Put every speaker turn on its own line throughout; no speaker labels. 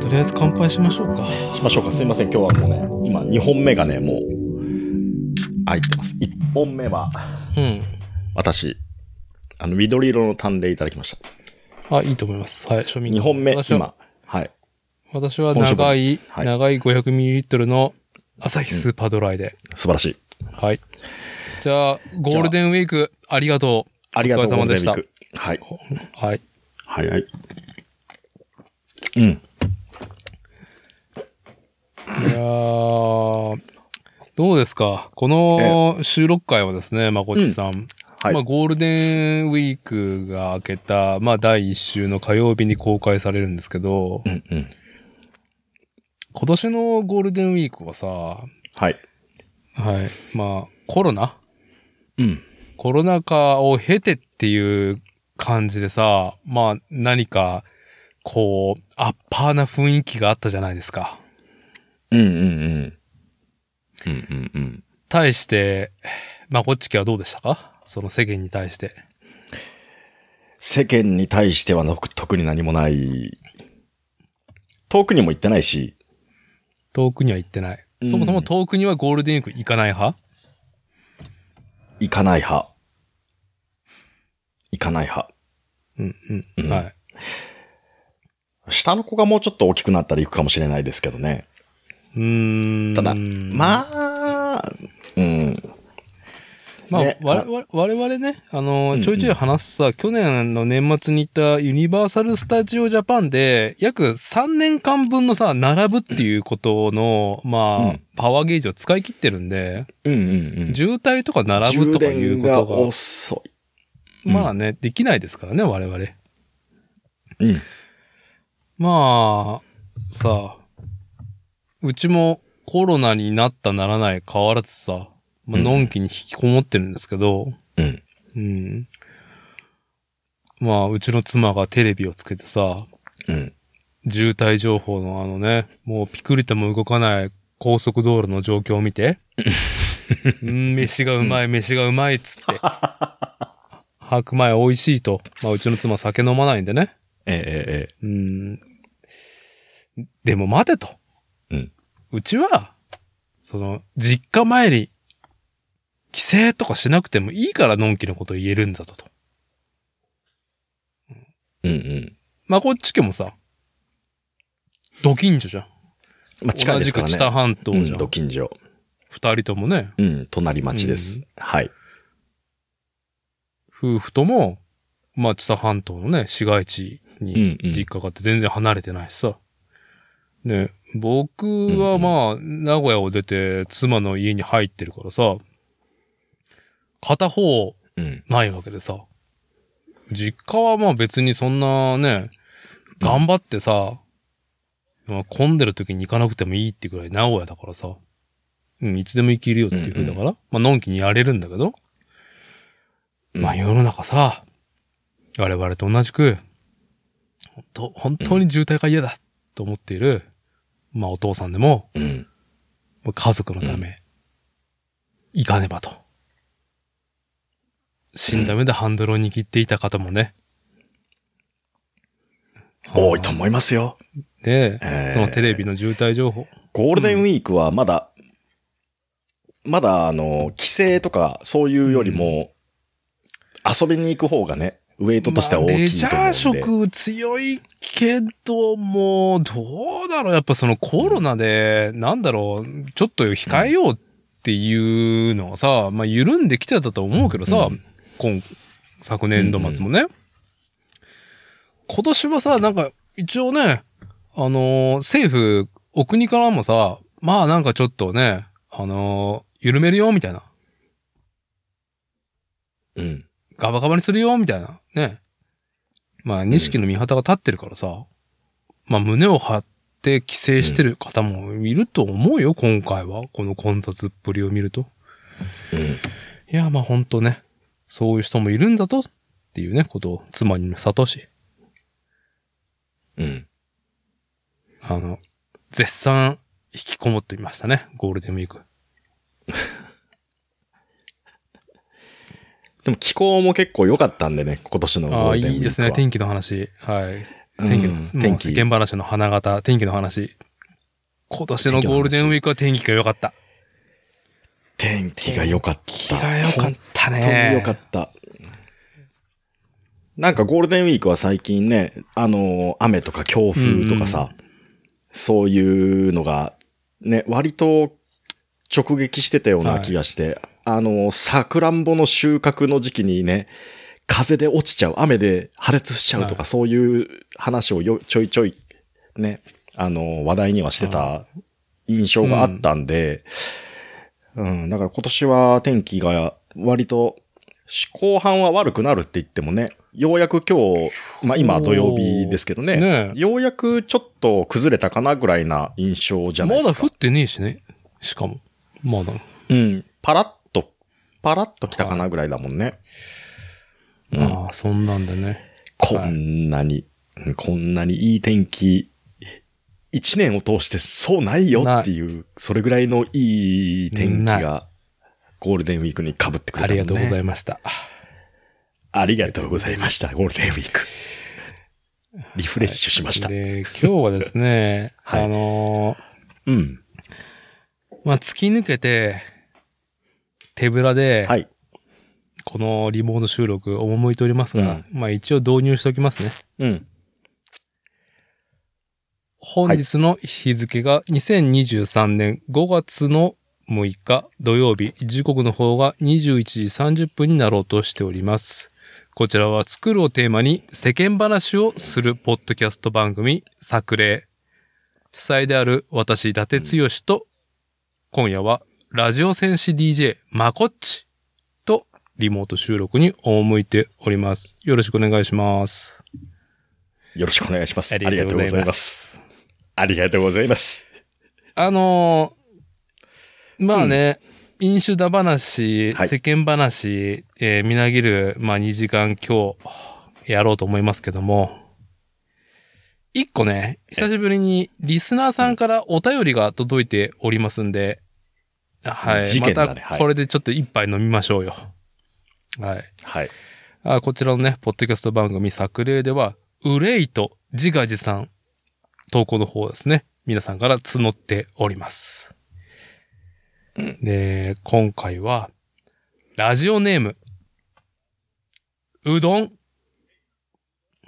とりあえず乾杯しましょうか。
しましょうか。すいません。今日はもうね、今2本目がね、もう、開いてます。1本目は、
うん。
私、あの、緑色の淡麗いただきました。
あ、いいと思います。はい、庶民
2本目、
私は
今。はい。
私は長い、
本職はい
長い 500ml の朝日スーパードライで。
素晴らしい。
はい。じゃあ、ゴールデンウィーク、ありがとう。
ありがとう
お疲れ様でした
ゴールデンウィークは
は
い。
い。
はいはい。うん。
いやーどうですかこの収録会はですね、まこっちさん。
はい。
まあ、ゴールデンウィークが明けた、まあ、第1週の火曜日に公開されるんですけど
う、んうん。
今年のゴールデンウィークはさ、は
はい。
い、まあ、コロナ
うん。
コロナ禍を経てっていう感じでさ、まあ、何か、こう、アッパーな雰囲気があったじゃないですか。
うんうんうん。うんうんうん。
対して、まあ、こっち家はどうでしたかその世間に対して。
世間に対してはの特に何もない。遠くにも行ってないし。
遠くには行ってない。そもそも遠くにはゴールデンウィーク行かない派
行かない派。行かない派。
うんう。
うんん
はい。
下の子がもうちょっと大きくなったら行くかもしれないですけどね。
うーん。
ただ
まあ、
まあ、うん。
まあ、
ね
我々我々ね、あの、
うん
ちょいちょい話すさ、去年の年末に行ったユニバーサル・スタジオ・ジャパンで、約3年間分のさ、並ぶっていうことの、まあ、
うん
パワーゲージを使い切ってるんで、
うんうんうん。
渋滞とか並ぶとかいうこと
充電
が
が、遅い。うん
まあね、できないですからね、我々。
うん。
まあ、さあ、うちもコロナになったならない変わらずさ、まあ
うん
のんきに引きこもってるんですけど、
うん。
うん。まあ、うちの妻がテレビをつけてさ、
うん。
渋滞情報のあのね、もうピクリとも動かない高速道路の状況を見 て、うん、飯がうまい、飯がうまいっつって。白米美味しいと。まあ、うちの妻酒飲まないんでね。
ええ
うん。でも待てと。
うん。
うちは、その、実家参り、帰省とかしなくてもいいからのんきのこと言えるんだとと。
えええ。うんうん。
まあ、こっち家もさ、ド近所じゃん。
まあ近いですから
同
ね。
じく知多半島じゃ。
うんん、ど近所。
二人ともね、
うん、隣町です。
うん
はい。
夫婦とも、まあ、知多半島のね、市街地に
ん、
実家があって全然離れてないしさ。ね、僕はまあ、名古屋を出て妻の家に入ってるからさ、片方
うん。
ないわけでさ、実家はまあ別にそんなね、頑張ってさ、まあ混んでる時に行かなくてもいいってぐらい名古屋だからさ、うん、いつでも行けるよっていう風だから、まあのんきにやれるんだけど、まあ世の中さ、我々と同じく、本当本当に渋滞が嫌だと思っている、まあお父さんでも、
うん。
まあ家族のため、行かねばと。死んだ目でハンドルを握っていた方もね。
多いと思いますよ。
で、
ええ
そのテレビの渋滞情報。
ゴールデンウィークはまだ、まだあの、帰省とかそういうよりも、遊びに行く方がね、ウェイトとしては大きいと思うんで。
まあレジャー色強いけども、どうだろうやっぱそのコロナで、なんだろう、ちょっと控えようっていうのがさ、まあ緩んできてたと思うけどさ、
うん
今、昨年度末もね。今年はさ、なんか一応ね、あのー政府、お国からもさ、まあなんかちょっとね、あのー緩めるよ、みたいな。
うん。
ガバガバにするよ、みたいな。ね。まあ、錦の御旗が立ってるからさ、まあ、胸を張って帰省してる方もいると思うよ、今回は。この混雑っぷりを見ると。
うん。
いや、まあ、ほんとね、そういう人もいるんだと、っていうね、ことを妻に悟し、
うん。
あの、絶賛引きこもっていましたね、ゴールデンウィーク。
でも気候も結構良かったんでね、今年のゴ
あ
ー
あ、
ルデンウ
い
ィークは。
いですね、天気の話。はい。先
うん
月、もう
天気
世間話の花形、天気の話。今年のゴールデンウィークは天気が良かった。
天気が良かった。
気が良かったね。
本当に良かった。なんかゴールデンウィークは最近ね、あのー、雨とか強風とかさ、そういうのが、ね、割と直撃してたような気がして、あのー、さくらんぼの収穫の時期にね、風で落ちちゃう、雨で破裂しちゃうとか、
はい
そういう話をよちょいちょい、ね、あのー、話題にはしてた印象があったんで、うん、だから今年は天気が割と、し後半は悪くなるって言ってもね、ようやく今日、まあ今土曜日ですけどね、
ねえ
ようやくちょっと崩れたかなぐらいな印象じゃない
ま
で
だ
すか。
降ってねえしね。しかも。まだ。
うん、パラッと、パラッと来たかなぐらいだもんね。うん
まあ、そんなんでね。
こんなに、うんこんなにいい天気、一年を通してそうないよっていう、それぐらいのいい天気
な
が、ゴールデンウィークに被ってくれ
あ
たもんね。
りがとうございました。
ありがとうございました、ゴールデンウィーク。リフレッシュしました。
で、今日はですね、
はい
あの
うん。
ーまあ、突き抜けて、手ぶらで、
はい。
このリモート収録、赴いておりますが、まあ一応導入しておきますね。
うん。
本日の日付が2023年5月の6日土曜日、時刻の方が21時30分になろうとしております。こちらは作るをテーマに世間話をするポッドキャスト番組作例。主催である私、伊達剛と、今夜はラジオ戦士 DJ まこっちとリモート収録に赴いております。よろしくお願いします。
よろしくお願いします。ありがとうございます。
す。
ありがとうございます。
あのーまあね、飲酒だ話、
はい
世間話、えーみなぎる、まあ2時間今日、やろうと思いますけども、一個ね、久しぶりにリスナーさんからお便りが届いておりますんで、はい。
事件だね
ま
は
た
い
これでちょっと一杯飲みましょうよ。はい。
はい。
あこちらのね、ポッドキャスト番組作例では、憂いと自画自賛、投稿の方ですね、皆さんから募っております。で、今回は、ラジオネーム、うどん、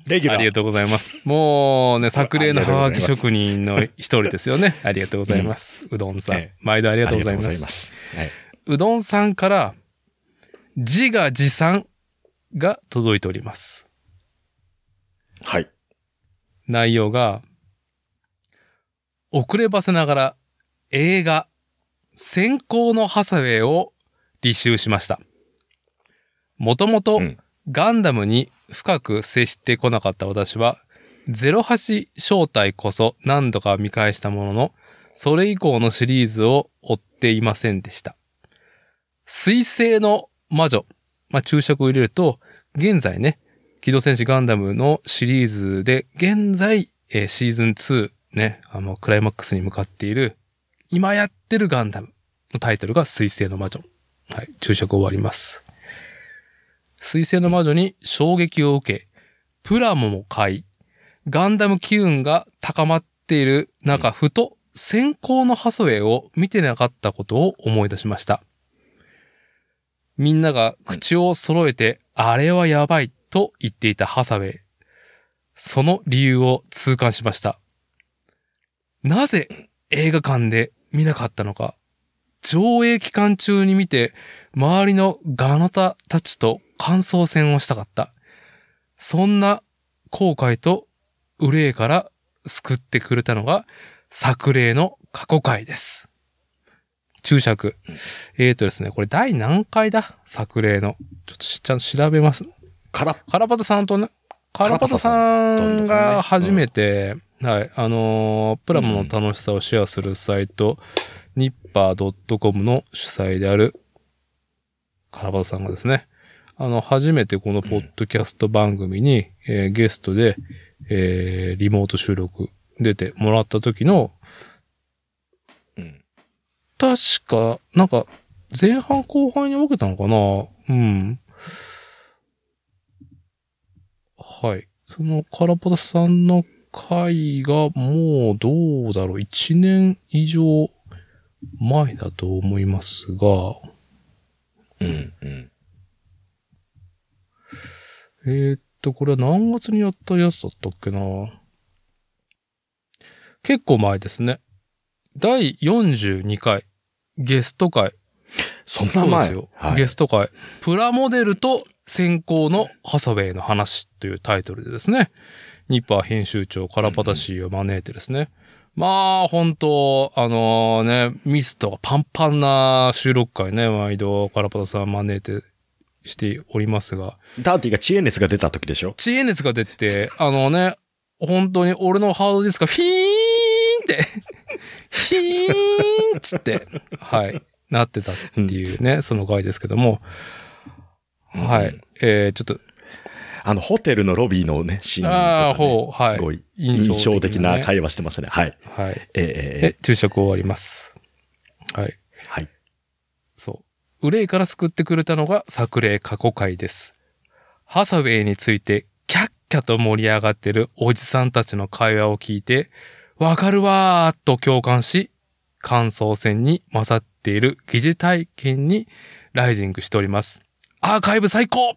レギュ
あ
ラ
り
ー
が。とうございます。もうね、作例のハガキ職人の一人ですよ ね。ありがとうございます。うどんさん
ええ。
毎度あり
あ
がとうございま。
りがとうございますす。はい。
うどんさんから、自画自賛が届いております。
はい。
内容が、遅ればせながら映画、先行のハサウェイを履修しました。もともと
うん
ガンダムに深く接してこなかった私は、08招待こそ何度か見返したものの、それ以降のシリーズを追っていませんでした。水星の魔女、まあ、注釈を入れると、現在ね、機動戦士ガンダムのシリーズで、現在、えーシーズン2、ね、あの、クライマックスに向かっている、今やってるガンダムのタイトルが水星の魔女。はい、注釈終わります。水星の魔女に衝撃を受け、プラモも買い、ガンダム機運が高まっている中、ふと先行のハサウェイを見てなかったことを思い出しました。みんなが口を揃えて、あれはやばいと言っていたハサウェイ。その理由を痛感しました。なぜ映画館で見なかったのか。上映期間中に見て、周りのガノタたちと感想戦をしたかった。そんな後悔と憂いから救ってくれたのが作例の過去回です。注釈。えーとですね、これ第何回だ作例の。ちょっとしちゃんと調べます。
から、
カラパタさんとね、カラパタさんが初めて、はい、あのープラモの楽しさをシェアするサイト、ニッパー .com の主催である、カラパタさんがですね、あの、初めてこのポッドキャスト番組に、えーゲストで、えーリモート収録出てもらった時の、
うん。
確か、なんか、前半後半に分けたのかなうん。はい。その、カラポタさんの回がもうどうだろう、1年以上前だと思いますが、
うん、うん。
えーっと、これは何月にやったやつだったっけな結構前ですね。第42回、ゲスト回。
そん
そ
な
うです
前
よ。
はい
ゲスト回。プラモデルと先行のハサウェイの話というタイトルでですね、ニッパー編集長カラパタシーを招いてですね、まあ、本当あのね、ミストがパンパンな収録回ね、毎度カラパタさん招いてしておりますが、
ダーティが知恵熱が出た時でしょ
遅延熱が出て、あのね、本当に俺のハードディスクがフィーンって、フィーンっつって、はい、なってたっていうね、その回ですけども、は
う
い、えー、ちょっと
あの、ホテルのロビーのね、シーンと
あー
か、
ほう
ね
はい
すごい
印
印象
象
的
的な、
な
ね。
会話してますね。はい。
はい。
えーえ
え、昼食終わります。はい。
ーはい。
そう。憂いから救ってくれたのが作例過去回です。ハサウェイについてキャッキャと盛り上がってるおじさんたちの会話を聞いて、わかるわーっと共感し、感想戦に勝っている疑似体験にライジングしております。アーカイブ最高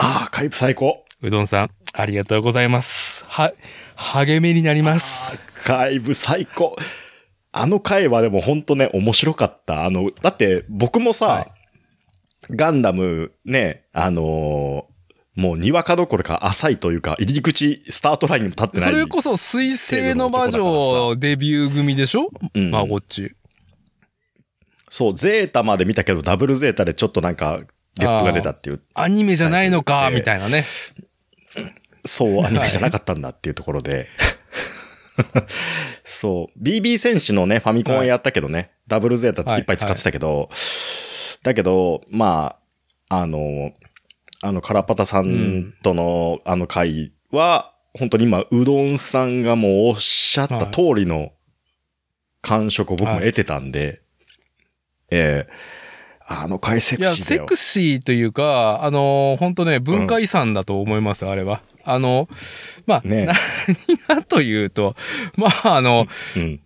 ああ、カイプ最高。
うどんさん、ありがとうございます。は、励みになります。
カイブ最高。あの回はでも本当ね、面白かった。あの、だって僕もさ、
はい
ガンダムね、あのーもうにわかどころか浅いというか、入り口、スタートラインにも立ってない。
それこそ水星の魔女デビュー組でしょ
うん
まあ、こっち。
そう、ゼータまで見たけど、ダブルゼータでちょっとなんか、ゲップが出たっていう。
アニメじゃないのか、
はい
みたいなね。
そう、アニメじゃなかったんだっていうところで。そう。BB 戦士のね、ファミコンはやったけどね、ダブルゼータっていっぱい使ってたけど、だけど、まあ、あの、あの、カラパタさんとの、あの会は、本当に今、うどんさんがもうおっしゃった通りの感触を僕も得てたんで、ええあの回セ
い
クシーだ
や、
よ。
セクシーというか、あのー、本当ね、文化遺産だと思います、あれは。あの、まあ、
ね
何がというと、まあ、あの、
うん。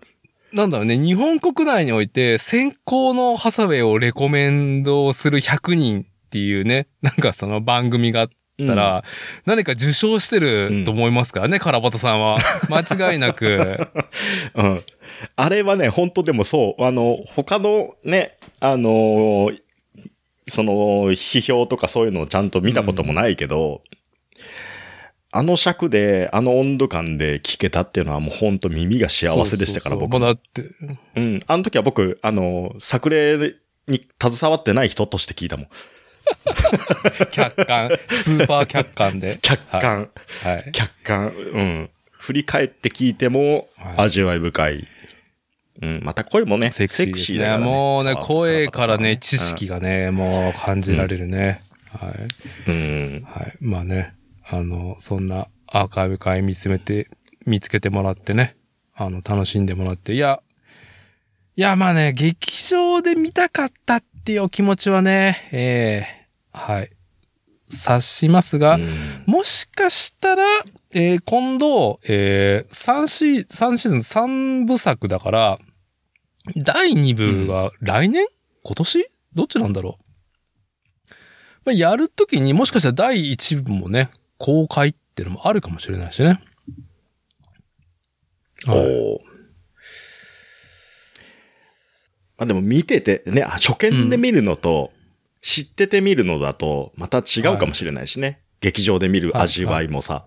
なんだろうね、日本国内において、先行のハサウェイをレコメンドする100人っていうね、なんかその番組があったら、何か受賞してると思いますからね、カラバタさん は。間違いなく。
うん。あれはね、本当でもそう、あの、他のね、あのーその、批評とかそういうのをちゃんと見たこともないけど、あの尺で、あの温度感で聞けたっていうのはもう本当耳が 幸せでしたから、
そうそうそう
僕
まあだって、
うん。あの時は僕、あのー作例に携わってない人として聞いたもん。
客観、スーパー客観で。
客観、
はい。はい。
客観、うん。振り返って聞いても
はい、
味わい深い。うん、また声もね、
セクシーですね。
だら
もうね、
あ
声から
そうだ
ね、知識がね、もう感じられるね。はい。
うん。
はい。まあね、あの、そんなアーカイブ会見つめて、見つけてもらってね、あの、楽しんでもらって、いや、いや、まあね、劇場で見たかったっていうお気持ちはね、ええはい。察しますが、
うん
もしかしたら、えー今度、えー、3シー、3シーズン3部作だから、第2部が来年、今年どっちなんだろう。まあ、やるときにもしかしたら第1部もね、公開っていうのもあるかもしれないしね。
お
はい
ーまあでも見てて、ね、初見で見るのと、知ってて見るのだと、また違うかもしれないしね。劇場で見る味わいもさ。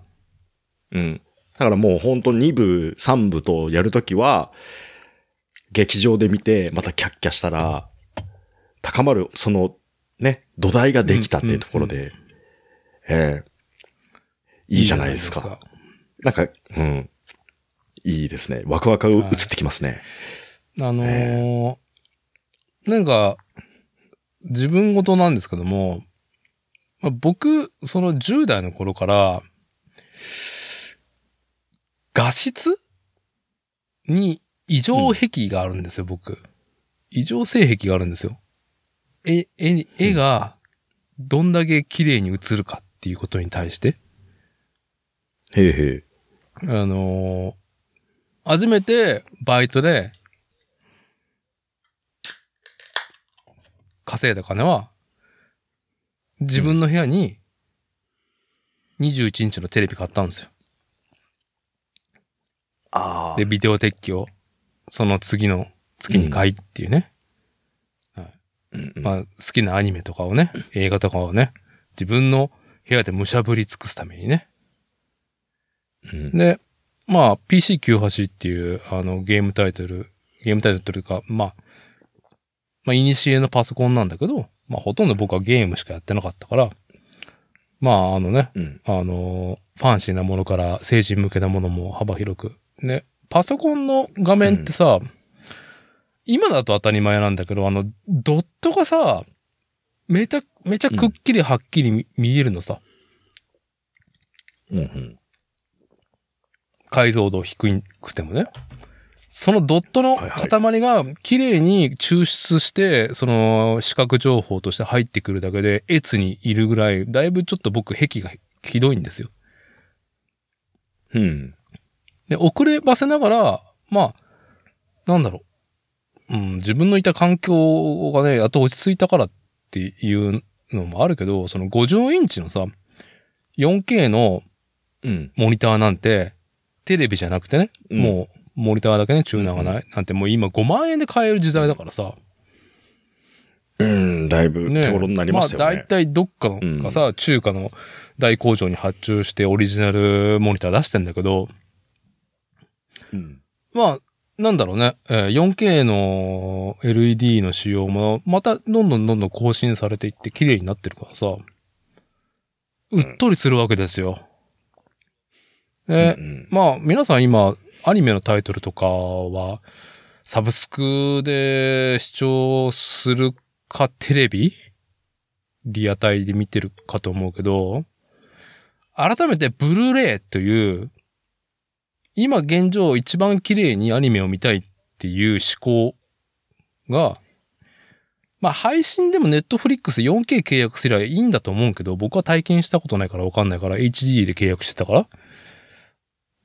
うん。だからもう本当2部、3部とやるときは、劇場で見て、またキャッキャしたら、高まる、その、ね、土台ができたっていうところで、ええいいじゃないですか。
か。
なんか、うん。いいですね。ワクワクが映ってきますね。
あのーなんか、自分事なんですけども、まあ、僕、その10代の頃から、画質に異常癖があるんですよ、僕。異常性癖があるんですよ。絵、絵に、絵がどんだけ綺麗に映るかっていうことに対して。
へえへえ。
あのー初めてバイトで、稼いだ金は、自分の部屋に、21インチのテレビ買ったんですよ。
ああ
で、。ビデオ撤去を、その次の月に買いっていうね。
うんうん
まあ、好きなアニメとかをね、映画とかをね、自分の部屋でむしゃぶり尽くすためにね。
うん
で、まあ、PC98 っていう、あの、ゲームタイトル、ゲームタイトルというか、まあ、まあ、いにしえのパソコンなんだけど、まあ、ほとんど僕はゲームしかやってなかったから、まあ、あのね、
うん。
あの、ファンシーなものから成人向けなものも幅広く。ね、パソコンの画面ってさ、今だと当たり前なんだけど、あの、ドットがさ、めちゃ、めちゃくっきりはっきり見見えるのさ。
うんうん。
解像度低くてもね。そのドットの
はいはい
塊が綺麗に抽出して、その視覚情報として入ってくるだけで、越にいるぐらい、だいぶちょっと僕、癖がひどいんですよ。
うん。
で、遅ればせながら、まあ、なんだろう。うん、自分のいた環境がね、やっと落ち着いたからっていうのもあるけど、その50インチのさ、4K の
うん。
モニターなんて、テレビじゃなくてね、
うん
もう、モニターだけね、チューナーがない。なんて、もう今5万円で買える時代だからさ。
うん、だいぶ
ね。
手頃になりましたよ
あ、
ね。
大体どっかがさ、中華の大工場に発注してオリジナルモニター出してんだけど、
うん
まあ、なんだろうね、えー 4K の LED の仕様も、またどんどんどんどん更新されていって綺麗になってるからさ、うっとりするわけですよ。ね
うん
まあ、皆さん今、アニメのタイトルとかは、サブスクで視聴するか、テレビリアタイで見てるかと思うけど、改めて、ブルーレイという、今現状一番綺麗にアニメを見たいっていう思考が、まあ配信でもネットフリックス 4K 契約すりゃいいんだと思うけど、僕は体験したことないからわかんないから、HD で契約してたから。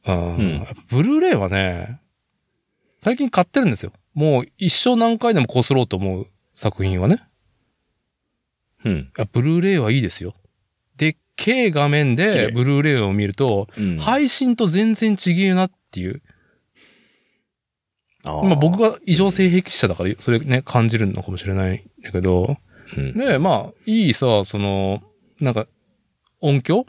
うん
うん
やっぱブルーレイはね、最近買ってるんですよ。もう一生何回でもこすろうと思う作品はね。
うん。
いやブルーレイはいいですよ。でっけえ画面
綺
で
麗
ブルーレイを見ると、
うん。い。
配信と全然違えなっていう。
ま
まあ僕が異常性癖者だから、それね、感じるのかもしれないんだけど。
うん、
ねえ、まあ、いいさ、その、なんか、音響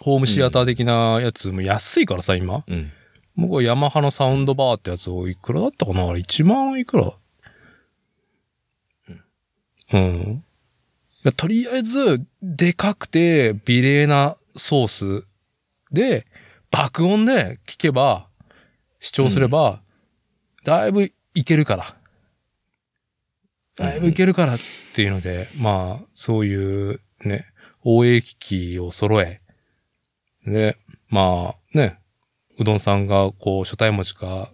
ホームシアター的なやつも安いからさ、今。
うん。
僕はヤマハのサウンドバーってやつをいくらだったかなあれ1万いくらうん。いやとりあえず、でかくて、美麗なソースで、爆音で聞けば、視聴すれば、だいぶいけるから。だいぶいけるからっていうので、まあ、そういうね、OA 機器を揃え、で、まあね、うどんさんがこう、初対持ちか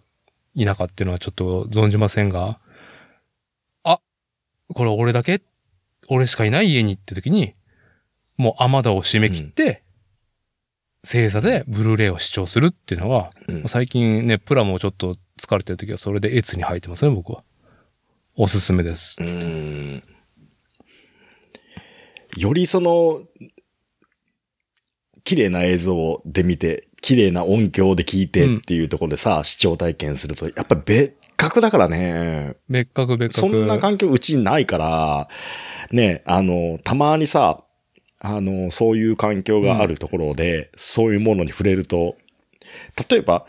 否かっていうのはちょっと存じませんが、あ、これ俺だけ俺しかいない家にって時に、もう雨戸を締め切って、正座でブルーレイを視聴するっていうのが、
うん
最近ね、プラもちょっと疲れてる時はそれでエツに入ってますね、僕は。おすすめです。
うーんよりその、綺麗な映像で見て、綺麗な音響で聞いてっていうところでさ、視聴体験すると、やっぱ別格だからね。
別格別
そ
格。
んな環境うちにないから、ね、あの、たまにさ、あの、そういう環境があるところで、そういうものに触れると、例えば、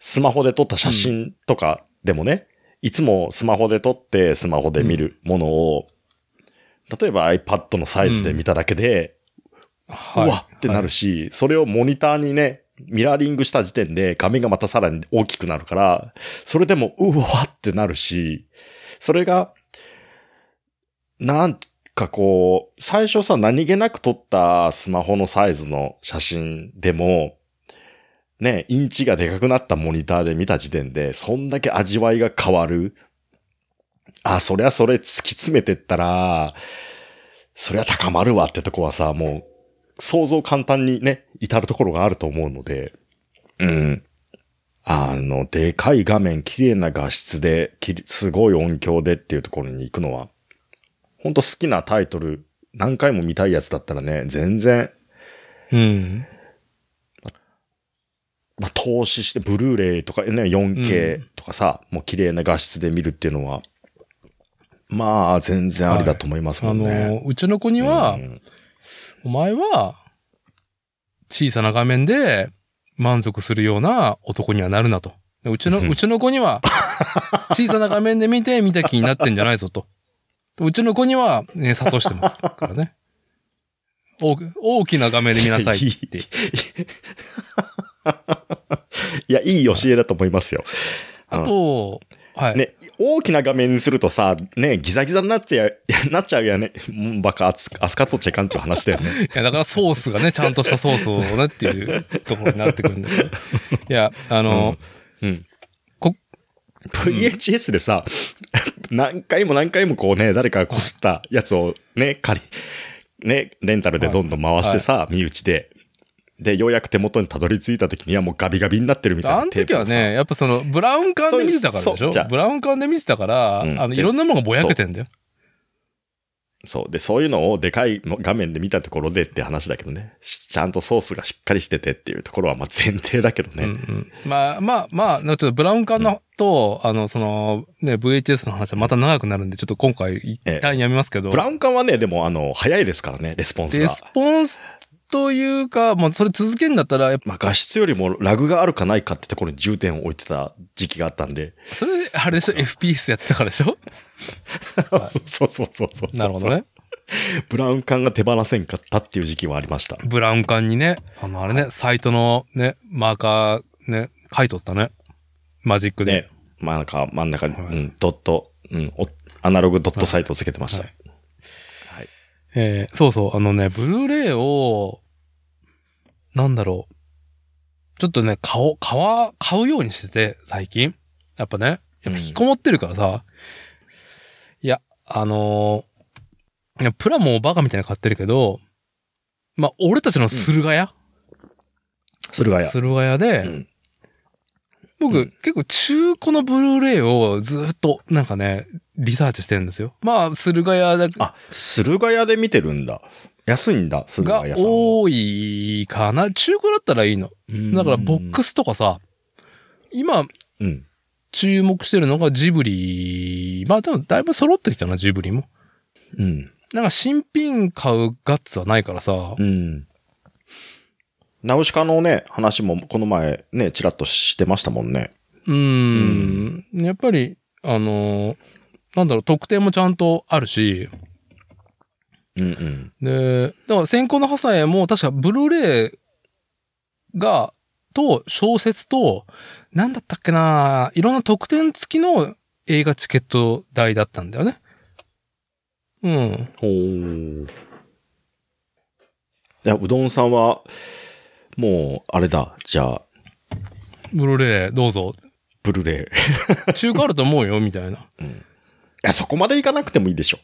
スマホで撮った写真とかでもね、いつもスマホで撮ってスマホで見るものを、例えば iPad のサイズで見ただけで、
はいう
わってなるし、それをモニターにね、ミラーリングした時点で画面がまたさらに大きくなるから、それでもうわってなるし、それが、なんかこう、最初さ、何気なく撮ったスマホのサイズの写真でも、ね、インチがでかくなったモニターで見た時点で、そんだけ味わいが変わる。あ、そりゃそれ突き詰めてったら、そりゃ高まるわってとこはさ、もう、想像簡単にね、至るところがあると思うので、うん。あの、でかい画面、綺麗な画質で、きりすごい音響でっていうところに行くのは、ほんと好きなタイトル、何回も見たいやつだったらね、全然、
うん。
まあ、投資して、ブルーレイとかね、
う
4K とかさ、もう綺麗な画質で見るっていうのは、まあ、全然ありだと思いますも
あ
んね。
の、うちの子には、
うん
お前は、小さな画面で満足するような男にはなるなと。でうちの、
うん
うちの子に は、小さな画面で見て見た気になってんじゃないぞと。うちの子には、ね、諭してますからね。大大きな画面で見なさいって。
いや、いい教えだと思いますよ。
あと、はい。
ね、大きな画面にするとさ、ね、ギザギザになっちゃう、 なっちゃうやね。もうバカ、扱扱っとっちゃいかんっていう話だよね。
いや、だからソースがね、ちゃんとしたソースをねっていうところになってくるんだけど。いや、あの、
うん。
こ
VHS でさ、 何回も何回もこうね、誰かがこすったやつをね、借り、ね、レンタルでどんどん回してさ、身内で。で、ようやく手元にたどり着いた時にはもうガビガビになってるみたいな。
あの時は
テープがさ
ね、、やっぱその、ブラウン管で見てたからでし
そう
ょ
そうじゃあ
ブラウン管で見てたから、
うん
あの、いろんなものがぼやけてんだよ。
そう。で、そういうのをでかい画面で見たところでって話だけどね。しちゃんとソースがしっかりしててっていうところはまあ前提だけどね。
うんうんまあまあまあ、ちょっとブラウン管のと、あの、その、ね、VHS の話はまた長くなるんで、ちょっと今回一旦やめますけど、
ブラウン管はね、でもあの、早いですからね、レスポンス
レ
が
ス。ポンスというか、もうそれ続けんだったら、やっぱ
まあ画質よりもラグがあるかないかってところに重点を置いてた時期があったんで。
それ、あれでしょ ?FPS やってたからでしょはい
そうそうそうそうそう。
なるほど。ね。
ブラウン管が手放せんかったっていう時期はありました。
ブラウン管にね、あの、あれね、サイトのね、マーカーね、書いとったね。マジックで。
ね。まあなんか真ん中に、
はい
うん、ドット、うん、おアナログドットサイトをつけてました。
はい
はい
えーそうそう、あのね、ブルーレイを、なんだろう。ちょっとね、買おう、買わ、買うようにしてて、最近。やっぱね、やっぱ引きこもってるからさ。いや、あのーいや、プラもバカみたいなの買ってるけど、まあ、俺たちの駿河屋、
駿河屋。
駿河屋で、
うん
僕、
うん
結構中古のブルーレイをずっとなんかね、リサーチしてるんですよ。まあ、駿河屋だ
あ、駿河屋で見てるんだ。安いんだ、駿
が
河屋さんは。
多いかな。中古だったらいいの。だからボック
ス。
スとかさ、今
うん。
注目してるのがジブリ、まあでもだいぶ揃ってきたな、ジブリも。
うん。
なんか新品買うガッツはないからさ
う、ん。ナウシカのね、話もこの前ね、ちらっとしてましたもんね。
うーん、ん、やっぱり、あのーなんだろう、特典もちゃんとあるし、
うんうん。
で、だから先行のハサエも確かブルーレイが、と小説と、なんだったっけないろんな特典付きの映画チケット代だったんだよね。うん。
ほう。いや、うどんさんは、もう、あれだ、じゃあ、
ブルーレイどうぞ。
ブルーレイ。
中古あると思うよ、 みたいな。
いや、そこまでいかなくてもいいでしょ。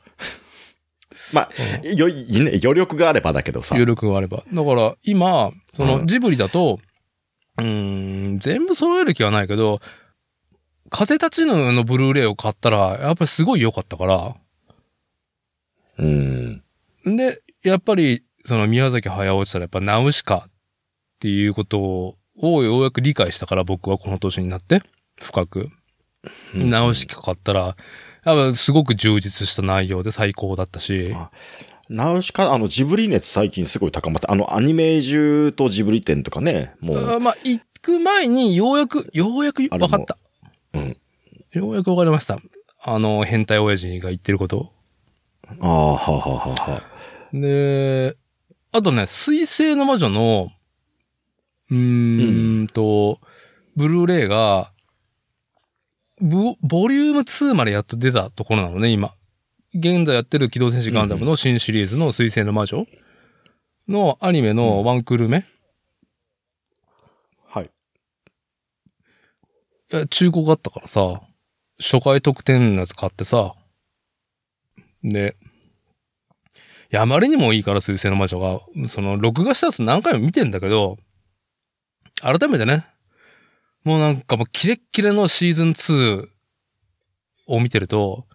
まあ、よ、いいね、余力があればだけどさ。
余力があれば。だから今、そうの
ん
ジブリだと、うーん、全部揃える気はないけど、風立ちぬのブルーレイを買ったら、やっぱりすごい良かったから、
うん。
で、やっぱり、その宮崎駿したらやっぱナウシカっていうことをようやく理解したから僕はこの年になって、深く。
うん
ナウシカ買ったら、やっぱすごく充実した内容で最高だったし、
あナウシカ、あの、ジブリ熱最近すごい高まって、あの、アニメージュとジブリ展とかね、もう、
あまあ、行く前にようやく、ようやく
あれ
分
も
かった。
うん。
ようやく分かりました。あの、変態親父が言ってること。
ああ、はあ、はあはあはあ。
で、あとね、水星の魔女の、うーんと、ブルーレイが、ボボリューム2までやっと出たところなのね、今。現在やってる機動戦士ガンダムの新シリーズの水星の魔女のアニメのワンクール目、
はい。
いや中古があったからさ、初回特典のやつ買ってさ、で、いや、あまりにもいいから、水星の魔女が、その、録画したやつ何回も見てんだけど、改めてね、もうなんかもうキレッキレのシーズン2を見てると、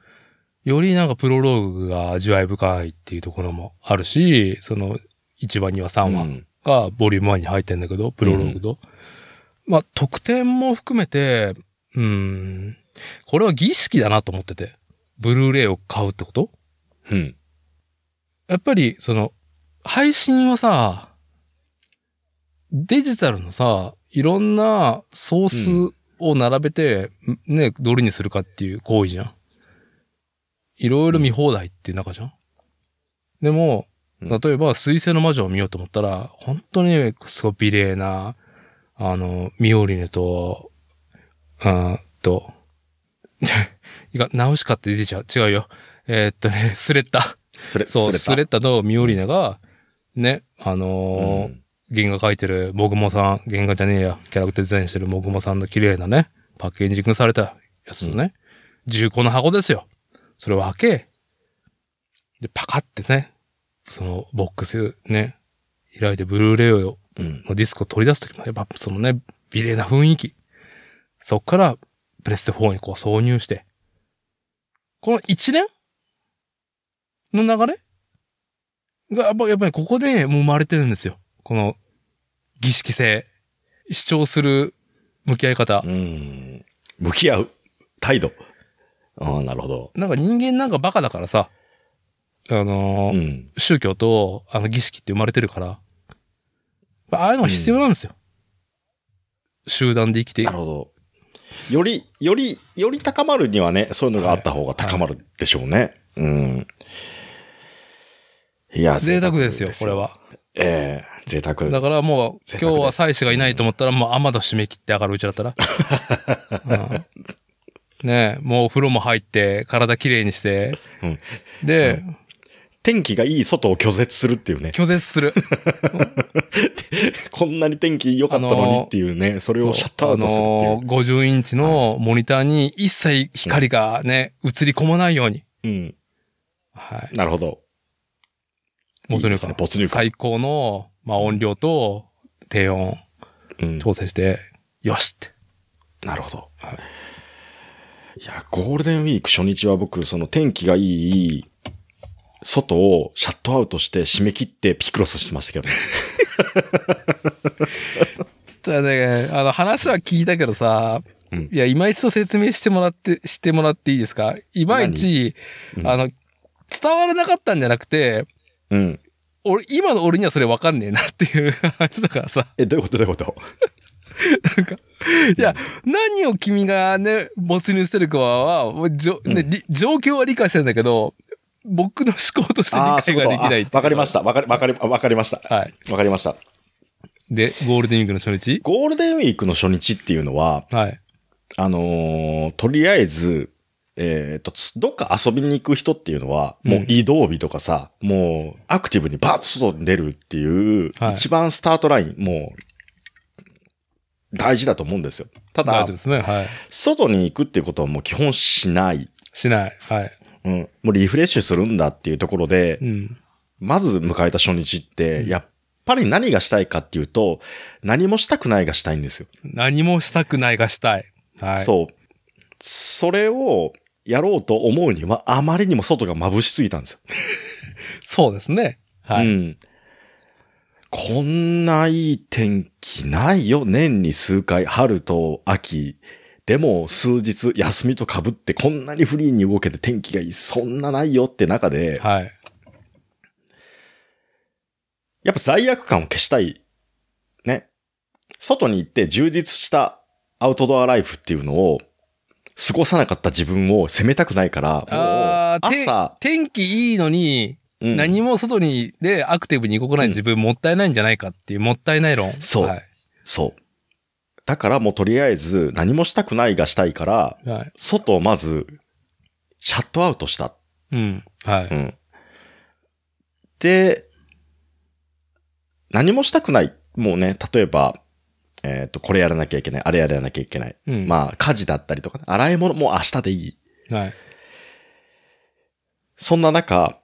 よりなんかプロローグが味わい深いっていうところもあるし、その、1話、2話、3話
うん
がボリューム1に入ってんだけど、プロローグと。まあ、得点も含めて、うん、これは儀式だなと思ってて。ブルーレイを買うってこと
うん。
やっぱり、その、配信はさ、デジタルのさ、いろんなソースを並べて、ね、どれにするかっていう行為じゃん。いろいろ見放題っていう中じゃん。でも、
うん
例えば、水星の魔女を見ようと思ったら、本当に、すごい美麗な、あの、ミオリネと、うーんと、 いや、ナウシカって出てちゃう。違うよ。えーっとね、スレッタ。
それ、
そう、ス
そ
レ
れ
ッタとミオリネが、ね、あ
た
のー
うん
原画描いてるモグモさん、原画じゃねえや、キャラクターデザインしてるモグモさんの綺麗なね、パッケージングされたやつのね、重厚な箱ですよ。それを開け、で、パカってね、そのボックスね、開いてブルーレイを
うん。
のディスクを取り出すときも、やっぱそのね、美麗な雰囲気。そっから、プレステ4にこう挿入して。この一年の流れが、やっぱやっぱりここでもう生まれてるんですよ。この、儀式性。主張する向き合い方
う。ん。向き合う。態度。ああ、なるほど。
なんか人間なんかバカだからさ、あのー
うん。
宗教とあの儀式って生まれてるから、ああいうのが必要なんですよ。集団で生きてい
な
く
るほど。より、より、より高まるにはね、そういうのがあった方が高まるでしょうね。うん。いや、
贅沢ですよ、これ
は。
は。
ええ贅沢。
だからもう、
贅沢
今
です
日は妻子がいないと思ったら、もう雨戸締め切って上がるうちだったら。うんねえ、もうお風呂も入って、体きれいにして、
うん
で、
天気がいい外を拒絶するっていうね。
拒絶する。
こんなに天気良かったのにっていうね、それをシャットアウトするってい
あ
う
のー50インチのモニターに一切光がね、映り込まないように。。
うん。
はい。
なるほど。
没
いいで
入
す
感。
ね没入感。
最高の、まあ、音量と低音
うん
調整して、よしって。
なるほど。、
はい
や、ゴールデンウィーク初日は僕、その天気がいい、外をシャットアウトして締め切ってピクロスしてましたけ どね。
じゃあね、あの話は聞いたけどさ、
うん
いや、いまいちと説明してもらって、してもらっていいですかいまいち、
何うん
あの、伝わらなかったんじゃなくて、
うん。
俺、今の俺にはそれわかんねえなっていう 話だからさ、
え、どういうことどういうこと
なんか、いや、何を君がね、没入してるかは、もうじょねり状況は理解してんだけど、僕の思考として
ああー、そう
理
いう
解が
こと
できないっていう
あわかりました。わかり、わかり、わかりました。
はい。
わかりました。
で、ゴールデンウィークの初日
ゴールデンウィークの初日っていうのは、
はい。
あのーとりあえず、えっ、と、つどっか遊びに行く人っていうのは、も
う
うん移動日とかさ、もうアクティブにバーッと外に出るっていう、
はい
一番スタートライン、もう、大事だと思うんですよ。た
大
だ
丈夫、ですね。はい。
外に行くっていうことはもう基本しない。
しない。はい。
うん。もうリフレッシュするんだっていうところで
う、ん。
まず迎えた初日って、やっぱり何がしたいかっていうと、何もしたくないがしたいんですよ。
何もしたくないがしたい。はい。
そう。それをやろうと思うには、あまりにも外が眩しすぎたんですよ。
そうですね。はい。
うん。こんないい天気ないよ。年に数回、春と秋。でも、数日休みと被って、こんなにフリーに動けて天気がいい。そんなないよって中で、
はい。
やっぱ罪悪感を消したい。ね。外に行って充実したアウトドアライフっていうのを、過ごさなかった自分を責めたくないから、
あ
も
あ、
う
て
朝、
天気いいのに、
うん
何も外にでアクティブに動かない自分もったいないんじゃないかっていう、もったいない論。
そう
はい。
そう。だからもうとりあえず何もしたくないがしたいから、
はい。
外をまず、シャットアウトした。
うん。はい。
ん。で、何もしたくない。もうね、例えば、えっ、と、これやらなきゃいけない、あれやらなきゃいけない。
うん。
まあ、家事だったりとかね、洗い物も明日でいい。
はい。
そんな中、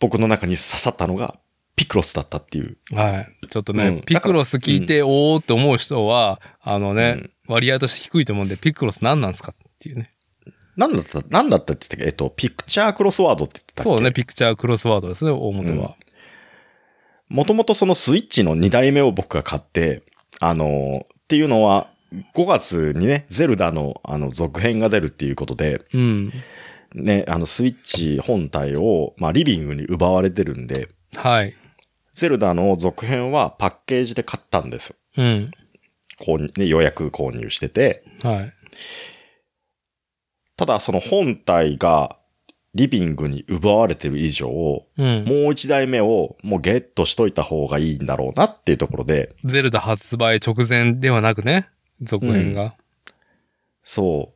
僕の中に刺さったのが、ピクロスだったっていう。
はい。ちょっとね、
うん
ピクロス聞いて、おーって思う人は、あのね、割合として低いと思うんで、ピクロス何なんですかっていうね。
なんだった、なんだったって言ったっけえっと、ピクチャークロスワードって言ってたっけ
そうだね、。ピクチャークロスワードですね、大元は。
もともとそのスイッチの2代目を僕が買って、あの、っていうのは、5月にね、ゼルダのあの続編が出るっていうことで、
うん。
ね、あのスイッチ本体を、まあリビングに奪われてるんで、
はい。
ゼルダの続編はパッケージで買ったんですよ。
うん。
購入、ね、予約購入してて。
はい。
ただその本体がリビングに奪われてる以上、も
うん。
う一台目をもうゲットしといた方がいいんだろうなっていうところで、
ゼルダ発売直前ではなくね、続編が。
そ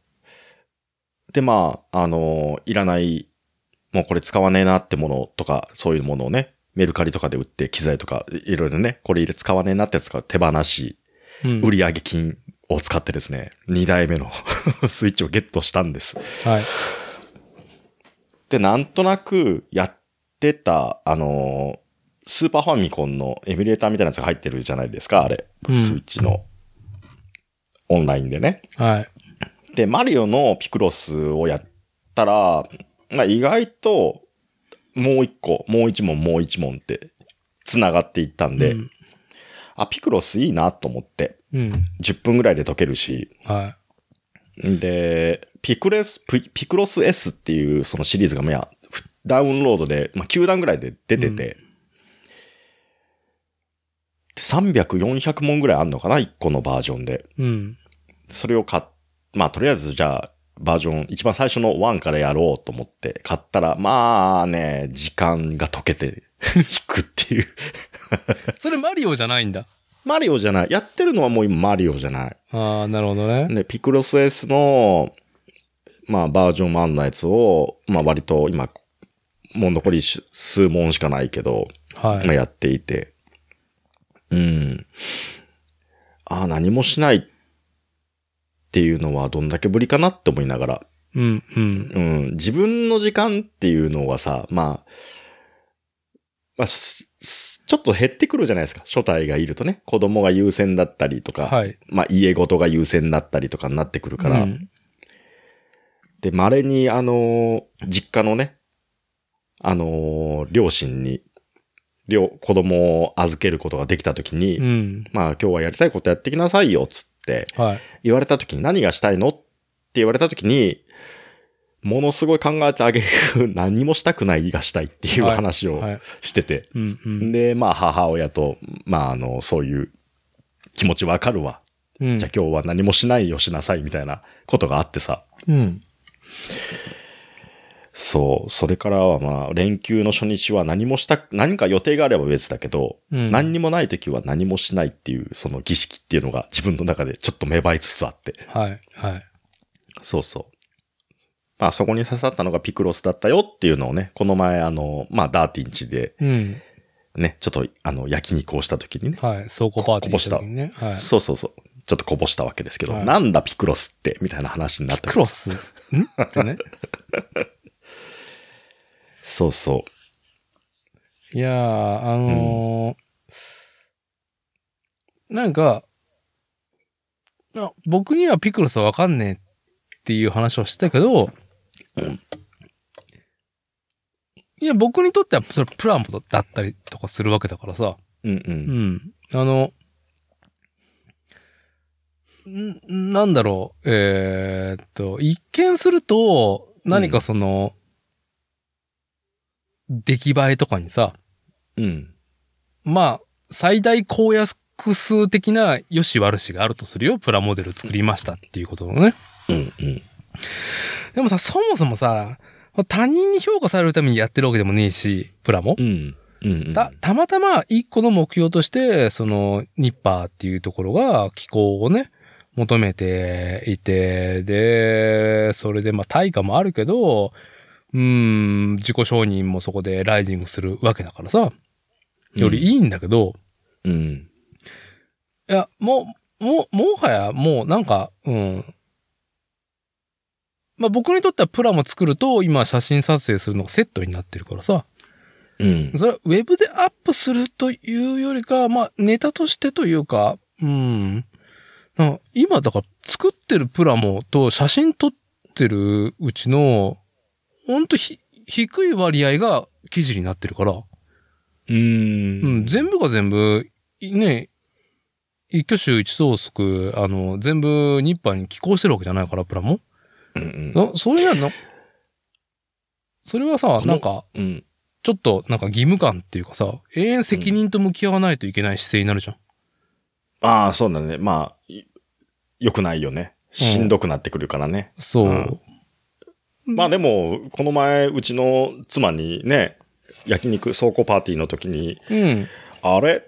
う。で、まあ、あのいらない、もうこれ使わねえなってものとか、そういうものをね、メルカリとかで売って、機材とか、いいろいろね、これ入れ使わねえなってやつが手放し、
うん。
売上金を使ってですね、二台目の スイッチをゲットしたんです。
はい。
で、なんとなくやってた、あのースーパーファミコンのエミュレーターみたいなやつが入ってるじゃないですか、あれ。
うん
スイッチの、オンラインでね。
はい。
で、マリオのピクロスをやったら、まあ、意外と、もう一個、もう一問、もう一問って、繋がっていったんで、
うん。
あ、ピクロスいいなと思って、
うん。
10分ぐらいで解けるし、
は
で、ピクレス、ピピクロス S っていうそのシリーズがまあ、ふダウンロードで、まあ、9段ぐらいで出てて、300、400問ぐらいあんのかな ?1 個のバージョンで。
い。うん。
それを買っ、まあ、とりあえずじゃあ、バージョン、一番最初の1からやろうと思って買ったら、まあね、時間が解けて 引くっていう。
それマリオじゃないんだ。
マリオじゃない。やってるのはもう今マリオじゃない。
ああ、なるほどね。
で、ピクロス S の、まあ、バージョン1のやつを、まあ、割と今、もう残りし数問しかないけど、
は
まあ、
い。
やっていて。うん。ああ、何もしないっていうのはどんだけぶりかなって思いながら。
うん、うん。
うん、自分の時間っていうのはさ、まあ、まあ、すすちょっと減ってくるじゃないですか。初代がいるとね、子供が優先だったりとか、
はい。
まあ家ごとが優先だったりとかになってくるから、
うん
で、稀にあのー、実家のね、あのー、両親に、両、子供を預けることができたときに、
うん。
まあ今日はやりたいことやってきなさいよ、つって、
はい。
言われた時に何がしたいのって言われた時に、ものすごい考えてあげる 何もしたくないがしたいっていう
はい
話を
はい。
してて。
うん、うん。
で、まあ母親と、まああの、そういう気持ちわかるわ。
うん
じゃあ今日は何もしないよしなさいみたいなことがあってさ。
うん。
そう。それからはまあ連休の初日は何もした、何か予定があれば別だけど、
うん
何にもない時は何もしないっていうその儀式っていうのが自分の中でちょっと芽生えつつあって。
はい。はい。
そうそう。まあそこに刺さったのがピクロスだったよっていうのをね、この前あの、まあダーティンチで
うん。
ね、ちょっとあの焼肉をした時にね、
はい。倉庫パーティーの時にね。はい。
そうそうそう、ちょっとこぼしたわけですけど、
はい
なんだピクロスってみたいな話になって
クロスんってね。
そうそ
いやー、あのーなんか、な僕にはピクロスはわかんねえっていう話をしたけど、
うん
いや、僕にとってはそれプラモだったりとかするわけだからさ、
う。うんう。
うんん。あの、んなんだろう、えーっと、一見すると、何かその、出来栄えとかにさ、
うん。
まあ、最大公約数的な良し悪しがあるとするよ。プラモデル作りましたっていうことのね。
うんうん。
でもさ、そもそもさ、他人に評価されるためにやってるわけでもねえし、プラも
う。ん。うん。
た、たまたま一個の目標として、その、ニッパーっていうところが気候をね、求めていて、で、それでまあ対価もあるけど、うーん、自己承認もそこでライジングするわけだからさ、よりいいんだけど、
うん。
いや、もう、もう、もはや、もうなんか、うん。まあ僕にとってはプラも作ると、今写真撮影するのがセットになってるからさ。
うん。
それはウェブでアップするというよりか、まあ、ネタとしてというか、うん。な今、だから作ってるプラモと写真撮ってるうちの、ほんとひ、低い割合が記事になってるから、
う
うんん、全部が全部、いね、一挙手一投足、あの、全部日版に寄稿してるわけじゃないから、プラモ。
うん
なそれなのそれはさ
こ、の
なんか、
うん。
ちょっとなんか義務感っていうかさ、永遠責任と向き合わないといけない姿勢になるじゃん。
ああ、そうだね。まあ、い良くないよね。しんどくなってくるからね。
そう。
うんまあでも、この前、うちの妻にね、焼肉倉庫パーティーの時に、
うん。
あれ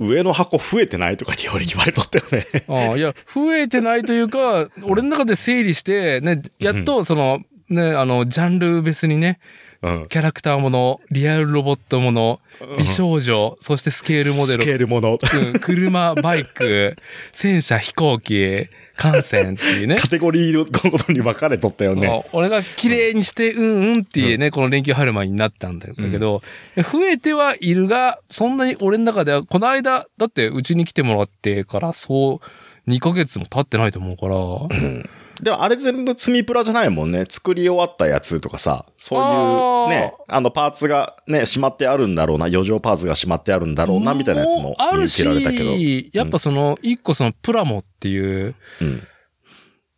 上の箱増えてないとかって言われ言われとったよね。
ああ、いや、増えてないというか、俺の中で整理して、ね、やっとその、ね、あの、ジャンル別にね、
うん。
キャラクターもの、リアルロボットもの、美少女、そしてスケールモデ
スケ
ル、
ールもの。
うん、車、バイ ク、戦車、飛行機、艦船っていうね。
カテゴリーごとに分かれとったよね。
あ俺が綺麗にして、うんうんっていうね、この連休入る前になったんだけど、増えてはいるが、そんなに俺の中では、この間、だってうちに来てもらってから、そう、2ヶ月も経ってないと思うから、
でもあれ全部積みプラじゃないもんね。作り終わったやつとかさ、そう
あー
いうね、あのパーツがね、しまってあるんだろうな、余剰パーツがしまってあるんだろうな、みたいなやつも
うあ
見
る
受けられたけど。
し、やっぱその、一個そのプラモっていう、
うん。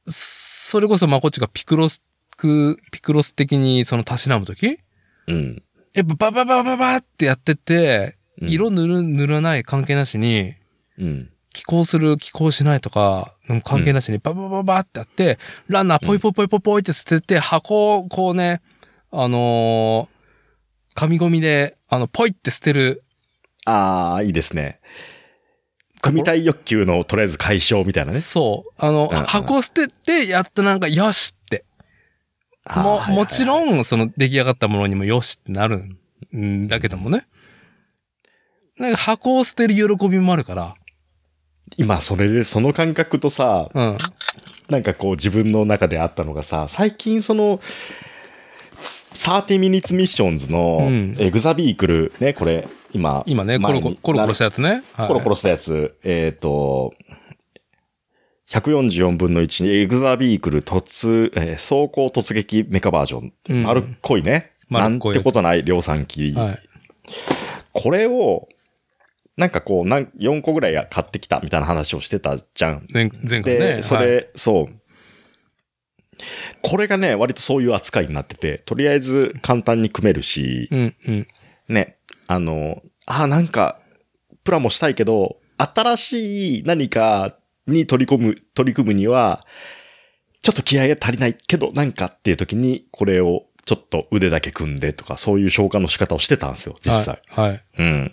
それこそまこっちがピクロス、ピクロス的にそのたしなむとき
うん。
やっぱバババババってやってって、
うん
色塗る、塗らない関係なしに、
うん。
寄稿する、寄稿しないとか、関係なしにバババババってやって、ランナーポイポイポイポイポイって捨てて、箱をこうね、あのー紙ゴミで、あの、ポイって捨てる。
ああ、いいですね。組みたい欲求のとりあえず解消みたいなね。
そう。あの、
うんうん
箱捨てて、やっとなんか、よしって。
あー
も、
はいはいはい
もちろん、その出来上がったものにもよしってなるんだけどもね。なんか箱を捨てる喜びもあるから。
今、それで、その感覚とさ、
うん。
なんかこう自分の中であったのがさ、最近その、30 minutes missions
う
の
ん
エグザビークル、ね、これ、今。。
今ね、コロコロ、コロコロしたたやつね。はい
コロコロしたやつ。えっ、と、144分の1にエグザビークル突、えー走行突撃メカバージョン。
うん
丸っこいね。
丸っこい
な
やつ
んてことない量産機。
はい。
これを、なんかこう、なん4個ぐらい買ってきたみたいな話をしてたじゃん。
前前回
で、
ね。
そ
はい
れ、そう。これがね、割とそういう扱いになってて、とりあえず簡単に組めるし、
うんうん。
ね、あの、あーなんか、プラもしたいけど、新しい何かに取り込む、取り組むには、ちょっと気合が足りないけど、なんかっていう時に、これをちょっと腕だけ組んでとか、そういう消化の仕方をしてたんですよ、実際。
はい。はい
うん。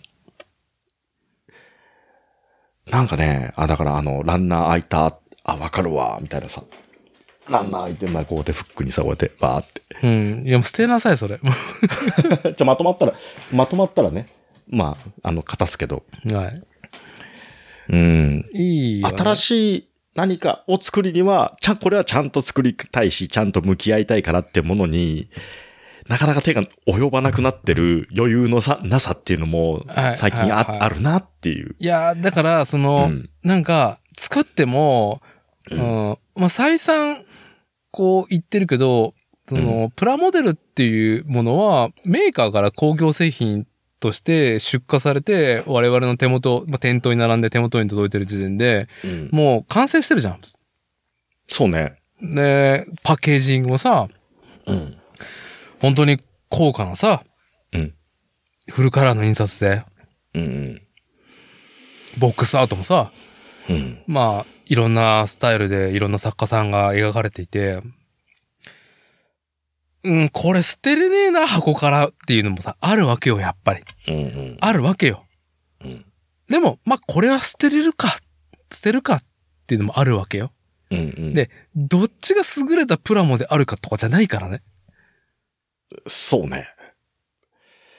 なんかね、あ、だからあの、ランナー開いた、あ、わかるわ、みたいなさ。ランナー開いてんな、こうでフックにさ、こうやって、バーって。
うん。いや、もう捨てなさい、それ。 は
じゃ、まとまったら、まとまったらね、まあ、あの、片すけど。うん。
い。いいよ、ね。
新しい何かを作るには、ちゃん、これはちゃんと作りたいし、ちゃんと向き合いたいからってものに、なかなか手が及ばなくなってる余裕のさ、なさっていうのも
はい、
最近
は
あ,、
いはい
あるなっていう。
いや、だから、その、
うん
なんか、作っても、うん、まあ、再三、こう言ってるけど、その、プラモデルっていうものは、メーカーから工業製品として出荷されて、我々の手元、まあ、店頭に並んで手元に届いてる時点で、
うん
もう完成してるじゃん。
そうね。
で、パッケージングもさ、
うん。
本当に高価なさ、
うん。
フルカラーの印刷で、
うん。
ボックスアートもさ、
うん。
まあ、いろんなスタイルでいろんな作家さんが描かれていて、うん、これ捨てれねえな、箱からっていうのもさ、あるわけよ、やっぱり。
うん。
あるわけよ。
うん
でも、まあ、これは捨てれるか、捨てるかっていうのもあるわけよ。
うん。
で、どっちが優れたプラモであるかとかじゃないからね。
そうね。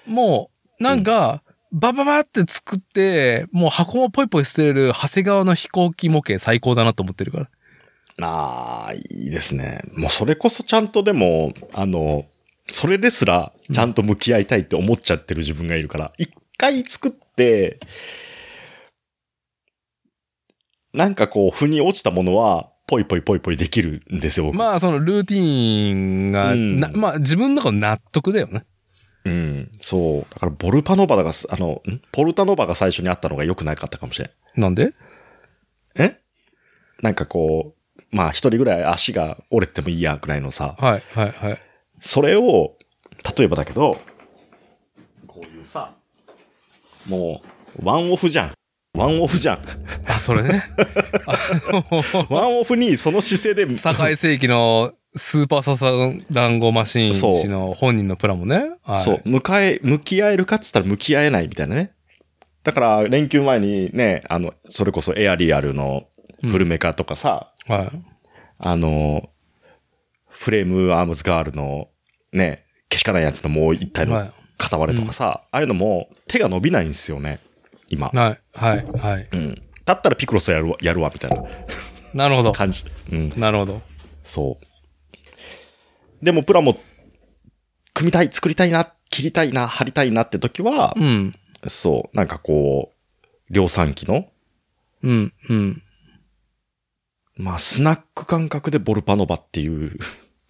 もう、なんか、バババって作って、もう箱もポイポイ捨てれる長谷川の飛行機模型最高だなと思ってるから。
ああ、いいですね。もうそれこそちゃんとでも、あの、それですら、ちゃんと向き合いたいって思っちゃってる自分がいるから、一回作って、なんかこう、腑に落ちたものは、ぽいぽいぽいぽいできるんですよ、僕。
まあ、そのルーティーンが、
うん
なまあ、自分の中の納得だよね。
うん。そう。だから、ボルパノバがす、あの、んポルタノバが最初にあったのが良くなかったかもしれん。
なんで
えなんかこう、まあ一人ぐらい足が折れてもいいやぐらいのさ、
はい、はい、はい。
それを、例えばだけど、こういうさ、もう、ワンオフじゃん。ワンオフじゃん。
あ、それね。あの
ワンオフにその姿勢で、
堺世紀のスーパーササ団子マシーン氏の本人のプラもね。はい、
そう、迎え、向き合えるかっつったら向き合えないみたいなね。だから、連休前にね、あの、それこそエアリアルのフルメカとかさ、
はい。
あの、フレームアームズガールのね、けしかないやつのもう一体
は
の
い
片割れとかさ、ああいうのも手が伸びないんですよね、今。
はい、はい、はい。
うん。だったらピクロスやるわ、やるわ、みたいな
なるほど。
感じ。うん。
なるほど。
そう。でもプラも、組みたい、作りたいな、切りたいな、貼りたいなって時は
う、ん。
そう、なんかこう、量産機の、
うん、うん。
まあ、スナック感覚でボルパノバっていう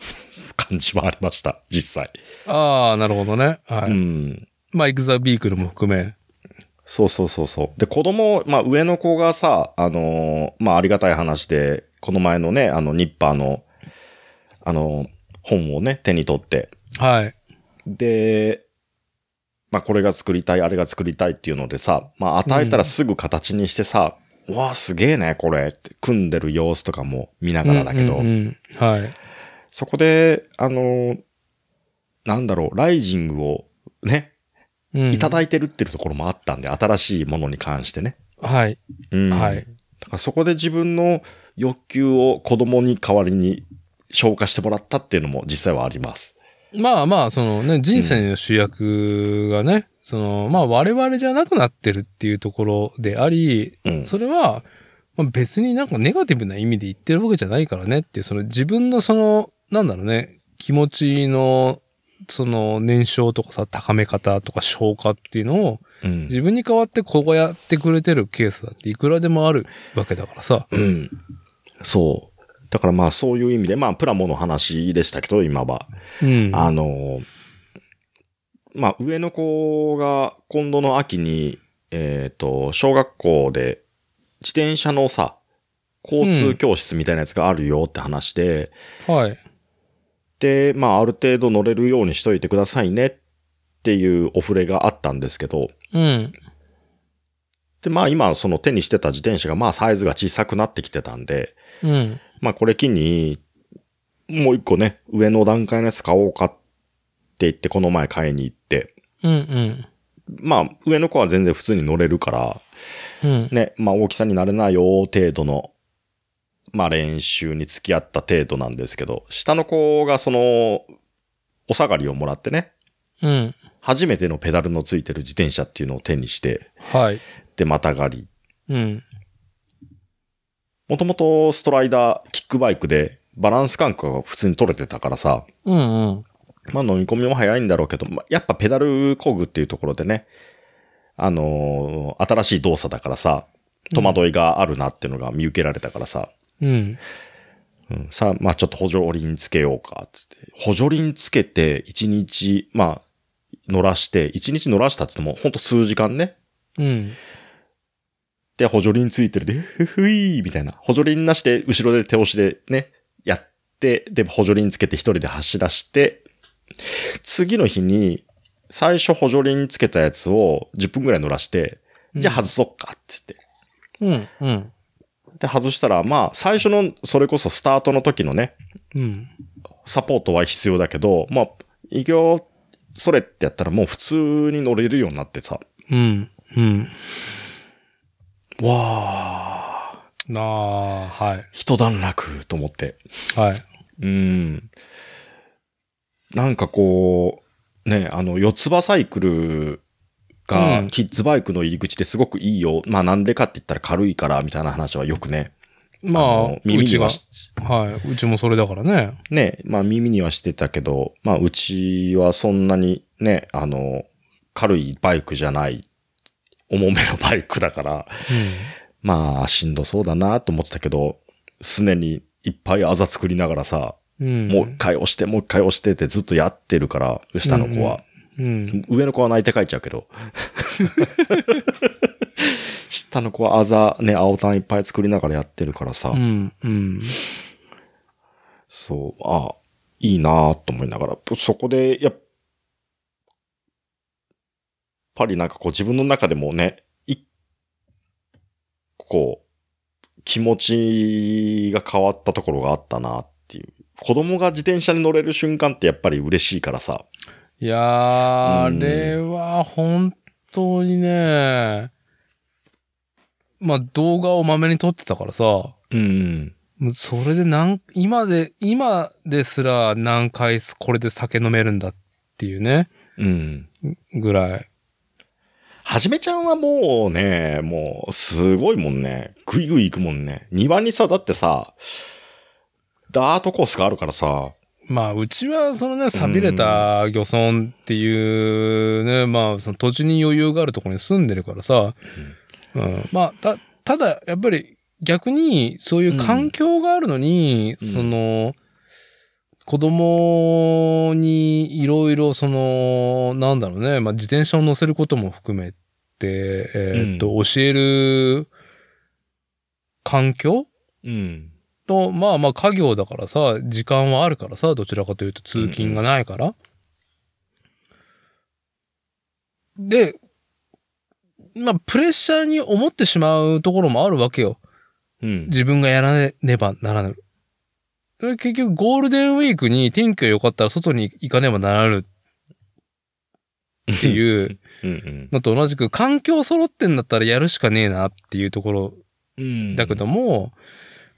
感じはありました、実際。
ああ、なるほどね。はい。
うん。
マイク・ザ・ビークルも含め。
そうそうそうそう。で、子供、まあ上の子がさ、あのーまあありがたい話で、この前のね、あの、ニッパーの、あのー本をね、手に取って。
はい。
で、まあこれが作りたい、あれが作りたいっていうのでさ、まあ与えたらすぐ形にしてさ、うわあすげえね、これって、組んでる様子とかも見ながらだけ
う
ど、
んうんうんはい。
そこで、あのーなんだろう、ライジングをね、
うん
いただいてるっていうところもあったんで、新しいものに関してね。
はい。
うん
はい。
だからそこで自分の欲求を子供に代わりに消化してもらったっていうのも実際はあります。
まあまあ、そのね、人生の主役がね、その、まあ我々じゃなくなってるっていうところであり、
うん。
それは、まあ、別になんかネガティブな意味で言ってるわけじゃないからねっていう、その自分のその、なんだろうね、気持ちの、その燃焼とかさ、高め方とか消化っていうのを、
うん
自分に代わってここやってくれてるケースだっていくらでもあるわけだからさ。
うん。そう。だからまあそういう意味で、まあプラモの話でしたけど、今は。
うん。
あの、まあ上の子が今度の秋に、えっ、と、小学校で自転車のさ、交通教室みたいなやつがあるよって話で、
はい。
で、まあ、ある程度乗れるようにしといてくださいねっていうお触れがあったんですけど、
うん。
で、まあ今、その手にしてた自転車がまあサイズが小さくなってきてたんで、
うん。
まあこれ機に、もう一個ね、上の段階のやつ買おうかって言って、この前買いに行って、
うんうん。
まあ上の子は全然普通に乗れるから、
うん。
ね、まあ大きさになれないよ程度の、まあ練習に付き合った程度なんですけど、下の子がその、お下がりをもらってね、
うん。
初めてのペダルのついてる自転車っていうのを手にして、
はい。
で、またがり。
うん。
もともとストライダー、キックバイクで、バランス感覚が普通に取れてたからさ、
うんうん。
まあ飲み込みも早いんだろうけど、まあやっぱペダル工具っていうところでね、あのー新しい動作だからさ、戸惑いがあるなっていうのが見受けられたからさ、
うん。
うんさあ、まあちょっと補助輪つけようか、つって。補助輪つけて、1日、まあ、乗らして、1日乗らしたっつっても、ほんと数時間ね、
うん。
で、補助輪ついてるで、ふふいーみたいな。補助輪なしで、後ろで手押しでね、やって、で、補助輪つけて一人で走らして、次の日に、最初補助輪つけたやつを10分ぐらい乗らして、じゃあ外そっかって言っ
うん。うん。
て。で、外したら、まあ、最初の、それこそスタートの時のね、
うん。
サポートは必要だけど、まあ、いくよ、それってやったらもう普通に乗れるようになってさ、
うん。うん。
わー、
なあ、はい。
一段落と思って。
はい。
うん。なんかこう、ね、あの、四つ葉サイクル
う
が
ん、
キッズバイクの入り口ですごくいいよ。まあなんでかって言ったら軽いから、みたいな話はよくね、
ま
あ
あ
の、耳
うち
に
が
はし、
はい。うちもそれだからね。
ね、まあ耳にはしてたけど、まあうちはそんなにね、あの、軽いバイクじゃない、重めのバイクだから、まあしんどそうだなと思ってたけど、すねにいっぱいあざ作りながらさ、
うん。うん。
もう一回押して、もう一回押してってずっとやってるから、下の子は。
うん。
上の子は泣いて書いちゃうけど。 下の子はあざ、ね、青タンいっぱい作りながらやってるからさ、
うん。うん。
そう、ああいいなぁと思いながら、そこで、やっぱりなんかこう自分の中でもね、い、こう、気持ちが変わったところがあったなっていう。子供が自転車に乗れる瞬間ってやっぱり嬉しいからさ。
いやー、あ
うん
れは本当にね、まあ動画をまめに撮ってたからさ、も
うん。
うそれでなん、今で、今ですら何回これで酒飲めるんだっていうね、
うん。
ぐらい。
はじめちゃんはもうね、もうすごいもんね。ぐいぐい行くもんね。庭にさ、だってさ、ダートコースがあるからさ。
まあ、うちは、そのね、錆びれた漁村っていうね、まあ、その土地に余裕があるところに住んでるからさ、うん、まあ、た、ただ、やっぱり逆に、そういう環境があるのに、
うん
その、子供にいろいろ、その、なんだろうね、まあ、自転車を乗せることも含めて、えーっと、教える環境
うん。
と、まあまあ家業だからさ、時間はあるからさ、どちらかというと通勤がないから。で、まあプレッシャーに思ってしまうところもあるわけよ。
うん。
自分がやらねねばならぬ。で結局ゴールデンウィークに天気が良かったら外に行かねばならぬっていう
うん。
のと同じく環境揃ってんだったらやるしかねえなっていうところ
うん。
だけども、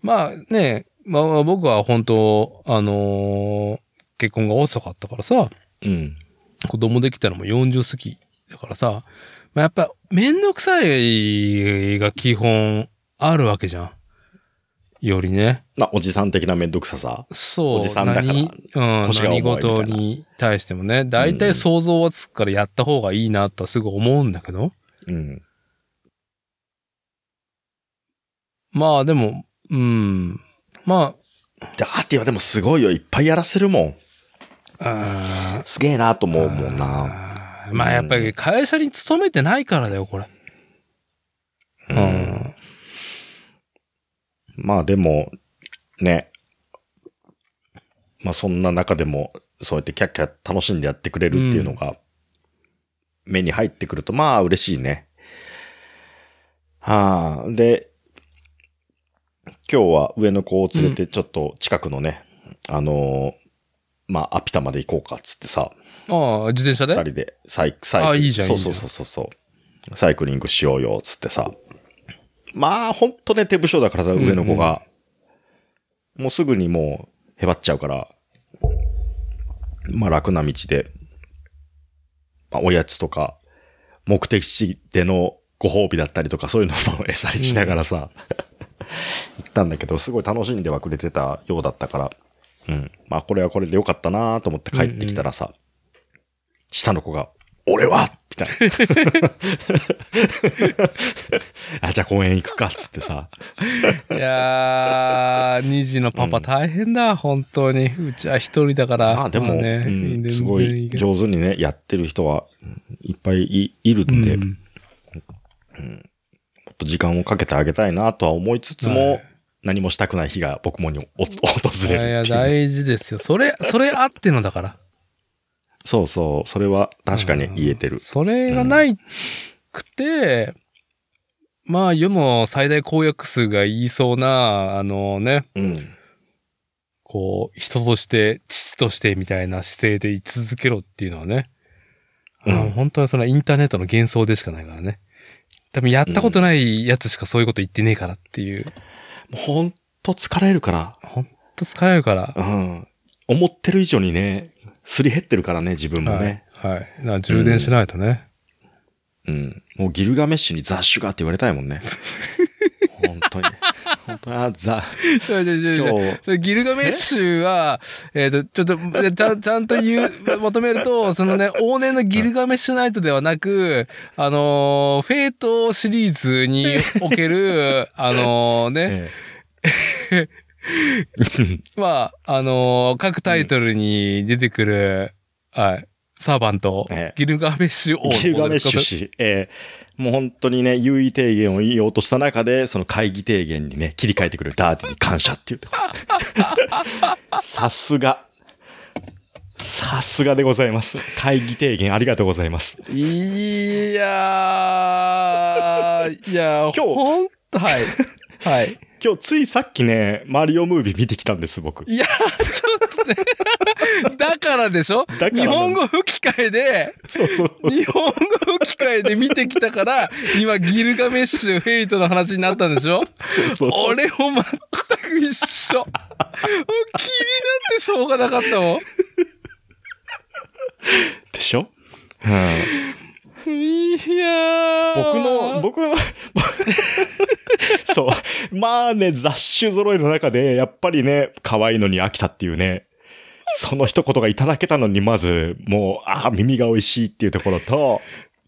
まあね、まあ僕は本当、あのー結婚が遅かったからさ、
うん。
子供できたのも40過ぎだからさ、まあ、やっぱめんどくさいが基本あるわけじゃん。よりね。
まあ、おじさん的なめんどくささ。
そう。
おじさんだから
何うん、
腰が重
何
いみたいな
事に対してもね、大体想像はつくからやった方がいいなとはすぐ思うんだけど。
うん。
まあでも、うん。ま
ダーティはでもすごいよ。いっぱいやらせるもん。
あ、あー
すげえなと思うもんな。
あーまあやっぱり会社に勤めてないからだよ、これ。
う。まあでも、ね。まあそんな中でも、そうやってキャッキャ楽しんでやってくれるっていうのが、目に入ってくると、まあ嬉しいね。はあ、で、今日は上の子を連れて、ちょっと近くのね、あのーまあ、アピタまで行こうかっつってさ、
ああ、自転車
二
で
人でサイサイク
あいいじゃん
そう
いいじゃ
そうんそうそうそう。サイクリングしようよ、つってさ。まあ、ほんとね、手不精だからさ、
んうん
上の子が。もうすぐにもう、へばっちゃうから。まあ、楽な道で。まあ、おやつとか、目的地でのご褒美だったりとか、そういうのも 餌にしながらさ、行ったんだけど、すごい楽しんではくれてたようだったから。うん。まあ、これはこれでよかったなと思って帰ってきたらさ、下の子が、俺はみた いな。あ、じゃあ公園行くかっつってさ。
いやー、2児のパパ大変だ、本当に。うちは一人だから。
まあでも、
ね、
うん
全
すご
然
い
いけど
上手にね、やってる人はいっぱいいいるんで、
う
も
ん
っと時間をかけてあげたいなとは思いつつも、
はい
何もしたくない日が僕もにお お訪
い
れる
やいや、
っていう。
大事ですよ。それ、それあってのだから。
そうそう、それは確かに言えて
うん
る。
それがないくて、まあ世の最大公約数が言いそうな、あのね、
うん。
こう、人として、父としてみたいな姿勢で居続けろっていうのはね、
うん
あの本当にそのインターネットの幻想でしかないからね。多分やったことないやつしかそういうこと言ってねえからっていう、
もうほんと疲れるから、
ほんと疲れるから、
うん。思ってる以上にね、すり減ってるからね、自分も
は
ね。
い。はい。な充電しないとね。
うん。もうギルガメッシュにザッシュガーって言われたいもんね。本当に。本あざ、
ち ょいちょいちょいち
今
ょい
日、
それギルガメッシュは、えっ、と、ちょっと、ち ゃん、ちゃんと言う、まとめると、そのね、往年のギルガメッシュナイトではなく、あのーフェイトシリーズにおける、あのーね、
え
まあ、あのー各タイトルに出てくる、はい、サーバント、
ええ
ギルガメッシュ王の
え、
方
ギルガメッ
です
シュ氏、ええ、もう本当にね、優位提言を言おうとした中で、その会議提言にね、切り替えてくれるダーティに感謝っていうところさすが。さすがでございます。会議提言ありがとうございます。
いやー、いや、
今日
ほんと、はい。はい。
今日ついさっきね、マリオムービー見てきたんです、僕。
いや、ちょっとね。だからでしょ
からなの
日本語吹き替えで、
そうそう。
日本語吹き替えで見てきたから、今ギルガメッシュ、フェイトの話になったんでしょ
そうそうそう
俺も全く一緒。もう気になってしょうがなかったもん。
でしょうん。
いやー。
僕の、僕の、 そう。まあね、雑種揃いの中で、やっぱりね、可愛いのに飽きたっていうね、その一言がいただけたのに、まず、もう、ああ、耳が美味しいっていうところと、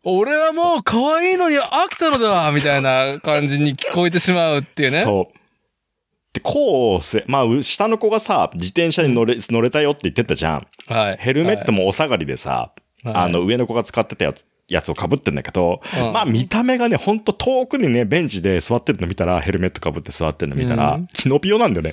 俺はもう可愛いのに飽きたのだみたいな感じに聞こえてしまうっていうね。
そう。で、こうせ、まあ、う下の子がさ、自転車に乗れ、乗れたよって言ってたじゃん。
はい。
ヘルメットもお下がりでさ、
はい
あの、上の子が使ってたやつ。やつを被ってんだけど、
うん
まあ見た目がね、ほんと遠くにね、ベンチで座ってるの見たら、ヘルメット被って座ってるの見たら、
うん
キノピオなんだよね。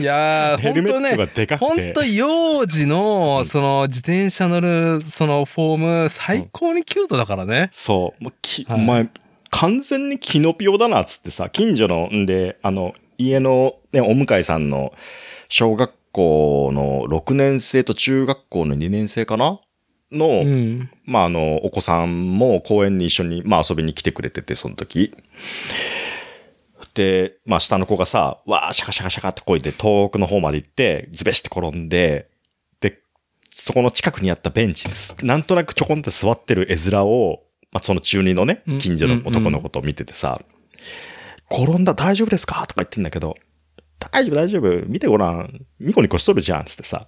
いやー、
ヘル
本
メ
当
ットが
ね、
でかく
本
て。
当幼児の、その、自転車乗る、その、フォーム、最高にキュートだからね。
そう。もうき、
はい
お前、完全にキノピオだな、つってさ、近所の、んで、あの、家のね、お向かいさんの、小学校の6年生と中学校の2年生かなの、
うん。
まあ、あの、お子さんも公園に一緒に、まあ、遊びに来てくれてて、その時。で、まあ、下の子がさ、わー、シャカシャカシャカってこいで、遠くの方まで行って、ズベして転んで、で、そこの近くにあったベンチです。なんとなくちょこんって座ってる絵面を、まあ、その中二のね
うん、
近所の男の子と見ててさ、転んだ、大丈夫ですかとか言ってんだけど、大丈夫、大丈夫、見てごらん、ニコニコしとるじゃん、つってさ。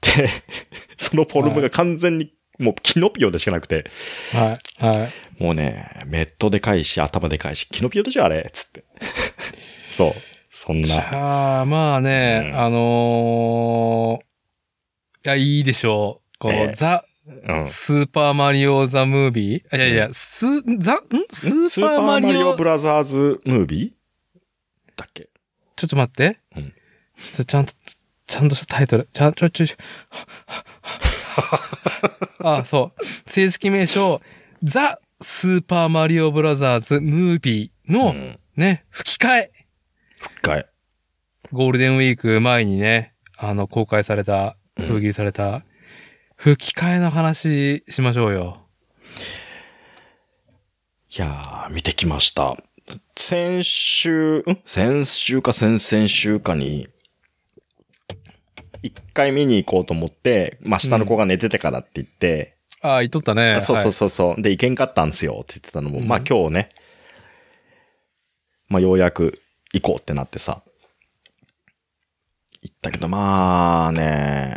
で、 そのフォルムが完全に、もうキノピオでしかなくて、
はい。はい。
もうね、メットでかいし、頭でかいし、キノピオでしょ、あれ、つって。 そう。そん
じ
な。
ゃあ、まあね、
うん
あのー、いや、いいでしょう。この、
ええ
ザ・
うん。
スーパーマリオ・ザ・ムービー。あいやいや、ス、ザ、んスーパーマリオ
ブ、ラザーズムービーだっけ
ちょっと待って。
うん
ちょっとちゃんと、ちゃんとしたタイトル。ちゃん、ちょ、ちょ、ちょ。 あ、そう。正式名称、ザ・スーパーマリオブラザーズ・ムービーの、
ん。
ね、吹き替え。
一回。
ゴールデンウィーク前にね、あの、公開された、封切りされた、吹き替えの話しましょうよ。
いやー、見てきました。先週、ん先週か先々週かに、一回見に行こうと思って、まあ、下の子が寝ててからって言って、
あ言っとったね。
あそうそう
そ
そうそう、で、行けんかったんすよって言ってたのも、
うん
まあ、今日ね、まあ、ようやく行こうってなってさ、行ったけど、まあね、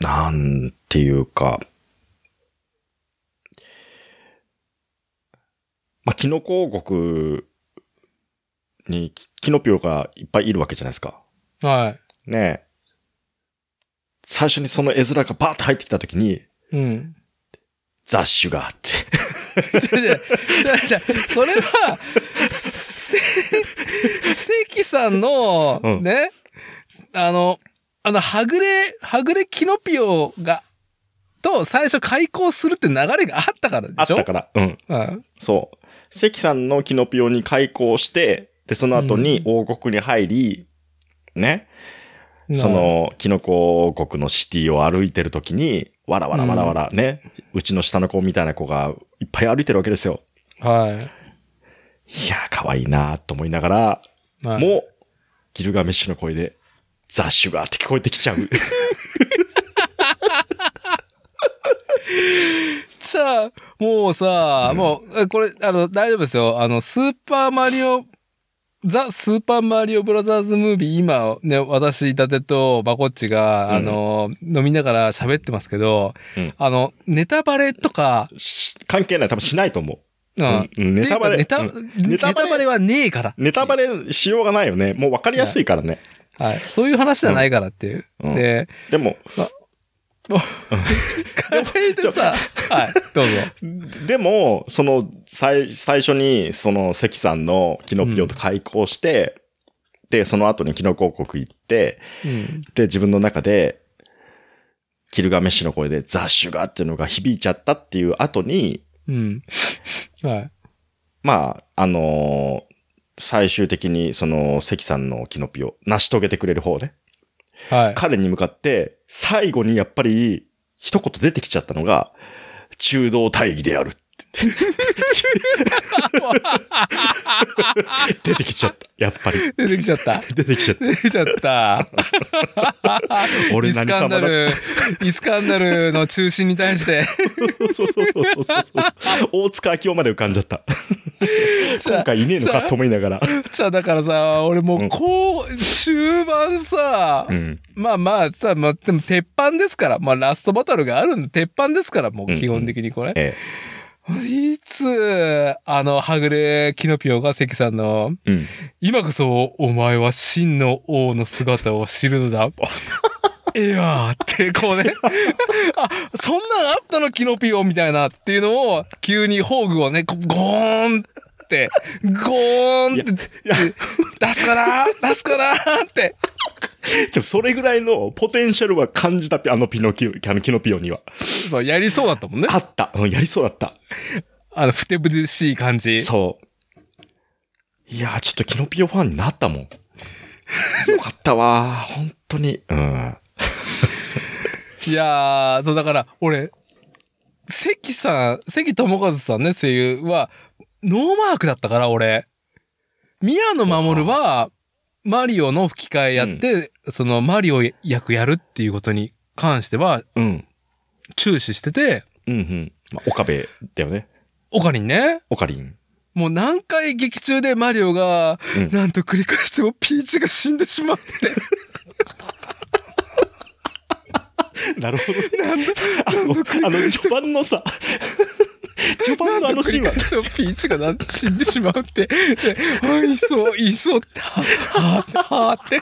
なんていうか、まあ、キノコ王国にキキノピオがいっぱいいるわけじゃないですか。
う。は
ねえ。最初にその絵面がバーって入ってきたときに、
い。うん。
雑種があって。
違う違う違う違う違うそれは、せ関さんの、
うん
ね、あの、あの、はぐれ、はぐれキノピオが、と最初開校するって流れがあったからでしょ
あったから。うん。
うん
そう。関さんのキノピオに開校して、で、その後に王国に入り、ね、そ、の、キノコ王国のシティを歩いてるときに、わらわらわらわら、ね、うちの下の子みたいな子がいっぱい歩いてるわけですよ。
はい
やー、可愛いなーと思いながら、
い。はい、
もう、ギルガメッシュの声で、雑種がって聞こえてきちゃう。
じゃあ、もうさ、
うん
もう、えこれ、あの、大丈夫ですよ。あの、スーパーマリオザ・スーパーマリオブラザーズムービー、今ね、私、伊達とバコッチが、
うん
あの、飲みながら喋ってますけど、
うん
あの、ネタバレとか、
し関係ない。多分しないと思
う
う。
ん。
うんネタバレ。
っていうか
う
ネ
ん
タ、ネタバレはねえから。
ネタバレしようがないよね。もう分かりやすいからね。
はい。そういう話じゃないからっていう。
うん
で、
でも、
カレーでさ、はい、 どうぞ。
でも、その、最、最初に、その、関さんのキノピオと開校して、で、その後にキノコ王国行って、
うん。
で、自分の中で、キルガメッシュの声で、ザ・シュガーっていうのが響いちゃったっていう後に、
うん。はい。
まあ、あのー最終的に、その、関さんのキノピオ、成し遂げてくれる方ね。
はい。
彼に向かって、最後にやっぱり、一言出てきちゃったのが、中道大義である。出てきちゃった。やっぱり。
出てきちゃった。
出てきちゃった。
出てきちゃった。
俺
イス
何
カン
様
ダ
だ。
ル、イスカンダルの中心に対して、
そうそうそうそうそうそう。大塚明夫まで浮かんじ ゃった。今回いねえのかと思いながら。
じゃあだからさ、俺も
う
うんこう、終盤さ、
うん。
まあまあさ、まあでも鉄板ですから、まあラストバトルがあるんで、鉄板ですから、もう基本的にこれ。
え
いつ、あの、はぐれキノピオが関さんの、
え。うん。
今こそお前は真の王の姿を知るの だ。ええやーって、こうね。あ、そんなんあったのキノピオみたいなっていうのを、急に宝具をね、こうゴーンって、ゴーンって、
いや、
出すかな出すかなって。
でもそれぐらいのポテンシャルは感じたピ、あのピノキオ、あのキノピオには。
そう、やりそうだったもんね。
あった。うん、やりそうだった。
あの、ふてぶてしい感じ。
そう。いやー、ちょっとキノピオファンにな ったもん。よかったわー、本当に。うん。
いやー、そうだから、俺、関さん、関智和さんね、声優は、ノーマークだったから、俺。宮野真守は、マリオの吹き替えやって、そのマリオ役やるっていうことに関しては、
うん。
注視してて、
うんうん。まあ、岡部だよね。
オカリンね、
オカリン。
もう何回劇中でマリオが、
うん
なんと繰り返してもピーチが死んでしまって。
なるほどね。
なんだ、なんだ繰り
あの、
返して
序盤の さ、序盤のあのシーンは
なんと繰り返、してもピーチがなんて死んでしまうって。で、あ、いそう、いそうって、はぁ、はぁ、はぁって。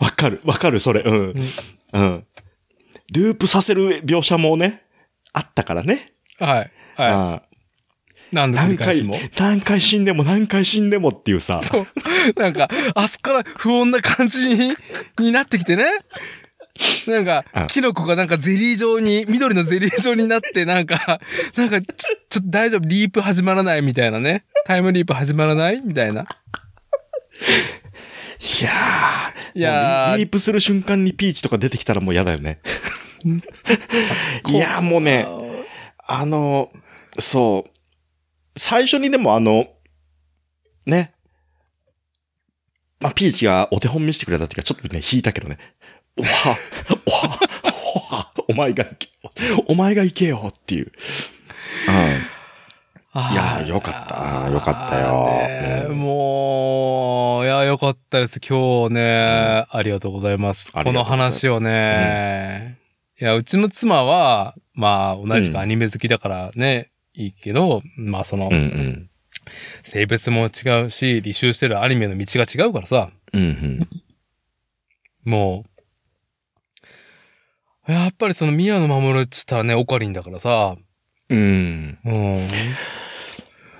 わかる、わかる、それ。うん。うん。ループさせる描写もね、あったからね。
はい。は
あー
い。何度繰
何
り返し
回
も。、
何回死んでも何回死んでもっていうさ。
そう。 なんか、あそこから不穏な感じにになってきてね。なんか
うん、
キノコがなんかゼリー状に、緑のゼリー状になって、なんか、なんかちょ、ちょっと大丈夫、リープ始まらないみたいなね。タイムリープ始まらないみたいな。
いやー。
いや
も
ー
うリリープする瞬間にピーチとか出てきたらもう嫌だ よね。いやーもうね、あの、そう。最初にでもあの、ね。まあ、ピーチがお手本見せてくれたっていうか、ちょっとね、引いたけどね。おは、おは、おは、お前が行け、お前が行けよっていう。
あー
いやーよかったあーよかったよ
ねー
うん
もう、いやー、よかったです。今日ね、ありがとうございます。
あり
この
がとうございま
話
す
をね、いや、うちの妻は、まあ、同じく
うん
アニメ好きだからね、いいけど、まあ、その
うん。う、ん
性別も違うし、履修してるアニメの道が違うからさ、
うん。うん
もう、やっぱりその宮野守っつったらね、オカリンだからさ、
うん。うん。
うん。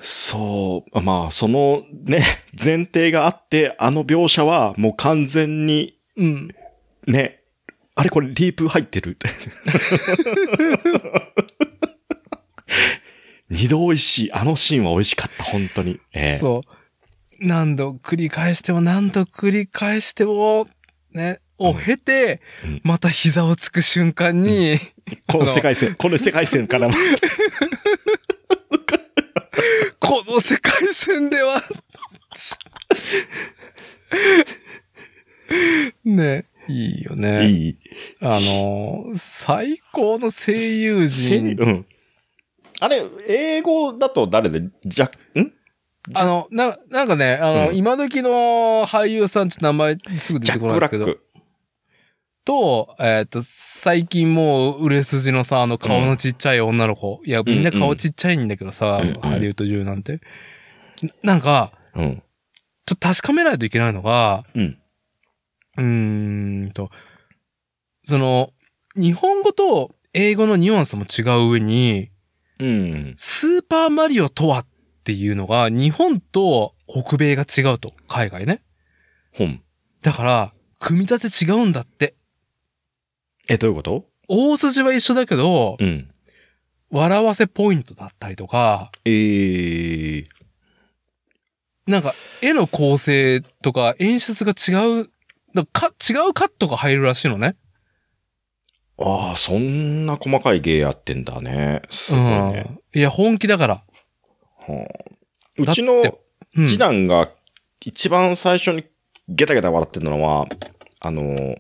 そう。まあ、そのね、 前提があって、あの描写はもう完全に
うん。
ね。あれこれリープ入ってる。 二度美味しい。あのシーンは美味しかった、本当に。ええ
そう。何度繰り返しても何度繰り返しても、ね、を経て
うん、
また膝をつく瞬間に、
この世界線、この世界線からも。
この世界線で はね、いいよ ね。
いい。
あのー、最高の声優
せ
陣
うん。あれ、英語だと誰で、ジャック、ん
あの、な、なんかね、あの、
うん
今時の俳優さん、ちょっと名前すぐ出
ジャ
て
ック・
こないんで
ブラ
すけ
ッ
ど。
ク。
と、えっ、と、最近もう売れ筋のさ、あの顔のちっちゃい女の子。いや、みんな顔ちっちゃいんだけどさ、
うんうん
ハリウッド中なんて。なんか、
うん。
ちょっと確かめないといけないのが、
うん。
うーんと、その、日本語と英語のニュアンスも違う上に、
うん。
スーパーマリオとはっていうのが、日本と北米が違うと、海外ね。
本。
だから、組み立て違うんだって。
え、どういうこと
大筋は一緒だけど、
うん。
笑わせポイントだったりとか、
えー。
なんか絵の構成とか演出が違う、だからか違うカットが入るらしいのね。
ああ、そんな細かい芸やってんだね。すごいね。
うん。いや、本気だから。
はあうちの
だってうん
次男が一番最初にゲタゲタ笑ってるのは、あの、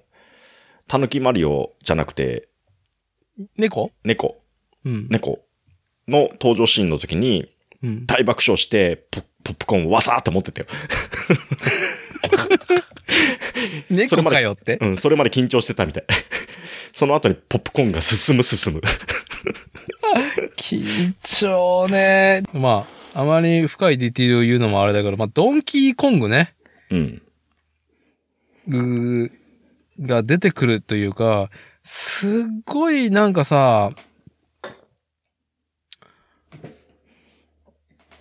たぬきマリオじゃなくて、
猫
猫、
うん。
猫の登場シーンの時に
うん。
大爆笑して、ポポップコーンをわさーって持ってたよ。それ
猫
まで
かよって。
うん、それまで緊張してたみたい。 その後にポップコーンが進む進む。
緊張ね。まあ、あまり深いディティールを言うのもあれだけど、まあ、ドンキーコングね。
うん。
うーが出てくるというか、すっごいなんかさ、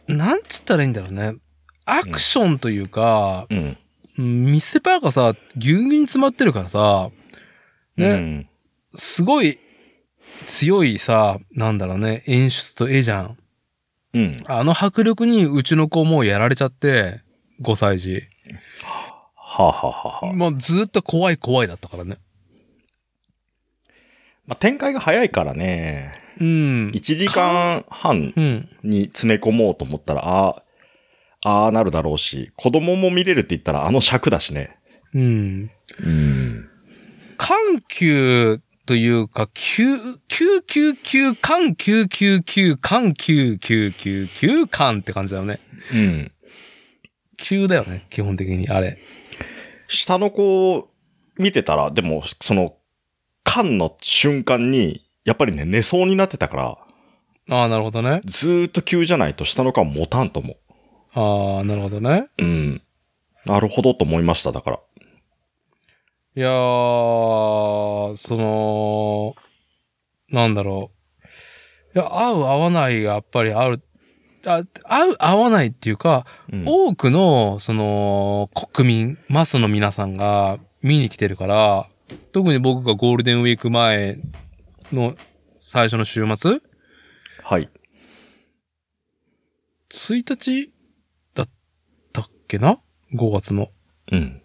なんつったらいいんだろうね。アクションというか、
うん。
うん見せ場がさ、ぎゅうぎゅうに詰まってるからさ、ね、
うん。
すごい強いさ、なんだろうね、演出と絵じゃん。
うん。
あの迫力にうちの子もうやられちゃって、5歳児。
はあ、はあはあはあ
もうずっと怖い怖いだったからね。
まあ、展開が早いからね。
うん。
1時間半
うん。
に詰め込もうと思ったら、ああ、ああなるだろうし、子供も見れるって言ったらあの尺だしね。
うん。
うん。
緩急というか、急、急急急緩急急急緩急急急急緩って感じだよね。
うん。
急だよね、基本的に、あれ。
下の子を見てたら、でも、その、缶の瞬間に、やっぱりね、寝そうになってたから、
ああ、なるほどね。
ずーっと急じゃないと下の子は持たんと思
ああ、なるほどね。
う。うん。なるほどと思いました、だから。
いやー、その、なんだろう。いや、合う合わないがやっぱりある。あ合う合わないっていうか、
うん
多くの、その、国民、マスの皆さんが見に来てるから、特に僕がゴールデンウィーク前の最初の週末
はい。
?1 日だったっけな ?5 月の。
うん。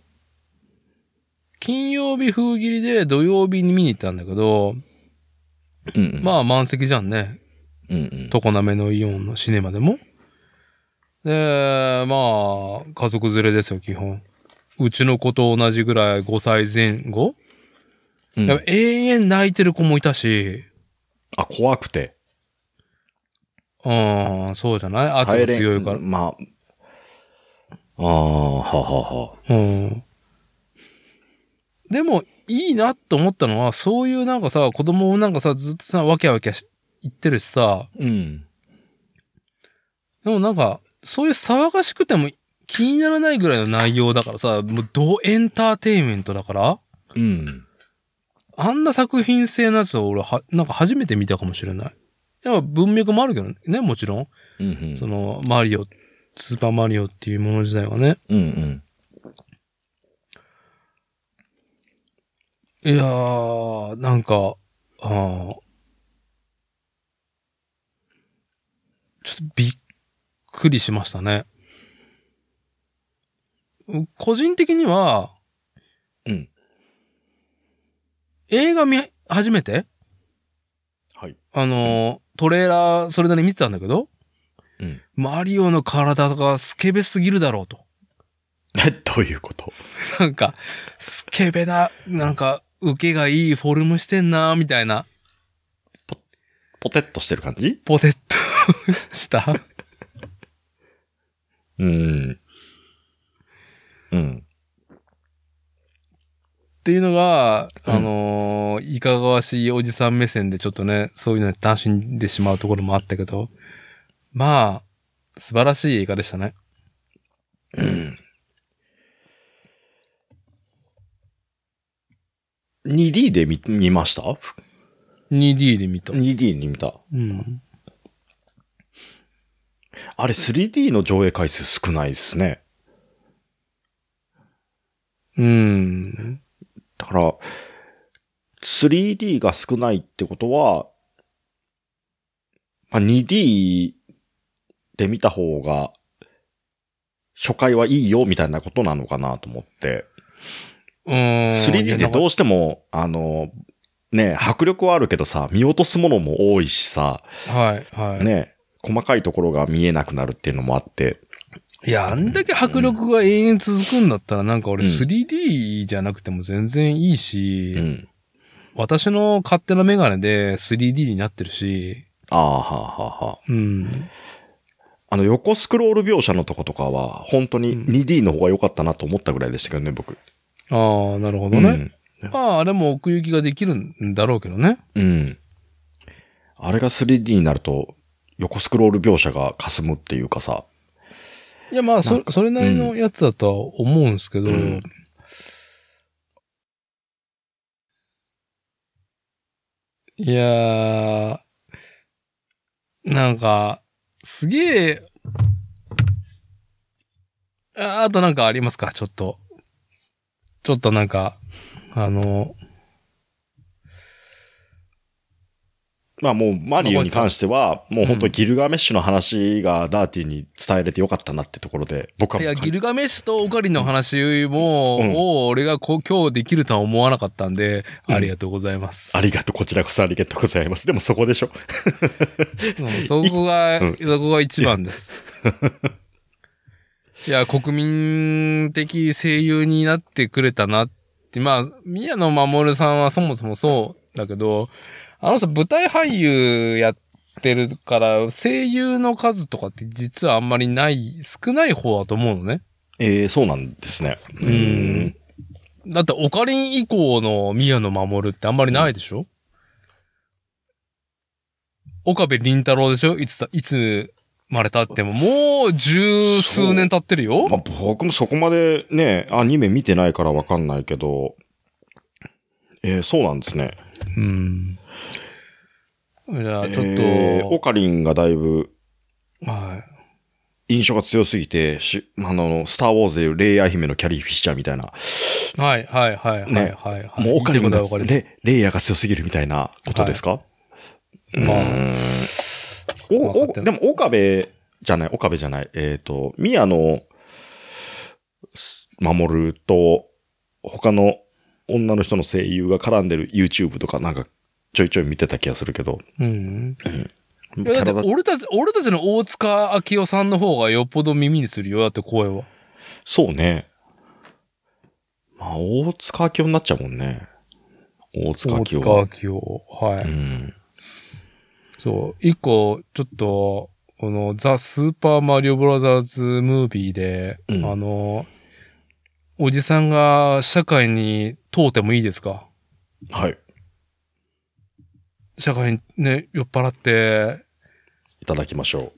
金曜日風切りで土曜日に見に行ったんだけど、
うん、うん。
まあ満席じゃんね。
うん、うん。
常滑のイオンのシネマでも。で、まあ、家族連れですよ、基本。うちの子と同じぐらい5歳前後
うん
やっぱ永遠泣いてる子もいたし、
あ、怖くて。
うん、そうじゃない圧が強いから。
まあ。ああ、はあはあはあ。
うん。でも、いいなと思ったのは、そういうなんかさ、子供もなんかさ、ずっとさ、わきゃわきゃし言ってるしさ、
うん。
でもなんか、そういう騒がしくても気にならないぐらいの内容だからさ、もうドエンターテインメントだから、
うん。
あんな作品性のやつを俺は、なんか初めて見たかもしれない。でも文脈もあるけどね、もちろん。
うんうん。
その、マリオ、スーパーマリオっていうもの自体はね。
うんうん。
いやー、なんか、あーちょっとびっくりしましたね。う個人的には、
うん。
映画見始めて、
はい。
あのー、トレーラー、それなりに見てたんだけど、
うん。
マリオの体がスケベすぎるだろうと。
え、どういうこと
なんか、スケベな、なんか、受けがいいフォルムしてんな、みたいな。
ポテッとしてる感じ
ポテッと した
うん。うん。
っていうのが、
うん
あのーいかがわしいおじさん目線でちょっとね、そういうのに楽しんでしまうところもあったけど、まあ、素晴らしい映画でしたね。
2D で見、見ました
2D で見た。
?2D に見た。
うん。
あれ 3D の上映回数少ないですね。
うん。
だから、3D が少ないってことは、まあ、2D で見た方が、初回はいいよみたいなことなのかなと思って。
うーん。
3D ってど
う
うしても、あの、ね、迫力はあるけどさ、見落とすものも多いしさ、
はい、はい。
ね、細かいところが見えなくなるっていうのもあって、
いや、あんだけ迫力が永遠続くんだったら、なんか俺
うん
3D じゃなくても全然いいし、
うん。
私の勝手なメガネで 3D になってるし、
ああ、はあ、はあ、はあ。
うん。
あの、横スクロール描写のとことかは、本当に
うん
2D の方が良かったなと思ったぐらいでしたけどね、僕。
ああ、なるほど
う
ね。
ん
まあ、あれも奥行きができるんだろうけどね。
うん。あれが 3D になると、横スクロール描写が霞むっていうかさ。
いや、まあ、
な
そ、それなりのやつだとは思うんですけど、
うん
いやー、なんか、すげえ、ああとなんかありますかちょっと。ちょっとなんか、あの、
まあもうマリオに関しては、もう本当ギルガメッシュの話がダーティーに伝えれてよかったなってところで、僕はい
や、ギルガメッシュとオカリンの話も、
うん
を俺がこう今日できるとは思わなかったんで、
うん
ありがとうございます。
ありがとう、こちらこそありがとうございます。でもそこでしょ。
うんそこが、
うん
そこが一番 です。いや、国民的声優になってくれたなって、まあ、宮野真守さんはそもそもそうだけど、あの人舞台俳優やってるから、声優の数とかって実はあんまりない、少ない方だと思うのね。
ええそうなんですね。う。
だって、オカリン以降の宮野真守ってあんまりないでしょ、岡部倫太郎でしょいつさ、いつ生まれたっても、もう十数年経ってるよ
ま。あ僕もそこまでね、アニメ見てないからわかんないけど、ええそうなんですね。
うん。じゃあ、ちょっと、
ええオカリンがだいぶ
は
印象が強すぎて、しあの、スターウォーズでいうレイヤー姫のキャリーフィッシャーみたいな、
い。はい、はい、はい、はい、
ね
はいはい。
もうオカリン
言
が
いたいことはわかる
レ、レイヤーが強すぎるみたいなことですか、
まあ
うーん
わか
お
って
お、
な
で
い
も岡部じゃない、岡部じゃない、えっ、と、宮野、す守ると、他の女の人の声優が絡んでる YouTube とかなんかちょいちょい見てた気がするけど、
うん。
キ
いや、
ャ
だ
ラ
って
だ
俺たち、俺たちの大塚明夫さんの方がよっぽど耳にするよ。だって声は。
そうね。まあ、大塚明夫になっちゃうもんね。大塚
大
明
塚
夫は。
明夫。はい。
うん。
そう。一個、ちょっと、この、ザ・スーパーマリオブラザーズ・ムービーで、
うん
あの、おじさんが社会に問うてもいいですか
はい。
社会にね、酔っ払って、
いただきましょ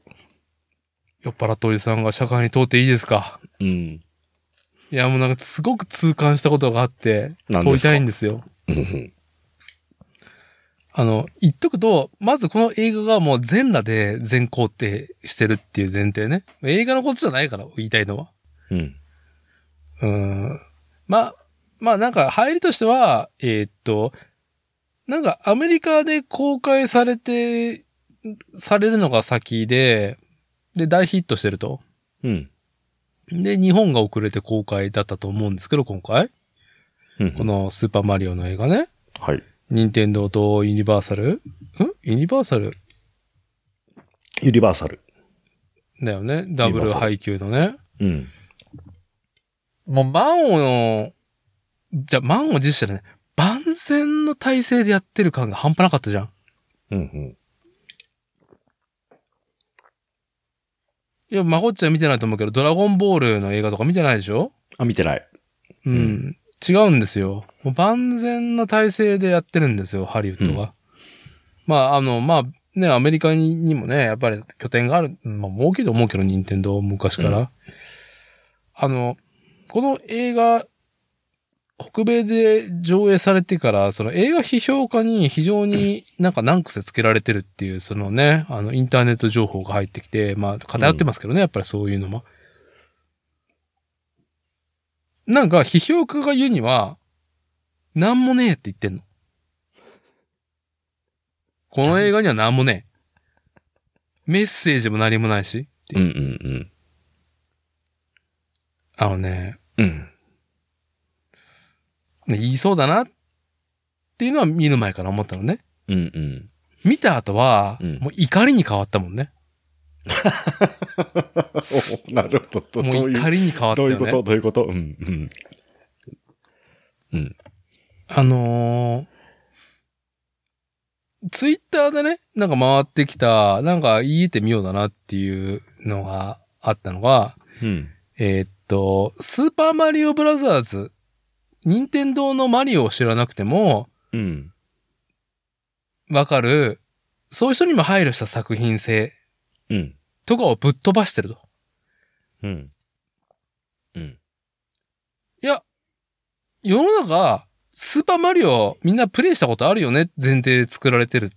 酔っ払ったおじさんが社会に問うていいですか
う。うん。
いや、もうなんかすごく痛感したことがあって、
何
問
で
い
すか
たいんですよ。
うん
あの、言っとくと、まずこの映画がもう全裸で全肯定してるっていう前提ね。映画のことじゃないから、言いたいのは。
うん。
うんまあ、まあなんか入りとしては、えーっと、なんかアメリカで公開されて、されるのが先で、で大ヒットしてると。
うん。
で、日本が遅れて公開だったと思うんですけど、今回。
うん。
このスーパーマリオの映画ね。
はい。
任天堂とユニバーサルんユニバーサル
ユニバーサル。
だよね。ダブル配給のね。
うん。
もう満をの、じゃ、満を持してね、万全の体制でやってる感が半端なかったじゃん。
うん。
いや、まこっちゃん見てないと思うけど、ドラゴンボールの映画とか見てないでしょ
あ、見てない。
うん。違うんですよ。もう万全な体制でやってるんですよ、ハリウッドが。まあ、あの、まあ、ね、アメリカににもね、やっぱり拠点がある、まあ、大きいと思うけど、任天堂昔から。あの、この映画、北米で上映されてから、その映画批評家に非常になんか何癖つけられてるっていう、そのね、あの、インターネット情報が入ってきて、まあ、偏ってますけどね、やっぱりそういうのも。なんか、批評家が言うには、なんもねえって言ってんの。この映画にはなんもねえ。メッセージも何もないし。
うんうん
あのね、
うん。うん。
言いそうだなっていうのは見る前から思ったのね。
うんうん。
見た後は、
うん
もう怒りに変わったもんね。
おなるほど。
も
ど
う
ういう
怒りに変わった
ど
よ
うい
ね。
うことどういうことうんうん。
あのー、ツイッターでね、なんか回ってきた、なんか言えてみようだなっていうのがあったのが、
うん。
えーっと、スーパーマリオブラザーズ、任天堂のマリオを知らなくても、
うん。
わかる、そういう人にも配慮した作品性
うん。
とかをぶっ飛ばしてると。
うん。うん。
世の中、スーパーマリオみんなプレイしたことあるよね前提で作られてるっ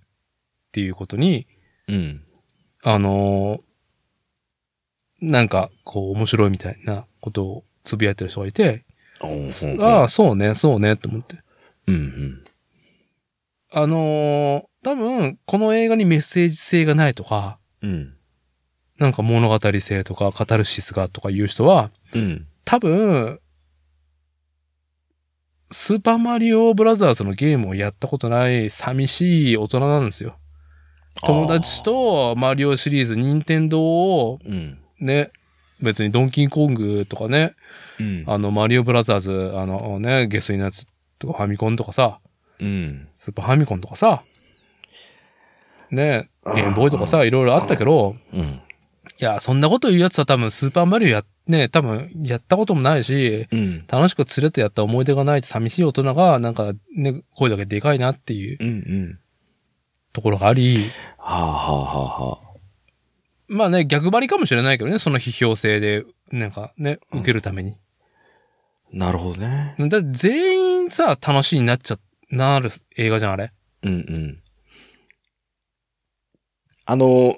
ていうことに、
うん。
あのーなんか、こう、面白いみたいなことをつぶやいてる人がいて、ああ、そうね、そうね、と思って。
うんうん。
あのー多分、この映画にメッセージ性がないとか、
うん。
なんか物語性とか、カタルシスがとかいう人は、
うん。
多分、スーパーマリオブラザーズのゲームをやったことない寂しい大人なんですよ。友達とマリオシリーズ、任天堂を
あー、うん。
ね、別にドンキンコングとかね、
うん。
あの、マリオブラザーズ、あのね、下水のやつとかファミコンとかさ、
うん。
スーパーファミコンとかさ、ね、ゲームボーイとかさ、いろいろあったけど、
うん。
いや、そんなこと言うやつは多分スーパーマリオや、ね、多分やったこともないし、
うん。
楽しく連れてやった思い出がない寂しい大人が、なんかね、声だけでかいなっていう
うん。うん。
ところがあり、
はあはあはあはあ。
まあね、逆張りかもしれないけどね、その批評性で、なんかね、受けるために。
なるほどね。
だって全員さ、楽しいになっちゃ、なる映画じゃん、あれ。
うんうん。あの、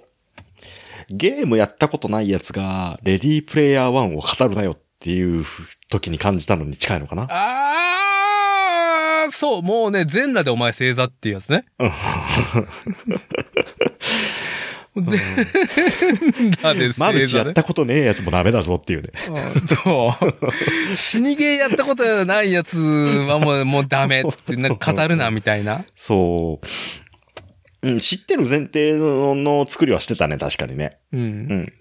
ゲームやったことないやつが、レディープレイヤー1を語るなよっていう時に感じたのに近いのかな
あー、そう、もうね、全裸でお前正座っていうやつね。 全裸で
マル
正
チ
座
やっ
ね。
たことねえやつもダメだぞっていうね。
うんそう。死にゲーやったことないやつはもう、もうダメって、なんか語るな、みたいな。
そう。うん、知ってる前提のの作りはしてたね、確かにね。
う。
うんん。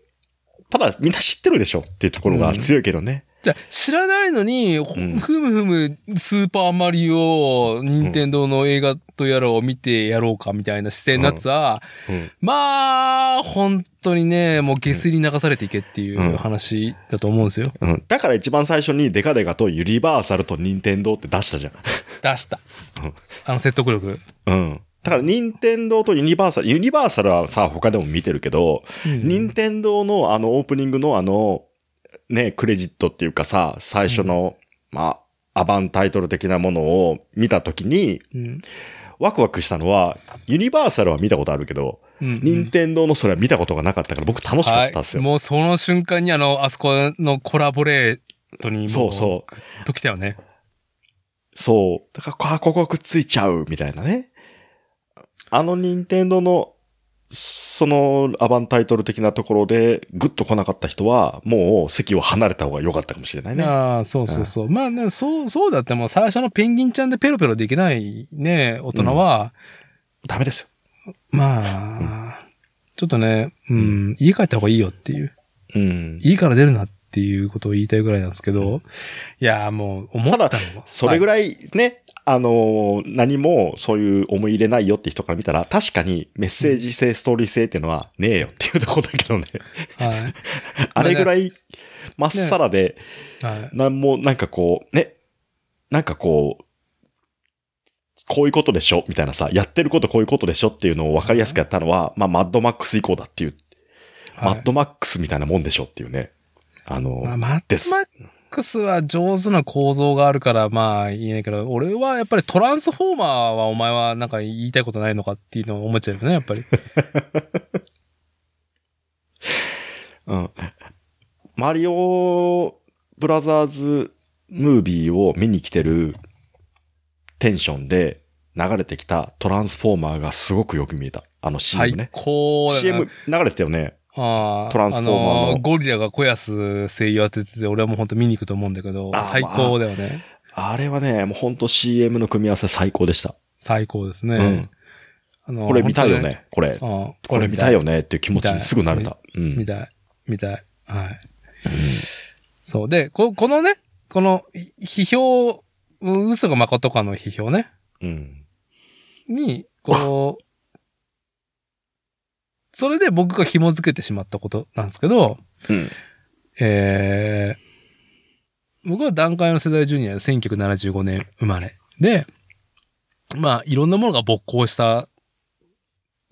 ただ、みんな知ってるでしょっていうところが強いけどね。
じゃあ知らないのに、ほ
うん
ふむふむ、スーパーマリオ、任天堂の映画とやらを見てやろうか、みたいな姿勢になってさ、
うん。
まあ、本当にね、もう下水に流されていけってい
うん
う話だと思うんですよ。
うん。だから一番最初にデカデカとユニバーサルとニンテンドーって出したじゃん。
出した
うん。
あの説得力。
うん。だから、任天堂とユニバーサル、ユニバーサルはさ、他でも見てるけど、任天堂のあのオープニングのあの、ね、クレジットっていうかさ、最初の、まあ、アバンタイトル的なものを見たときに、
うん。
ワクワクしたのは、ユニバーサルは見たことあるけど、
うん
任天堂のそれは見たことがなかったから、僕楽しかったっすよ。
はい。もうその瞬間にあの、あそこのコラボレートにも。
そうそう
グッときたよね。
そう。だから、あここくっついちゃう、みたいなね。あの任天堂の、そのアバンタイトル的なところで、グッと来なかった人は、もう席を離れた方が良かったかもしれないね。
ああ、そうそうそう。まあね、そう、そうだってもう最初のペンギンちゃんでペロペロできないね、大人は、
ダメですよ。
まあ、ちょっとね、うん、家帰った方がいいよっていう。
うん。
家から出るなっていうことを言いたいぐらいなんですけど、いやー、もう思ったの。
それぐ
らい。
らいね、あのー何もそういう思い入れないよって人から見たら、確かにメッセージ性、ストーリー性っていうのはねえよっていうところだけどね。
は
あれぐらい、まっさらで、
い。はい。
なんも、なんかこう、ね、なんかこう、こういうことでしょみたいなさ、やってることこういうことでしょっていうのを分かりやすくやったのは、まあ、マッドマックス以降だっていう、マ
はい
ッドマックスみたいなもんでしょっていうね。あの、
まあ、マッド
です
マックスは上手な構造があるから、まあ言えないけど、俺はやっぱりトランスフォーマーはお前はなんか言いたいことないのかっていうのを思っちゃうよね、やっ ぱり。
うん。マリオブラザーズムービーを見に来てるテンションで流れてきたトランスフォーマーがすごくよく見えた。あの CM
最
ね。
高だな
CM 流れてたよね。
あ
トランスフォーマーの
あのゴリラが小安声優当ててて、俺はもう本当見に行くと思うんだけど
あ、ー
最高だよね。
あれはね、もうほんと CM の組み合わせ最高でした。
最高です
う
ね
ん。。
あの
これ見たいよ。ね、こ
本
れ。
当にあー
これ見たいよねっていう気持ちにすぐなれた。う
見
ん。
たい。見たい。はい。そう。で、ここのね、このい批評、うん嘘が誠かの批評ね、
うん。
に、こう、それで僕が紐づけてしまったことなんですけど、
うん。
えー、僕は段階の世代ジュニアで1975年生まれ。で、まあ、いろんなものが勃興した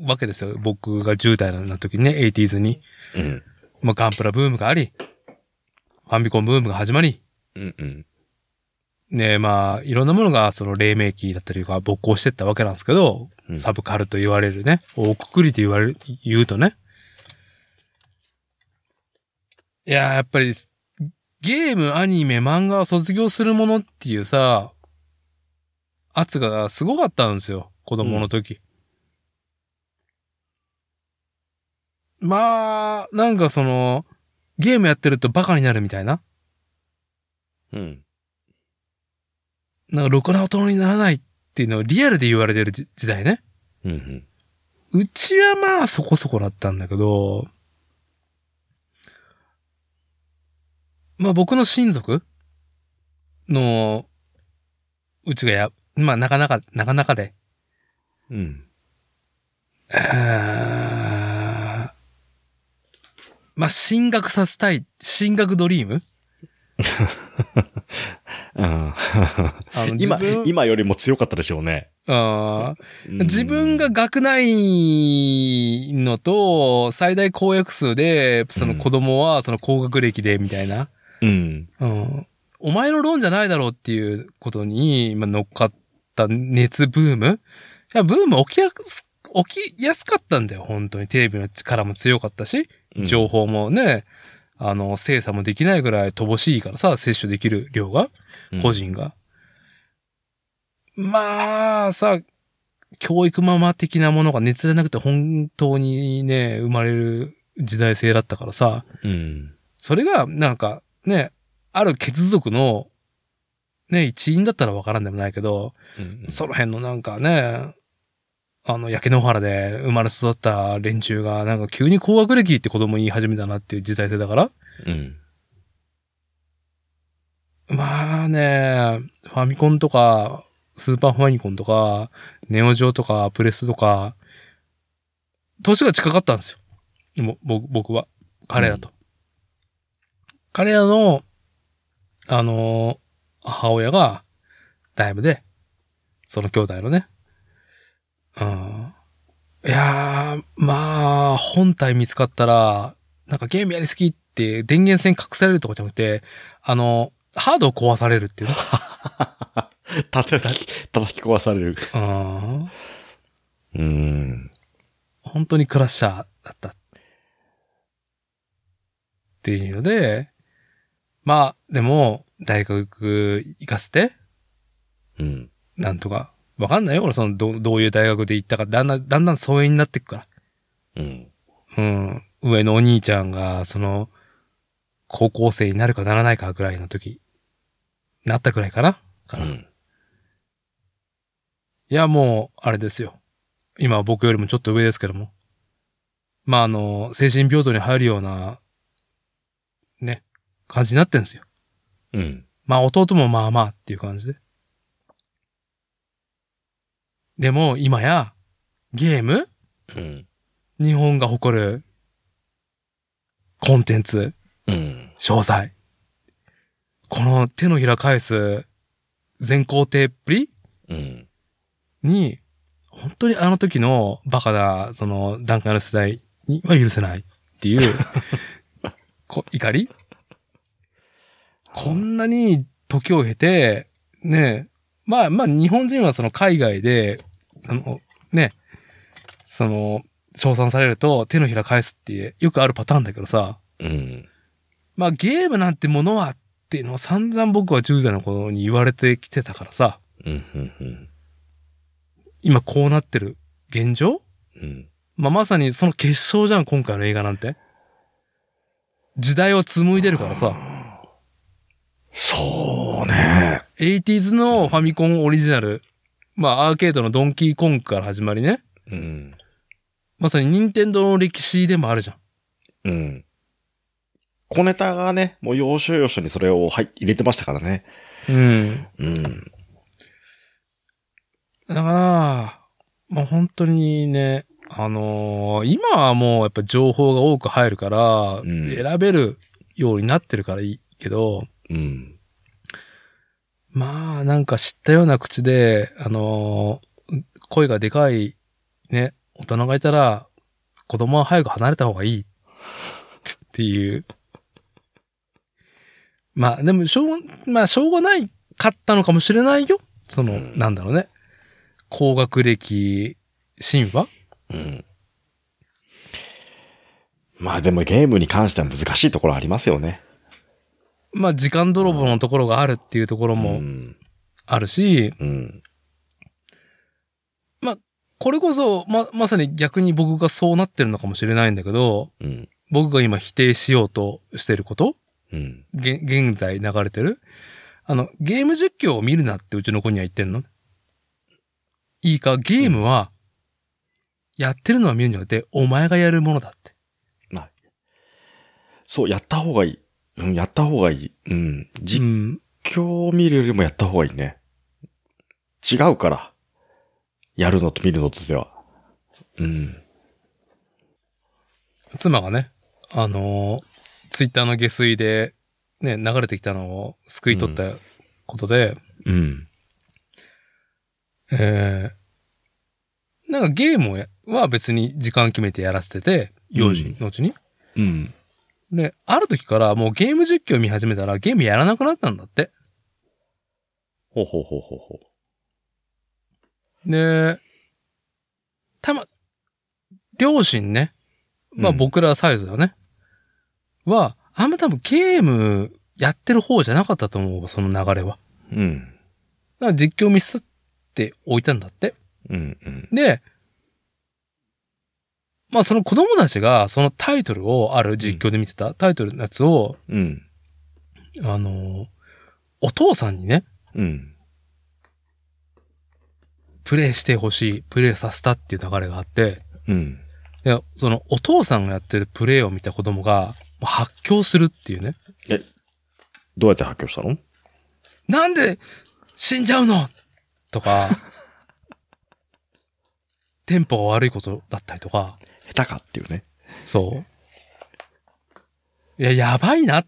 わけですよ。僕が10代の時にね、80s に。
うん。
まあ、ガンプラブームがあり、ファミコンブームが始まり、
うん。うん。
ねまあ、いろんなものが、その、黎明期だったりとか、勃興してったわけなんですけど、
うん
サブカルと言われるね、大くくりと言われる、言うとね。いやー、やっぱり、ゲーム、アニメ、漫画を卒業するものっていうさ、圧がすごかったんですよ、子供の時。まあ、なんかその、ゲームやってるとバカになるみたいな。
うん。
なんか、ろくな大人にならないっていうのをリアルで言われてる時時代ね。
うん。
うちはまあそこそこだったんだけど、まあ僕の親族の、うちがや、まあなかなか、なかなかで、
うん。
あーまあ進学させたい、進学ドリーム
うん。
あの
今
自、分
今よりも強かったでしょうね。
あー自分が学内のと、最大公約数で、その子供はその高学歴で、みたいな、
うん。
うん。お前の論じゃないだろうっていうことに、まあ、乗っかった熱ブームいや、ブーム起きやす、起きやすかったんだよ、本当に。テレビの力も強かったし、
うん
情報もね、あの、精査もできないぐらい乏しいからさ、摂取できる量が。個。人が。まあ、さ、教育ママ的なものが熱じゃなくて本当にね、生まれる時代性だったからさ、
うん。
それがなんかね、ある血族のね、一員だったらわからんでもないけど、
うん
その辺のなんかね、あの、焼け野原で生まれ育った連中がなんか急に高学歴って子供言い始めたなっていう時代性だから、
うん。
まあね、ファミコンとか、スーパーファミコンとか、ネオジオとか、プレスとか、年が近かったんですよ。も僕僕は。彼らと。彼らの、あのー母親が、だいぶで、その兄弟のね。うん。いやー、まあ、本体見つかったら、なんかゲームやりすぎって電源線隠されるとかじゃなくて、あの、ハードを壊されるっていうね。
叩き、叩き壊される。
うん
うん。
本当にクラッシャーだった。っていうので、まあ、でも、大学行かせて、
うん。
なんとか。わかんないよ。俺、その、ど、どういう大学で行ったか、だんだん、だんだん疎遠になってくから。
うん。
うん。上のお兄ちゃんが、その、高校生になるかならないかぐらいの時、なったぐらいかなか
う
な。い
ん。
や、もう、あれですよ。今、僕よりもちょっと上ですけども。まあ、あの、精神病棟に入るような、ね、感じになってんですよ。
うん。
まあ、弟もまあまあっていう感じで。でも今や、ゲーム
うん。
日本が誇るコンテンツ、
うん。
詳細。この手のひら返す全工程っぷり
うん。
に、本当にあの時のバカな、その段階の世代には許せないっていう、こ怒りこんなに時を経て、ねえ、まあまあ日本人はその海外で、そのね、その、称賛されると手のひら返すっていう、よくあるパターンだけどさ、
うん。
まあゲームなんてものはっていうのを散々僕は10代の頃に言われてきてたからさ、
うん。うん。
今こうなってる現状
うん。
まあ、まさにその結晶じゃん、今回の映画なんて。時代を紡いでるからさ、
そうね。
80s のファミコンオリジナル、まあ、アーケードのドンキーコングから始まりね、
うん。
まさに任天堂の歴史でもあるじゃん。
うん。小ネタがね、もう要所要所にそれをはい入れてましたからね。
うん。
うん。
だから、まあ、本当にね、あのー今はもうやっぱ情報が多く入るから、
ん
選べるようになってるからいいけど、
うん。
まあ、なんか知ったような口で、あのー声がでかい、ね、大人がいたら、子供は早く離れた方がいい。っていう。まあ、でも、しょうが、まあ、しょうがないかったのかもしれないよ。その、
うん
なんだろうね。高学歴、神話
うん。まあでもゲームに関しては難しいところありますよね。
まあ、時間泥棒のところがあるっていうところ
う
も
ん。
あるし、
うん。
これこそ、ま、まさに逆に僕がそうなってるのかもしれないんだけど、
うん。
僕が今否定しようとしてること
うん。
げ現在流れてるあの、ゲーム実況を見るなってうちの子には言ってんのいいか、ゲームは、やってるのは見るんじゃなくて、お前がやるものだって。
そう、やった方がいい。うん、やった方がいい。うん。
う
実
ん。
況を見るよりもやった方がいいね。違うから。やるのと見るのとでは。うん。
妻がね、あのーツイッターの下水で、ね、流れてきたのを救い取ったことで、
うん。
えー、なんかゲームをやは別に時間決めてやらせてて、幼児のうちに。
うん。
で、ある時からもうゲーム実況見始めたらゲームやらなくなったんだって。
ほうほうほうほうほ
で、たま、両親ね、まあ
うん
僕らサイズだよね、は、あんま多分ゲームやってる方じゃなかったと思うわ、その流れは。
う。うん。
だから実況ミスって置いたんだって。
うんうん。
で、まあその子供たちがそのタイトルをある実況で見てた、タイトルのやつを、
うん。
あの、お父さんにね、
うん。
プレイしてほしい、プレイさせたっていう流れがあって、
うん。
で、そのお父さんがやってるプレイを見た子供が、もう発狂するっていうね。
どうやって発狂したの
なんで死んじゃうのとか、 テンポが悪いことだったりとか、
下手かっていうね。
そう。いや、やばいなっ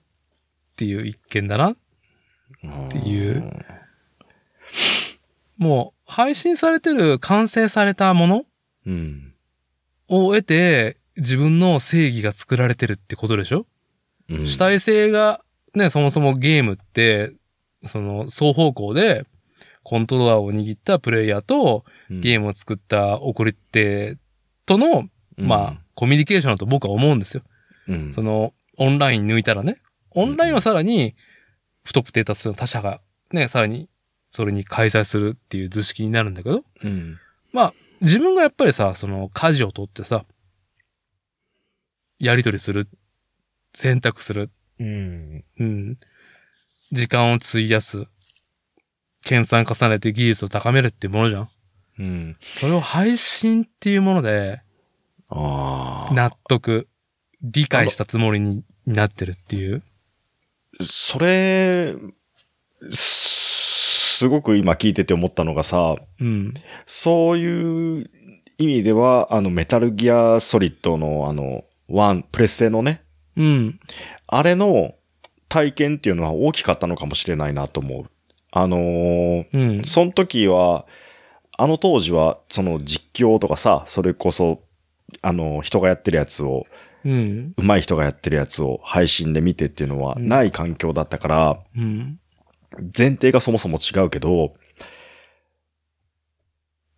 ていう一見だな。
って
いう。もう、配信されてる完成されたもの
うん。
を得て、自分の正義が作られてるってことでしょ
うん
主体性が、ね、そもそもゲームって、その、双方向で、コントローラーを握ったプレイヤーと、ゲームを作った送り手との、
うん
まあ、コミュニケーションだと僕は思うんですよ。
うん
その、オンライン抜いたらね。オンラインはさらに、不特定多数の他者が、ね、さらに、それに開催するっていう図式になるんだけど、
うん。
自分がやっぱりさ、その、舵を取ってさ、やり取りする、選択する
うん。
うん。時間を費やす。研鑽重ねて技術を高めるっていうものじゃん。
うん。
それを配信っていうもので、
ああ。
納得、理解したつもりになってるっていう。
それ、すすごく今聞いてて思ったのがさ、
うん。
そういう意味では、あの、メタルギアソリッドのあの、ワン、プレステのね、
うん。
あれの体験っていうのは大きかったのかもしれないなと思う。あのー
うん。
その時は、あの当時は、その実況とかさ、それこそ、あの、人がやってるやつを、
うん。
上手い人がやってるやつを配信で見てっていうのは
うん
ない環境だったから、
うん。
前提がそもそも違うけど、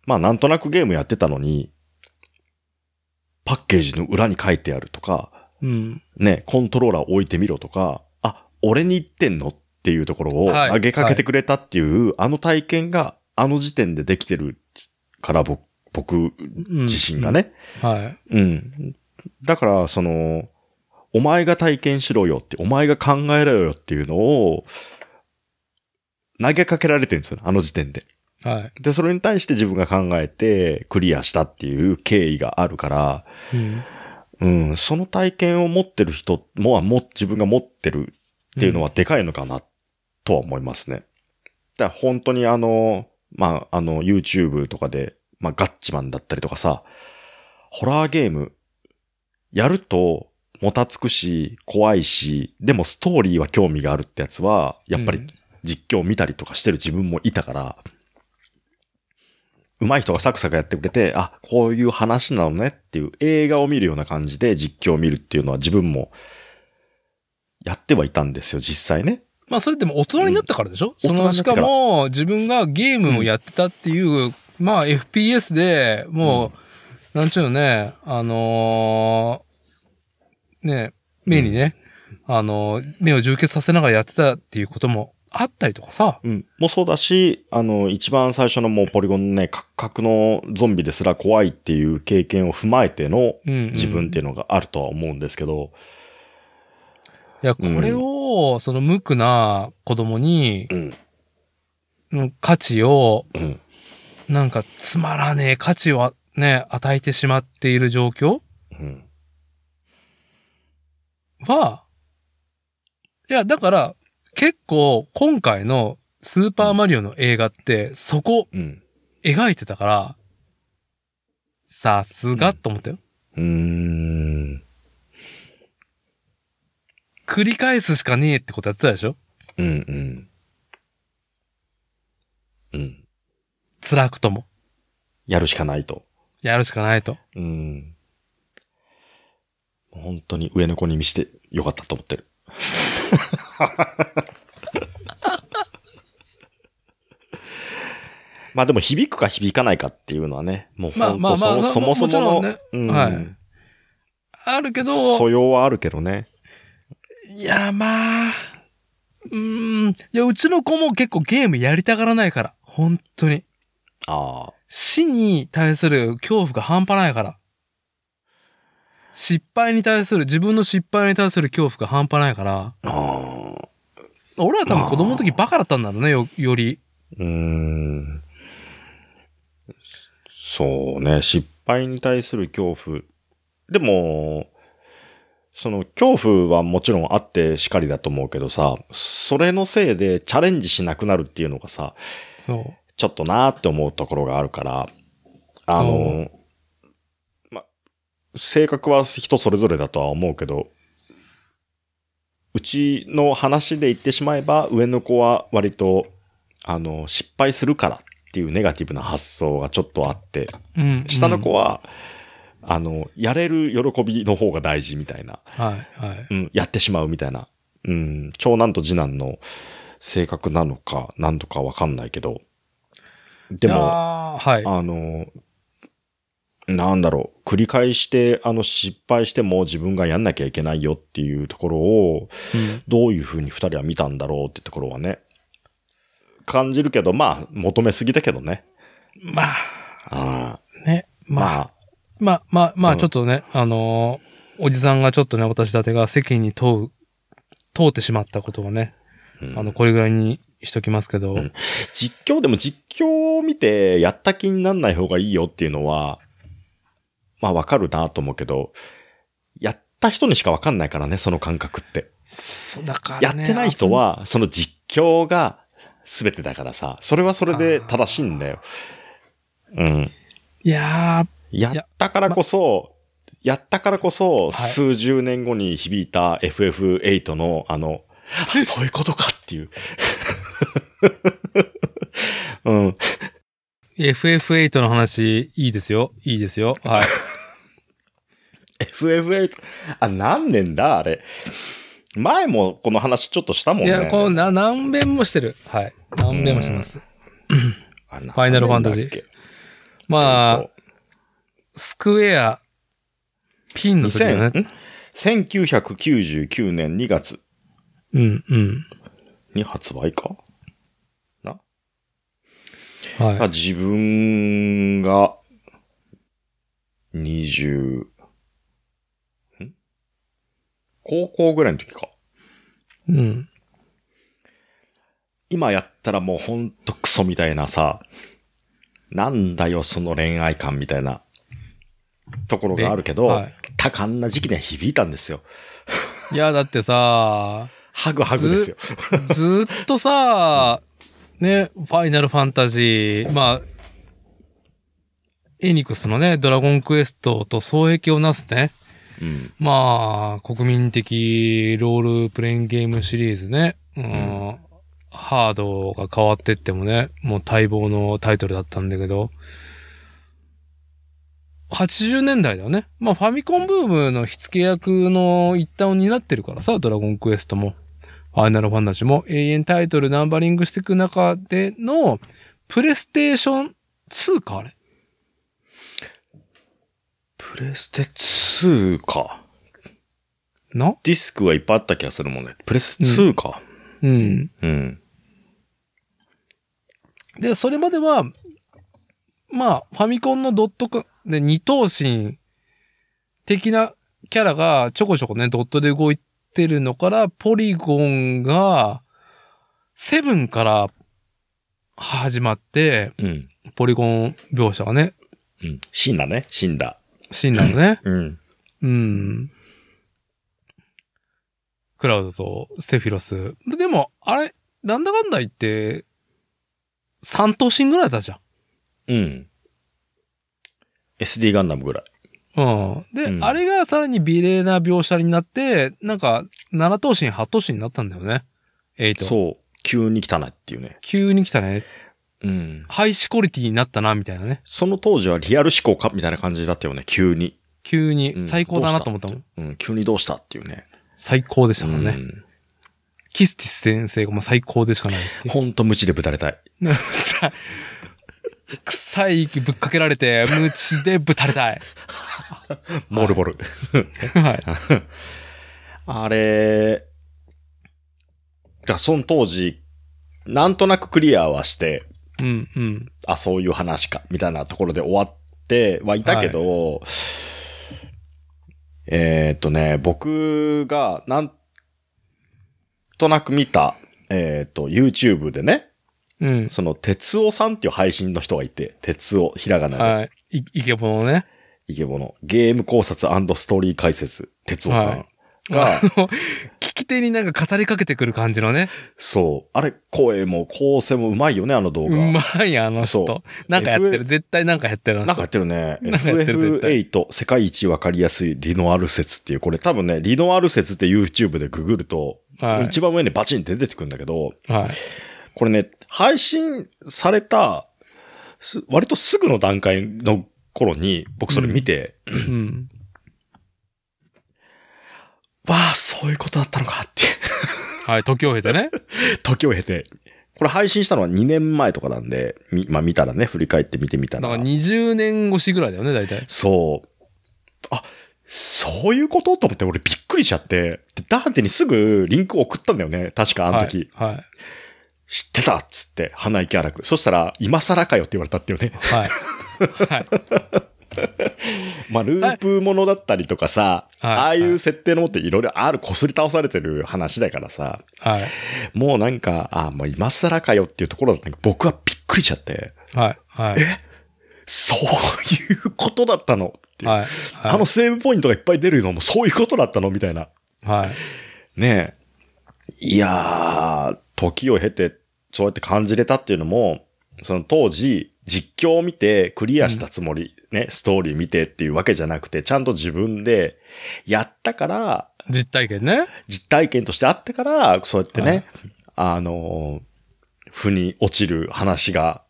まあなんとなくゲームやってたのに、パッケージの裏に書いてあるとか、
うん。
ね、コントローラー置いてみろとか、あ、俺に言ってんのっていうところを
はい
上げかけてくれたっていう、あの体験があの時点でできてるから僕、僕
うん
自身が。ね。
はい。
うん。だから、その、お前が体験しろよって、お前が考えろよっていうのを、投げかけられてるんですよ、あの時点で。
はい。
で、それに対して自分が考えてクリアしたっていう経緯があるから、
うん。
うん、その体験を持ってる人もはも、自分が持ってるっていうのはでかいのかな、とは思いますね。だから本当にあの、まあ、あの、YouTube とかで、まあ、ガッチマンだったりとかさ、ホラーゲーム、やると、もたつくし、怖いし、でもストーリーは興味があるってやつは、やっぱ
う
り
ん
実況見たりとかしてる自分もいたから、上手い人がサクサクやってくれて、あ、こういう話なのねっていう映画を見るような感じで実況を見るっていうのは自分もやってはいたんですよ、実際ね。
まあそれでも大人になったからでしょ、そ
大
の、
人にな
し
ってか
からも自分がゲームをやってたっていう、まあ FPS で、もう、なんちゅうのね、あのーね、目にね、あのー目を充血させながらやってたっていうこともあったりとかさ。
うん。もうそうだし、あの、一番最初のもうポリゴンのね、カクカクのゾンビですら怖いっていう経験を踏まえての
うんうん
自分っていうのがあるとは思うんですけど、
いや、これを、その無垢な子供に、
うん。
うん価値を、
うん。
なんかつまらねえ価値をね、与えてしまっている状況
うん。
は、いや、だから、結構今回のスーパーマリオの映画って、そこ
うん。
描いてたから、さすがと思ったよ。
うーん。
繰り返すしかねえってことやってたでしょ
うん。うん。うん。
辛くとも。
やるしかないと。
やるしかないと。
うん。本当に上の子に見してよかったと思ってる。 まあでも響くか響かないかっていうのはね、もう
まあ
本
まあ
当
まあ
そもそもそも
もちろ
の、
んね
うん
はいあるけど、
素養はあるけどね。
いや、まあ、うーん。いや、うちの子も結構ゲームやりたがらないから。本当に。
ああ。
死に対する恐怖が半端ないから。失敗に対する、自分の失敗に対する恐怖が半端ないから。
ああ。
俺は多分子供の時バカだったんだろうね、よ、より。
うーん。そうね、失敗に対する恐怖。でも、その恐怖はもちろんあってしかりだと思うけどさ、それのせいでチャレンジしなくなるっていうのがさ、
そ
ちょっとなーって思うところがあるから、あの、ま、性格は人それぞれだとは思うけど、うちの話で言ってしまえば、上の子は割と、あの、失敗するからっていうネガティブな発想がちょっとあって、
う。うん。
下の子
は、
は、あの、やれる喜びの方が大事みたいな。
はい、はい。
うん、やってしまうみたいな。うん、長男と次男の性格なのか、なんとかわかんないけど。で
いやー
も、あ
はい。
の、なんだろう、繰り返して、あの、失敗しても自分がやんなきゃいけないよっていうところを、
うん
どういうふうに二人は見たんだろうってところはね、感じるけど、まあ、求めすぎたけどね。
まあ、
あ
ね。
ー
まあ、
まあ、
まあ、まあ、ま
う
あ、
ん
ちょっとね、あのーおじさんがちょっとね、私立てが責任に問う、問うてしまったことをね、
うん
あの、これぐらいにしときますけど、
うん実況でも実況を見てやった気になんない方がいいよっていうのは、まあわかるなと思うけど、やった人にしかわかんないからね、その感覚って。
そうだか
や
ら
っ
ね。
てない人は、その実況が全てだからさ、それはそれで正しいんだよ。うん。
いや
やったからこそ、やったからこそ、数十年後に響いた FF8 の、あ の、あそういうことかっていう。 うん。
ー、FF8 の話、いいですよ。いいですよ。 はい。
FF8、あ、何年だあれ。前もこの話ちょっとしたもん
い
ね。
や、このな何遍もしてる。はい。何遍もしてます。
あれ、フ
ァイナルファンタジーまあ、スクエア、ピンの時だよ
2000、
ね。
ん1999年2月
うん、うん。
に発売か、
は
あ自分が20、ん高校ぐらいの時か。
い。うん。
今やったらもうほんとクソみたいなさ、なんだよその恋愛感みたいなところがあるけど、
はい
多感な時期には響いたんですよ。
いや、だって さ、
ハグハグですよ。
ずーっとさ、ね、ファイナルファンタジー、まあ、エニックスのね、ドラゴンクエストと双璧をなすね、
うん。
まあ、国民的ロールプレイングゲームシリーズね、うん
ん
ハードが変わってってもね、もう待望のタイトルだったんだけど、80年代だよね。まあ、ファミコンブームの火付け役の一端を担ってるからさ、ドラゴンクエストも、ファイナルファンタジーも永遠タイトルナンバリングしていく中での、プレイステーション2か、あれ。
プレステ2か。
な
ディスクはいっぱいあった気がするもんね。プレステ2か。
うん。
うん。
で、それまでは、まあ、ファミコンのドットか、で、二等身的なキャラがちょこちょこね、ドットで動いてるのから、ポリゴンが、セブンから始まって、
うん。
ポリゴン描写がね、
うん。死んだね。死んだ。
シーンなの ね。
うん。
うん。クラウドとセフィロス。でも、あれ、なんだかんだ言って、三等身ぐらいだったじゃん。
うん。SD ガンダムぐらい。
うん。で、
うん
あれがさらに美麗な描写になって、なんか、7等身、8等身になったんだよね。8。う。
そう。急に来たなっていうね。
急に来たね。
うん。
ハイシコリティになったな、みたいなね。
その当時はリアル思考かみたいな感じだったよね。急に。
急
う
に、
ん
最高だなと思ったもん。
うん。急にどうしたっていうね。
最高でしたもんね。
うん
キスティス先生がもう最高でしかないっていう。
ほんと無知でぶたれたい。
臭い息ぶっかけられて、無知でぶたれたい。
モルボル。
はい。
あれ、じゃあその当時、なんとなくクリアはして、
うん、うん。
あ、そういう話か、みたいなところで終わってはいたけど、えーっとね、僕がなんとなく見た、えーっと、YouTube でね、
うん。
その、哲夫さんっていう配信の人がいて、哲夫、ひらがなで、
はい。い、イケボのね。
イケボの、ゲーム考察ストーリー解説、哲夫さん。
はい
が
あの、聞き手になんか語りかけてくる感じのね。
そう。あれ、声も構成もうまいよね、あの動
う
画。
まい、あの
そ
人。なんかやってる。
F-
絶対なんかやってるあの
な
人
んかやってるね。
なんかやってる絶対
FF8 世界一わかりやすいリノアル説っていう、これ多分ね、リノアル説って YouTube でググると、
はい
一番上にバチンって出てくるんだけど、
はい。
これね、配信された、す割とすぐの段階の頃に、僕それ見て、
うん。
わあ、そういうことだったのかって、
はい、時を経てね。
時を経て、これ配信したのは2年前とかなんで、みまあ見たらね、振り返って見てみた
だ
ら。
から20年越しぐらいだよね、大体。
そう。あ、そういうことと思って俺びっくりしちゃって、でダーテにすぐリンク送ったんだよね。確かあの時。
はい。はい
知ってたっつって、鼻息荒く。そしたら、今更かよって言われたっていう ね。
はい。はい。
まあ、ループものだったりとかさ、
はい
ああい
は
う
い
設定のもっていろいろある、こすり倒されてる話だからさ、
はい。
もうなんか、あもう今更かよっていうところだったんだけど、僕はびっくりしちゃって、
はい。はい。
そういうことだったのっていう。
はい。
あの、セーブポイントがいっぱい出るのもそういうことだったのみたいな。
はい。
ねえ。いやー、時を経て、そうやって感じれたっていうのも、その当時、実況を見てクリアしたつもり、ね、ストーリー見てっていうわけじゃなくて、ちゃんと自分でやったから、
実体験ね。
実体験としてあったから、そうやって
はい
ね、あの、腑に落ちる話が、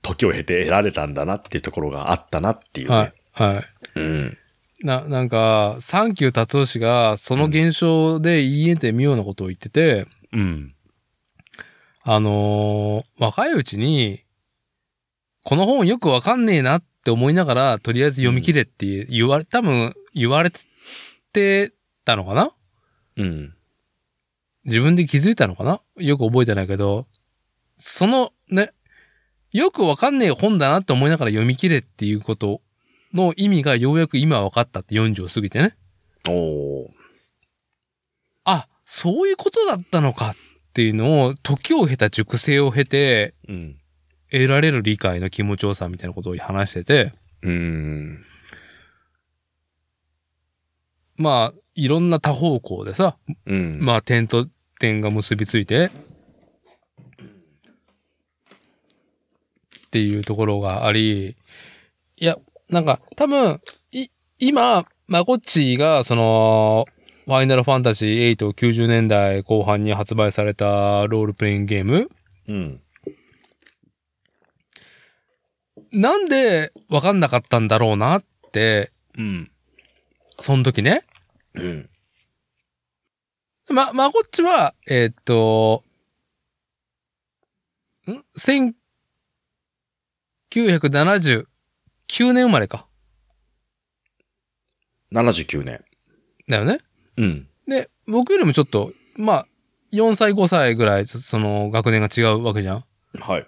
時を経て得られたんだなっていうところがあったなっていう、ね。
はい。はい。
うん。
な、なんか、サンキュー達夫氏が、その現象で言えて妙なことを言ってて、
うん。
あのー若いうちに、この本よくわかんねえなって思いながら、とりあえず読み切れって言われ、多分言われてたのかな
うん。
自分で気づいたのかなよく覚えてないけど、そのね、よくわかんねえ本だなって思いながら読み切れっていうことの意味がようやく今わかったって40を過ぎてね。
おー
あ、そういうことだったのかっていうのを、時を経た熟成を経て、
うん。
得られる理解の気持ちよさみたいなことを話してて、
うん。
まあ、いろんな多方向でさ、
うん。
まあ、点と点が結びついて、っていうところがあり、いや、なんか、多分、い、今、マゴッチが、その、ファイナルファンタジー8 90年代後半に発売されたロールプレイングゲーム、
うん。
なんで分かんなかったんだろうなって、
うん。
その時ね。
うん。
ま、まこっちは、えーっと、ん ?1979 年生まれか。
79年。
だよね。
うん。
で、僕よりもちょっと、まあ、4歳5歳ぐらい、ちょっとその学年が違うわけじゃん。
はい。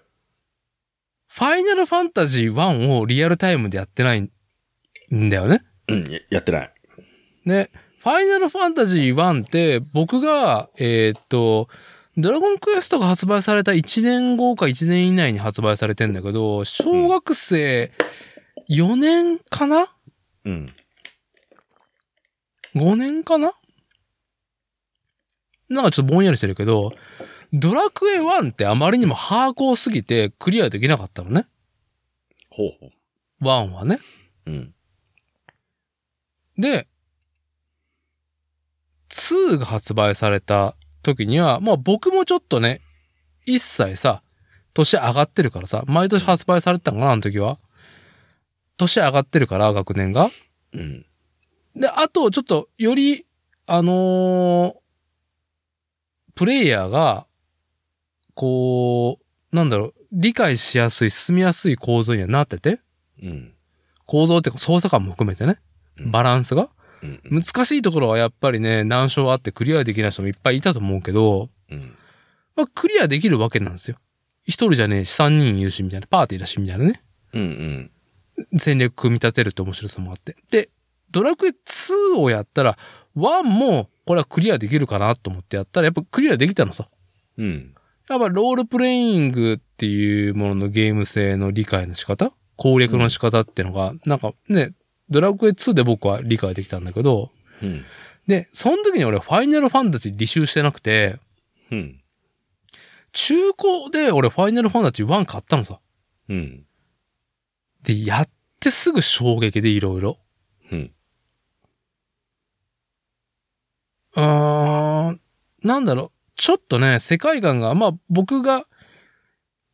ファイナルファンタジー1をリアルタイムでやってないんだよね。
うん。ややってない。
ね、ファイナルファンタジー1って、僕が、えーっと、ドラゴンクエストが発売された1年後か1年以内に発売されてんだけど、小学生4年かな
うん。
?5 年かななんかちょっとぼんやりしてるけど、ドラクエ1ってあまりにもハーコーすぎてクリアできなかったのね。
ほうほ
1はね。
う。うん。
で、2が発売された時には、まあ僕もちょっとね、一切さ、年上がってるからさ、毎年発売されてたのかな、あの時は。年上がってるから、学年が。
うん。
で、あと、ちょっと、より、あのープレイヤーが、こう、なんだろう、理解しやすい、進みやすい構造にはなってて、
うん。
構造っていうか操作感も含めてね、バランスが。
うん。うん。
難しいところはやっぱりね、難所はあってクリアできない人もいっぱいいたと思うけど、
うん。
まあ、クリアできるわけなんですよ。一人じゃねえし、三人いるし、みたいな、パーティーだし、みたいなね。
うん。
戦略組み立てるって面白さもあって。で、ドラクエ2をやったら、1も、これはクリアできるかなと思ってやったら、やっぱクリアできたのさ。
うん。
やっぱロールプレイングっていうもののゲーム性の理解の仕方攻略の仕方ってのが、なんかね、ドラクエ2で僕は理解できたんだけど、
うん。
で、その時に俺ファイナルファンタジー履修してなくて、
うん。
中古で俺ファイナルファンタジー1買ったのさ。
うん。
で、やってすぐ衝撃でいろいろ。
うん。
うーん、なんだろう、ちょっとね、世界観が、まあ僕が、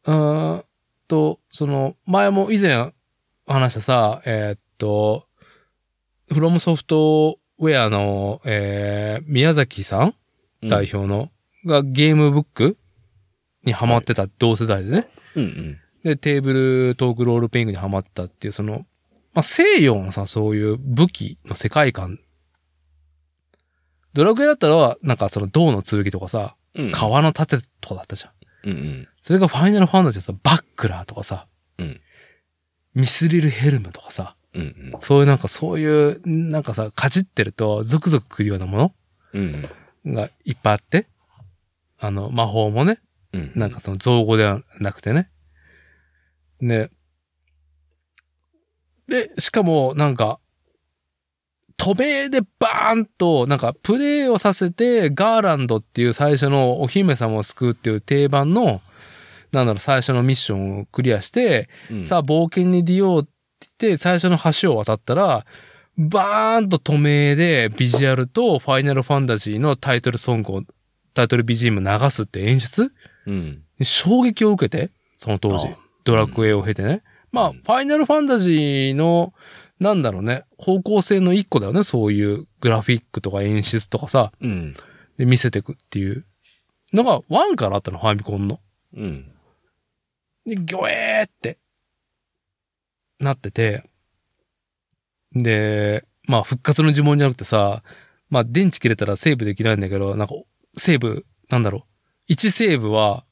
うーんと、その、前も以前話したさ、えーっと、フロムソフトウェアの、えー、宮崎さん代表の、がゲームブックにハマってた同世代でね。
うん。うん。
で、テーブルトークロールペイングにハマったっていう、その、まあ、西洋のさ、そういう武器の世界観。ドラクエだったら、なんかその銅の剣とかさ、
うん。
革の盾とかだったじゃん。
うん。
それがファイナルファンタジーだとさ、バックラーとかさ、
うん
ミスリルヘルムとかさ、
うん。うん。
そういうなんかそういう、なんかさ、かじってるとゾクゾクくるようなも
うん。
のがいっぱいあって、あの、魔法もね、
うん。
なんかその造語ではなくてね。で、で、しかもなんか、渡米でバーンと、なんかプレイをさせて、ガーランドっていう最初のお姫様を救うっていう定番のなんだろう、最初のミッションをクリアして、
うん
さあ冒険に出ようって言って、最初の橋を渡ったら、バーンと透明でビジュアルとファイナルファンタジーのタイトルソングを、タイトル BGM 流すって演出
うん。
衝撃を受けて、その当時
ああ。
ドラクエを経てね。まあ、
う
フ
ん
ァイナルファンタジーの、なんだろうね、方向性の一個だよね。そういうグラフィックとか演出とかさ、
うん。
で見せてくっていうのが、ワンからあったの、ファミコンの。
うん。
で、ギョエーって、なってて、で、まあ、復活の呪文じゃなくてさ、まあ、電池切れたらセーブできないんだけど、なんか、セーブ、なんだろう、1セーブは、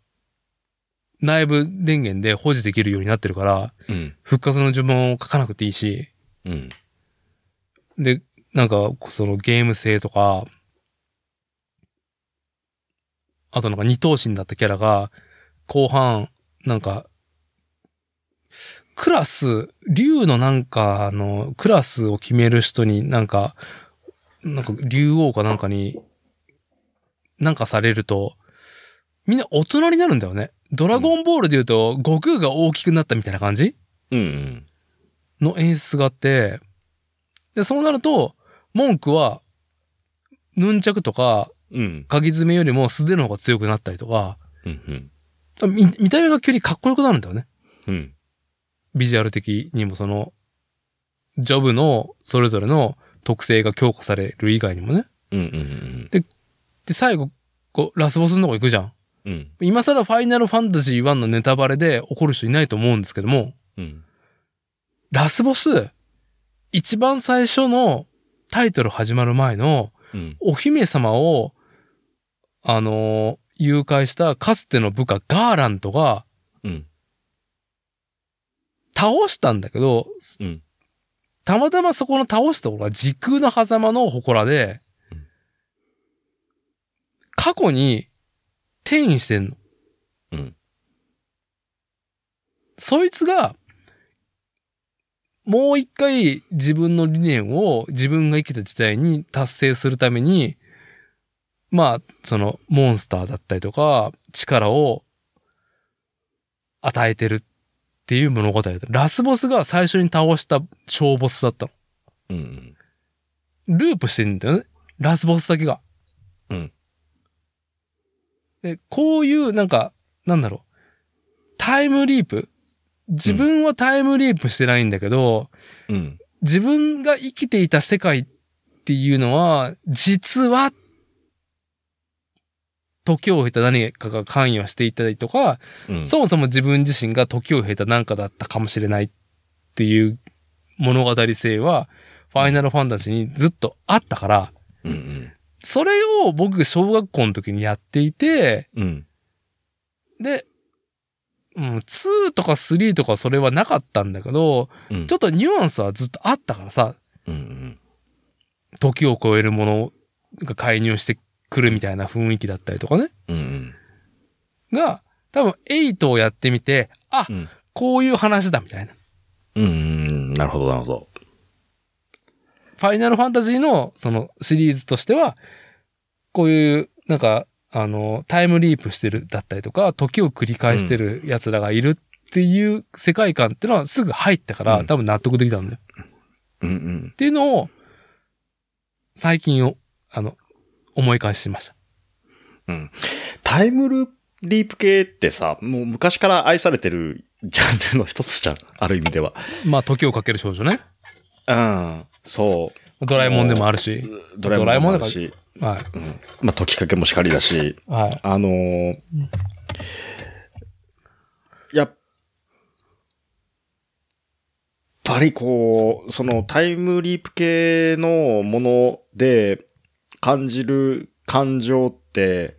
内部電源で保持できるようになってるから、
うん。
復活の呪文を書かなくていいし、
うん。
で、なんか、そのゲーム性とか、あとなんか二頭身だったキャラが、後半、なんか、クラス、竜のなんか、あの、クラスを決める人になんか、なんか竜王かなんかに、なんかされると、みんな大人になるんだよね。ドラゴンボールで言うと、悟空が大きくなったみたいな感じ
うん。
の演出があって、で、そうなると、文句は、ヌンチャクとか、
うん。
鍵爪よりも素手の方が強くなったりとか、
うん。
見見た目が急にかっこよくなるんだよね。
うん。
ビジュアル的にもその、ジョブのそれぞれの特性が強化される以外にもね。
うん。うん。
で、最後、こう、ラスボスのとこ行くじゃん。
うん。
今更ファイナルファンタジー1のネタバレで怒る人いないと思うんですけども、
うん。
ラスボス、一番最初のタイトル始まる前の、
うん。
お姫様を、あのー誘拐したかつての部下ガーラントが
うん。
倒したんだけど、
うん
たまたまそこの倒したところが時空の狭間の祠で
うん、
過去に転移してんの。
うん
そいつが、もう一回自分の理念を自分が生きた時代に達成するために、まあ、その、モンスターだったりとか、力を与えてるっていう物語だった。ラスボスが最初に倒した超ボスだった
うん。
の。ループしてるんだよね。ラスボスだけが。
うん。
で、こういう、なんか、なんだろう。タイムリープ。自分はタイムリープしてないんだけど、
うん。
自分が生きていた世界っていうのは、実は、時を経た何かが関与していたりとか、
うん。
そもそも自分自身が時を経た何かだったかもしれないっていう物語性は、ファイナルファンタジーにずっとあったから、
うん。うん。
それを僕小学校の時にやっていて、
うん。
で、うん、2とか3とかそれはなかったんだけど、
うん。
ちょっとニュアンスはずっとあったからさ、
うん。
時を超えるものが介入してくるみたいな雰囲気だったりとかね。
うん。
が、多分8をやってみて、あ、
うん。
こういう話だみたいな。
うん。なるほど、なるほど。
ファイナルファンタジーのそのシリーズとしては、こういう、なんか、あの、タイムリープしてるだったりとか、時を繰り返してる奴らがいるっていう世界観ってのはすぐ入ったから、
うん
多分納得できたんだよ。っ
うん。うん。
ていうのを、最近を、あの、思い返しました。
タイムルリープ系ってさ、もう昔から愛されてるジャンルの一つじゃん。 ある意味では。
まあ、時をかける少女ね。
うん。そ
ドラえもんでもあるし。
う。ドラえもんもあるし。
はい。
うん。まあ、時かけもしかりだし。
はい。
あのーやっぱりこう、そのタイムリープ系のもので感じる感情って、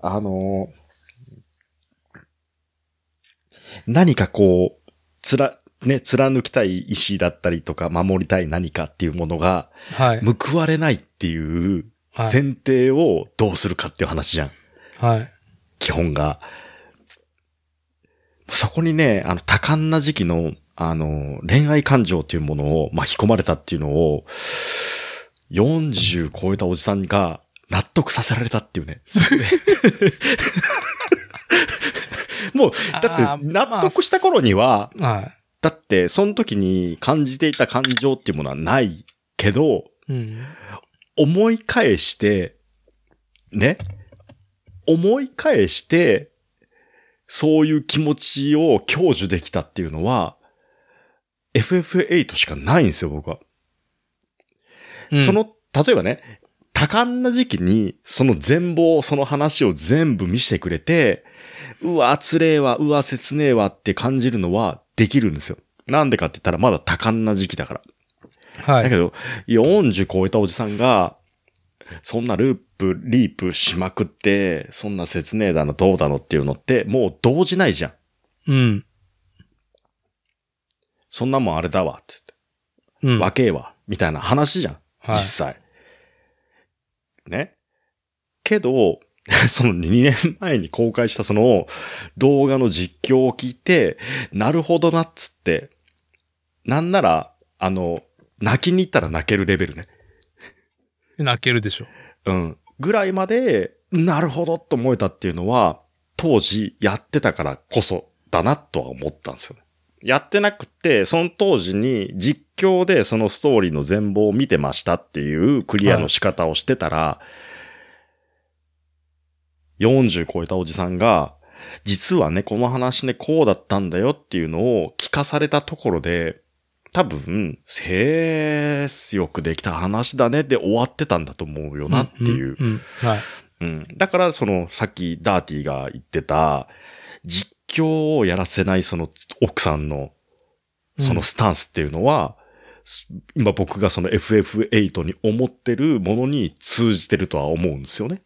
あのー何かこう、つら、ね、貫きたい意志だったりとか、守りたい何かっていうものが、
はい。
報われないっていう
はい。
前提をどうするかっていう話じゃん。
はい。
基本が。そこにね、あの、多感な時期の、あの、恋愛感情っていうものを巻き込まれたっていうのを、40超えたおじさんが 納得させられたっていうね。そこでもう、だ
あ
っ
ー
て、納得した頃には、
は
だって、その時に感じていた感情っていうものはないけど、
い。うん。
思い返して、ね。思い返して、そういう気持ちを享受できたっていうのは、FF8 しかないんですよ、僕は。
うん
そ、の、例えばね、多感な時期に、その全貌、その話を全部見せてくれて、うわ、つれえわ、うわ、切ねえわって感じるのはできるんですよ。なんでかって言ったら、まだ多感な時期だから。
は
だ
い。
けど、40超えたおじさんが、そんなループ、リープしまくって、そんな説明だの、どうだのっていうのって、もう動じないじゃん。
うん。
そんなもんあれだわ、って
うん。
わけえわ、みたいな話じゃん。
はい
実際。ね。けど、 その2年前に公開したその動画の実況を聞いて、なるほどなっつって、なんなら、あの、泣きに行ったら泣けるレベルね。
泣けるでしょ。
うん。ぐらいまで、なるほどと思えたっていうのは、当時やってたからこそだなとは思ったんですよね。やってなくて、その当時に実況でそのストーリーの全貌を見てましたっていうクリアの仕方をしてたら、40超えたおじさんが、実はね、この話ね、こうだったんだよっていうのを聞かされたところで、多分、せーよくできた話だねで終わってたんだと思うよなっていう。
ん。んうんはい。
うん。だから、その、さっきダーティが言ってた、実況をやらせないその奥さんの、そのスタンスっていうのは、す今僕がその FF8 に思ってるものに通じてるとは思うんですよね。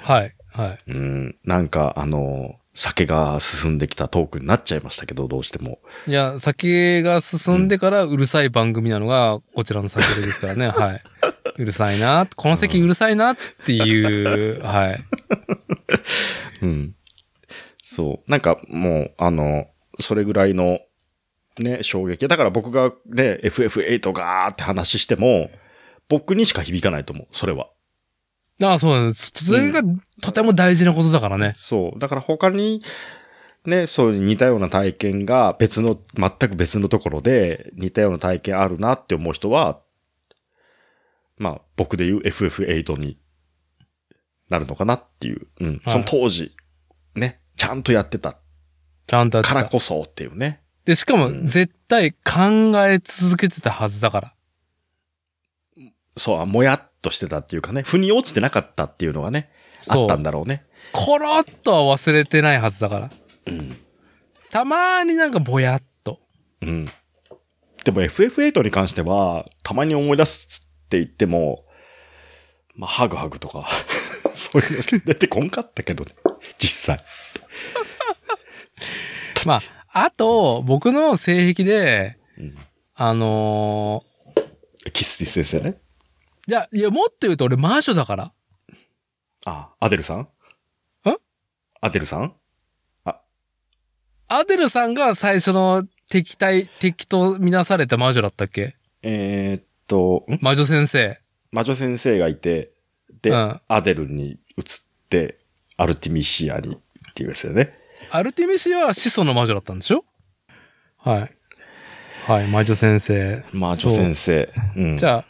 はい。はい。
うん。なんか、あの、酒が進んできたトークになっちゃいましたけど、どうしても。
いや、酒が進んでからうるさい番組なのが、こちらの酒ですからね。 はい。うるさいな。この席うるさいなっていう、はい。
うん。そう。なんかもう、あの、それぐらいの、ね、衝撃。だから僕がね、FF8 がーって話しても、僕にしか響かないと思う、それは。
ああ、そうなんです。それがとても大事なことだからね。
そう。だから他に、ね、そういう似たような体験が別の、全く別のところで似たような体験あるなって思う人は、まあ僕で言う FF8 になるのかなっていう。うん。
はい
その当時、ね、ちゃんとやってた
ちゃんとやって
か
た
らこそっていうね。
で、しかも絶対考え続けてたはずだから。
そう、もやっとしてたっていうかね、腑に落ちてなかったっていうのがね、あ
そ
っ
う
たん。だろうね。
コロッとは忘れてないはずだから。
うん。
たまーになんかぼやっと。
うん。でも FF8 に関しては、たまに思い出すって言っても、まあ、ハグハグとか、 そういうの出てこんかったけどね、実際。
まあ、あと、僕の性癖で、
うん。
あのー
キスティス先生ね。
いや、いや、もっと言うと俺魔女だから。
あ、アデルさんんアデルさん
アデルさんが最初の敵対、敵とみなされた魔女だったっけ
えーっと、ん
魔女先生。
魔女先生がいて、で、
うん
アデルに移って、アルティミシアにっていうやつだよね。
アルティミシアは始祖の魔女だったんでしょはい。はい、魔女先生。
魔女先生。うん。
じゃあ、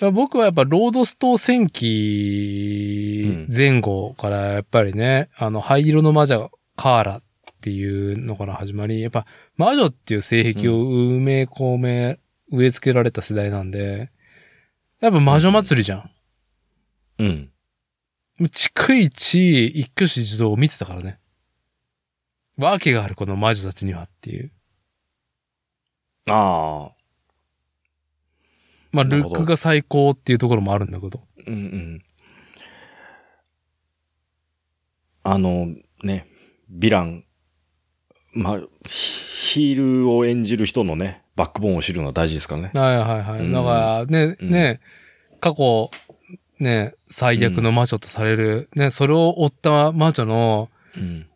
いや僕はやっぱロードスト戦記前後からやっぱりね、あの灰色の魔女カーラっていうのから始まり、やっぱ魔女っていう性癖を埋め込め、植え付けられた世代なんで、やっぱ魔女祭りじゃん。
うん。
もう逐一一挙手一動を見てたからね。わけがあるこの魔女たちにはっていう。
ああ。
まあ
なる
ル
ほ
ッ
ど
クが最高っていうところもあるんだけど。
うんうん。あの、ね、ヴィラン、まあ、ヒヒールを演じる人のね、バックボーンを知るのは大事ですからね。
はいはいは
うん
い。だからね、
うん
ね、過去、ね、最悪の魔女とされる、ね、それを追った魔女の、
うん。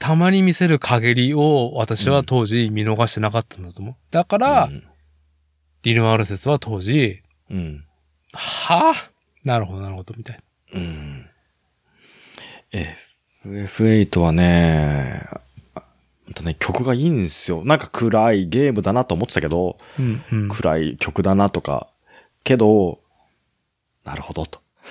たまに見せる陰りを私は当時見逃してなかったんだと思う。だから、リルマール説は当時、
うん。
はぁなるほどなるほど、みたいな。
うん。うん。F8 はね、たね、曲がいいんですよ。なんか暗いゲームだなと思ってたけど、
うんうん。
暗い曲だなとか、けど、なるほどと。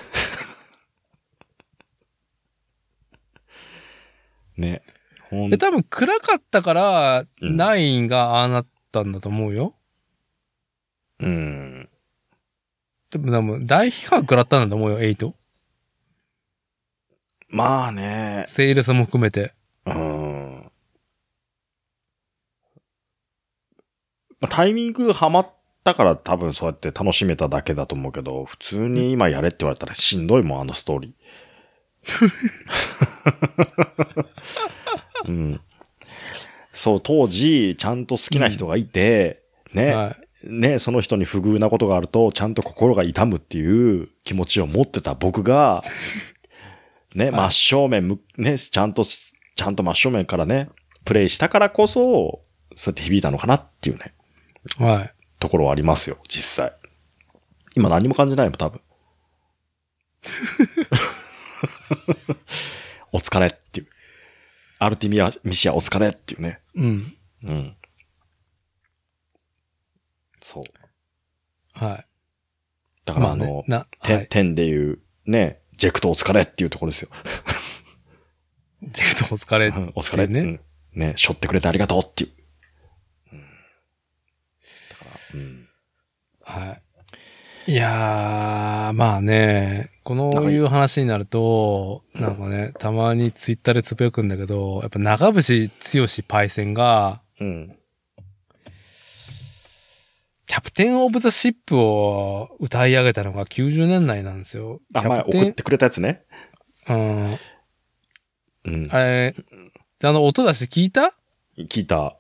ね。ほん
で、多分暗かったから、
うん
ナインがああなったんだと思うよ。
うん。
多分、多分大批判食らったんだと思うよ、エイト。
まあね。
セールスも含めて。
うん。まあタイミングがハマったから多分そうやって楽しめただけだと思うけど、普通に今やれって言われたらしんどいもん、あのストーリー。うん。そう、当時、ちゃんと好きな人がいて、ね、
はい。
ね、その人に不遇なことがあると、ちゃんと心が痛むっていう気持ちを持ってた僕が、ね、
はい
真正面む、ね、ちゃんとし、ちゃんと真正面からね、プレイしたからこそ、そうやって響いたのかなっていうね、
はい。
ところはありますよ、実際。今何も感じないもん、多分。 お疲れっていう。アルティミア、ミシアお疲れっていうね。
うん。
うん。そう。
は
だ
い。
から
ま
あ
あ
の、
ね。な、は
て
い。
天でいう、ね、ジェクトお疲れっていうところですよ。
ジェクトお疲れ。
お疲れ
ね
ね。ね、背負ってくれてありがとうっていう。うん
はい。いやー、まあね、このいう話になると、なんかね、たまにツイッターでつぶやくんだけど、やっぱ長渕剛パイセンが、
だからうん。うん。
キャプテン・オブ・ザ・シップを歌い上げたのが90年代なんですよ。
あ、
キ
前
ャプテン
送ってくれたやつね。
うん。
うん。
あれ、あの、音出して聞いた
聞いた。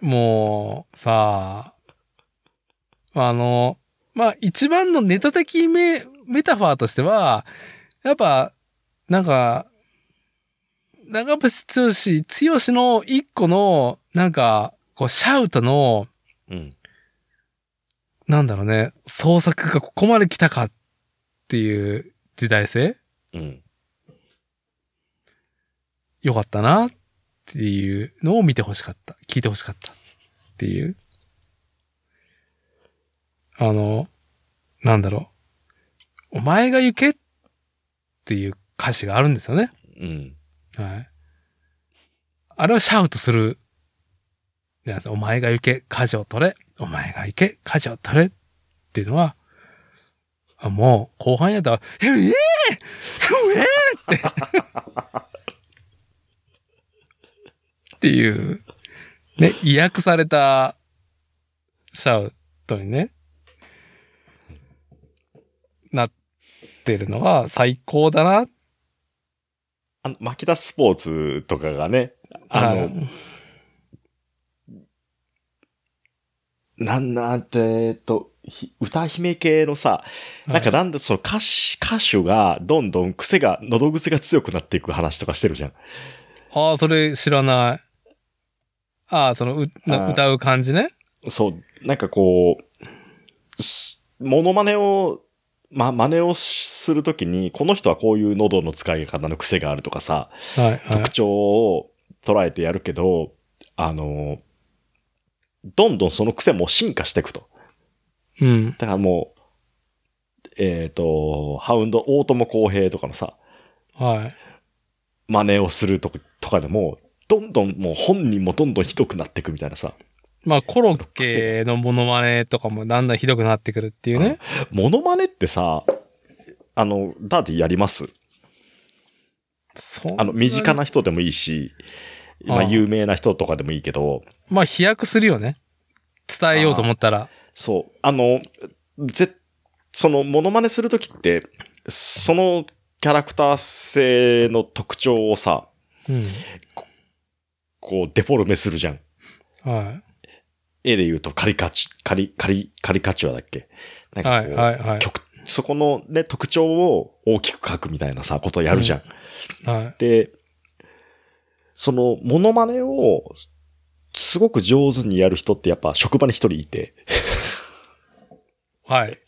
もう、さあ、あの、まあ、一番のネタ的メメタファーとしては、やっぱ、なんか、長渕剛、剛の一個の、なんか、こう、シャウトの、
うん。
なんだろうね、創作がここまで来たかっていう時代性
うん。
良かったなっていうのを見てほしかった。聞いてほしかったっていう。あの、なんだろう。お前が行けっていう歌詞があるんですよね。
うん。
はい。あれをシャウトする。じゃないですか。お前が行け、舵を取れ。お前が行け、舵を取れ。っていうのは、あもう、後半やったら、ええええって。っていう、ね、威訳された、シャウトにね、なってるのが最高だな。
あの、マキダスポーツとかがね、あの、なんなんて、えっと、ひ歌姫系のさ、なんかなんだ、その歌手、歌手がどんどん癖が、喉癖が強くなっていく話とかしてるじゃん。
ああ、それ知らない。ああ、そのうな
あー
歌う感じね。
そう、なんかこう、すモノマネを、ま、真似をするときに、この人はこういう喉の使い方の癖があるとかさ、
はい、はい
特。徴を捉えてやるけど、あの、どんどんその癖も進化していくと。
うん。
だからもう、えっ、と、ハウンド、大友康平とかのさ、
はい。
真似をするとかとかでも、どんどんもう本人もどんどんひどくなっていくみたいなさ、
まあ、コロッケのモノマネとかもだんだんひどくなってくるっていうね。
モノマネってさ、あの、ダーティーやります
そん
あの、身近
な。
な人でもいいし、ま
あ
あ、
あ
有名な人とかでもいいけど、
まあ、飛躍するよね。伝えようと思ったら。
そう、あの、ぜ、その、モノマネするときって、そのキャラクター性の特徴をさ、
うん。
こう、デフォルメするじゃん。
は。
絵で言うとカリカチ、カリ、カリ、カリカチュアだっけないんか
は
こう、
い、はい、はい。
曲そこのね、特徴を大きく書くみたいなさ、ことをやるじゃん。
はい。
で、その、モノマネを、すごく上手にやる人ってやっぱ職場に一人いて、
はい。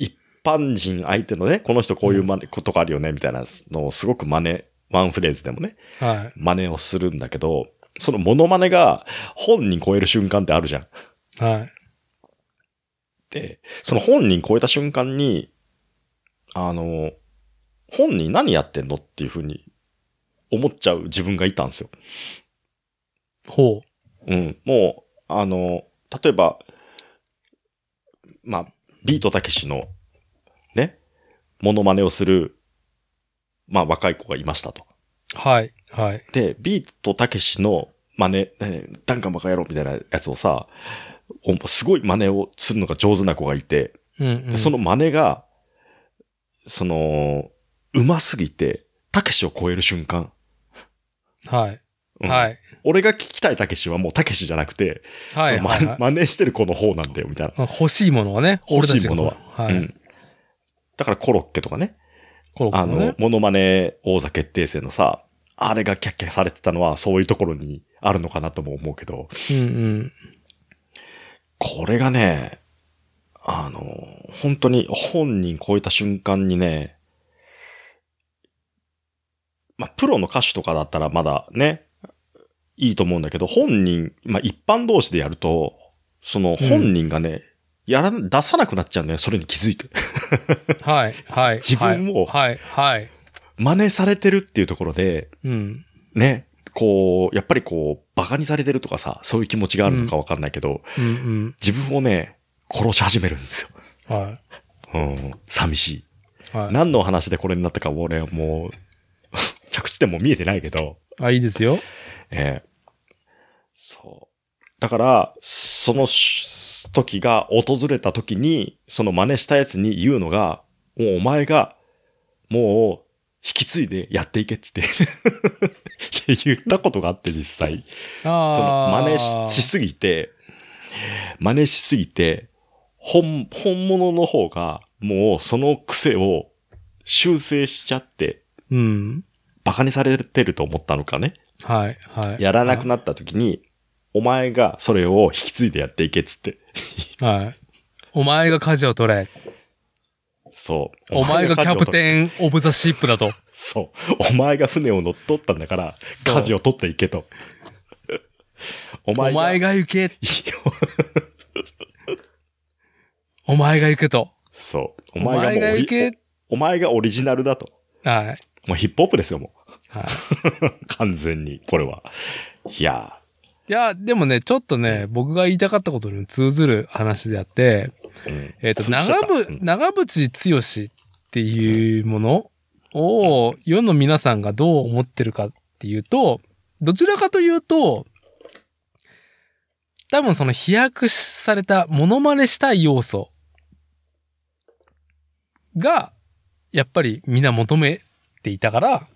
一般人相手のね、この人こういうまねことがあるよね、みたいなのをすごく真似ワンフレーズでもね、
はい。
真似をするんだけど、そのモノマネが本人超える瞬間ってあるじゃん。
はい。
で、その本人超えた瞬間に、あの、本人何やってんのっていうふうに思っちゃう自分がいたんですよ。
ほ
うん。もう、あの、例えば、まあ、ビートたけしの、ね、モノマネをする、まあ、若い子がいましたと。
う。はい。はい。
で、ビートたけしの真似、ね、ダンカンバカ野郎みたいなやつをさ、おすごい真似をするのが上手な子がいて、
うん、う
で
ん。
その真似が、その、うますぎて、たけしを超える瞬間。
はい。
うん
はい。
俺が聞きたいたけしはもうたけしじゃなくて、
はい。
その
はいは
ま
い
真似してる子の方なんだよ、みたいな。
欲しいものはね。
欲しいものは
俺たちがそう。は
う
い。
ん。だからコロッケとかね、
コロッ
あ
ケの
の
ね、。
モノマネ王座決定戦のさ、あれがキャッキャされてたのはそういうところにあるのかなとも思うけど、
うん
これがね、あの、本当に本人超えた瞬間にね、まあ、プロの歌手とかだったらまだね、いいと思うんだけど、本人、まあ、一般同士でやると、その本人がね、やら、出さなくなっちゃうんだよ、それに気づいて。
うん。はい。はい。
自分を
はい。はい。はい
真似されてるっていうところで、
うん。
ね、こう、やっぱりこう、馬鹿にされてるとかさ、そういう気持ちがあるのかわかんないけど、
うん
自分をね、殺し始めるんですよ。
うん。は
うん、寂しい。
い。は
何の話でこれになったか俺はもう、着地点も見えてないけど、
い。あ、いいですよ。
ええそう。だから、そのし時が訪れた時に、その真似したやつに言うのが、もうお前が、もう、引き継いでやっていけっつって、 って言ったことがあって実際。その
ああ。
真似ししすぎて、真似しすぎて、本、本物の方が、もうその癖を修正しちゃって、
うん。
馬鹿にされてると思ったのかね。
はい。はい。
やらなくなった時に、お前がそれを引き継いでやっていけっつって。
はい。お前が舵を取れ。
そう。
お前がキャプ
ン。
テン・オブ・ザ・シップだと。
そう。お前が船を乗っ取ったんだから、
そう
舵を取っていけと。お
お
前が。
前が行け。お前が行けと。
そう。お
お
前がも
前が
うオリ
行け。
お前がオリジナルだと。
はい。
もうヒップホップですよ、もう。
はい。
完全に、これは。いや
いや、でもね、ちょっとね、僕が言いたかったことに通ずる話であって、
ー、うん
えっ、と、
通じちゃ
長
った
ぶ
うん、
長渕剛っていうものを世の皆さんがどう思ってるかっていうと、どちらかというと、多分その飛躍されたモノマネしたい要素が、やっぱりみんな求めていたから、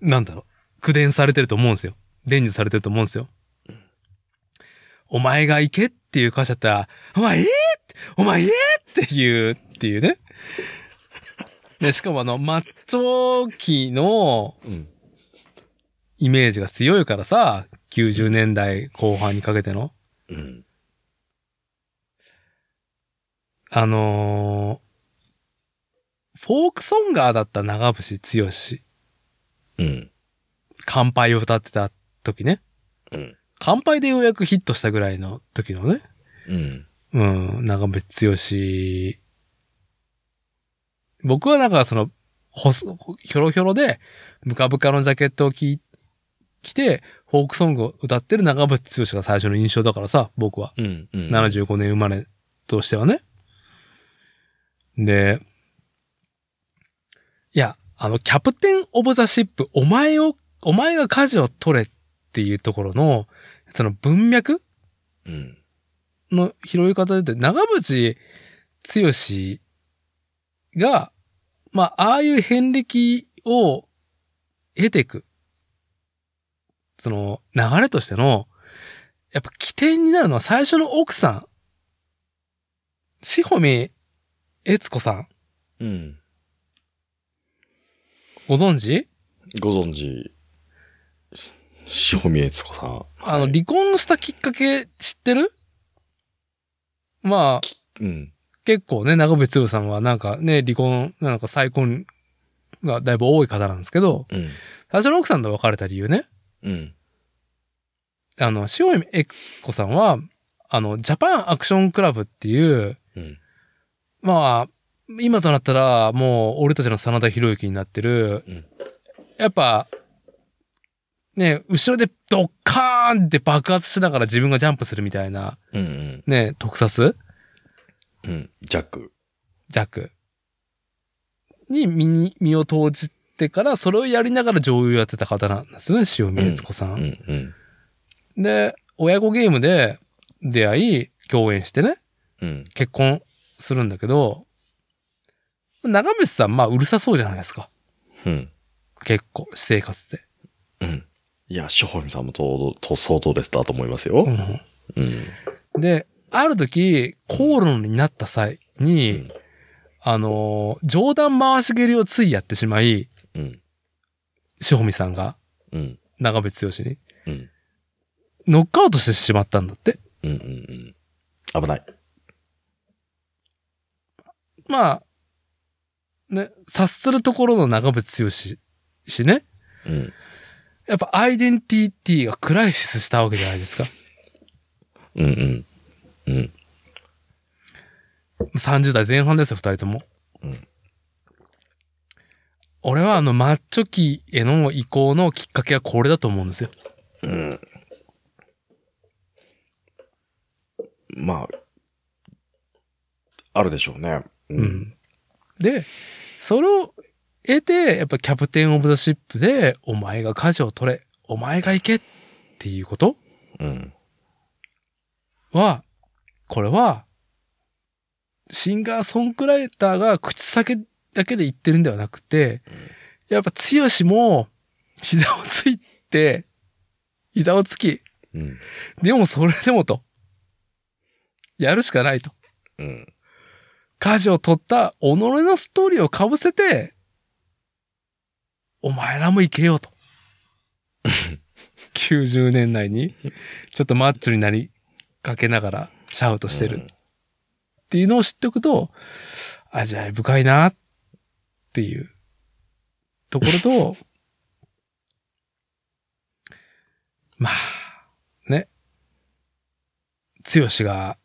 なんだろう、苦伝されてると思うんですよ。伝授されてると思うんですよ。お前が行けっていう歌詞だったら、お前ええお前ええっていう、っていうね。で、しかもあの、マッチョ期の
うん。
イメージが強いからさ、90年代後半にかけての。
うん。
あのーフォークソンガーだった長渕剛、
うん。
乾杯を歌ってた時ね。
うん。
乾杯でようやくヒットしたぐらいの時のね。
うん。
うん、長渕剛。僕はなんかその、ほす、ひょろひょろで、ブカブカのジャケットを着、着て、フォークソングを歌ってる長渕剛が最初の印象だからさ、僕は。
うん。うん。
75年生まれとしてはね。で、いや、あの、キャプテン・オブ・ザ・シップ、お前を、お前が舵を取れっていうところの、その文脈
うん。
の拾い方で言うと、長渕剛が、まあ、ああいう遍歴を得ていく。その、流れとしての、やっぱ起点になるのは最初の奥さん。しほみ悦子さん。
うん。
ご存知
ご存知、しほみえつこさん。
あの、
はい
離婚したきっかけ知ってるまあ、
うん。
結構ね、長渕剛さんはなんかね、離婚、なんか再婚がだいぶ多い方なんですけど、
うん。
最初の奥さんと別れた理由ね、
うん。
あの、塩見悦子さんは、あの、ジャパンアクションクラブっていう、
うん。
まあ、今となったら、もう、俺たちの真田広之になってる、
うん
やっぱ、ね、後ろでドッカーンって爆発しながら自分がジャンプするみたいな、
うん。
ね、特撮
うん。ジャック。
ジャックに身に、身を投じてから、それをやりながら女優やってた方なんですよね、塩見悦子さ。
うんん。
で、親子ゲームで出会い、共演してね、
うん。
結婚するんだけど、長渕さん、まあ、うるさそうじゃないですか。
うん。
結構、私生活で。
うん。いや、ショホミさんもと、と、相当でしたと思いますよ。うん。
で、ある時、口論になった際に、
うん
あのー冗談回し蹴りをついやってしまい、
うん。
しほみさんが、
うん。
長渕剛に、
うん。
ノックアウトしてしまったんだって。
うん。うん。危ない。
まあ、ね、察するところの長渕剛ししね、
うん。
やっぱアイデンティティがクライシスしたわけじゃないですか。
うん。うん。うん。
30代前半ですよ、二人とも。
うん
俺はあの、マッチョ期への移行のきっかけはこれだと思うんですよ。
うん。まあ、あるでしょうね。う
う。ん。で、それを得て、やっぱキャプテンオブザシップで、お前が舵を取れ、お前が行けっていうこと
うん。
は、これは、シンガーソングライターが口先だけで言ってるんではなくて、やっぱ強しも膝をついて、膝をつき、
うん。
でもそれでもと。やるしかないと。
うん。
舵を取った己のストーリーをかぶせて、お前らも行けよと。90年代に、ちょっとマッチョになりかけながらシャウトしてるっていうのを知っておくと、味わい深いなっていうところと、 まあ、ね。つよしが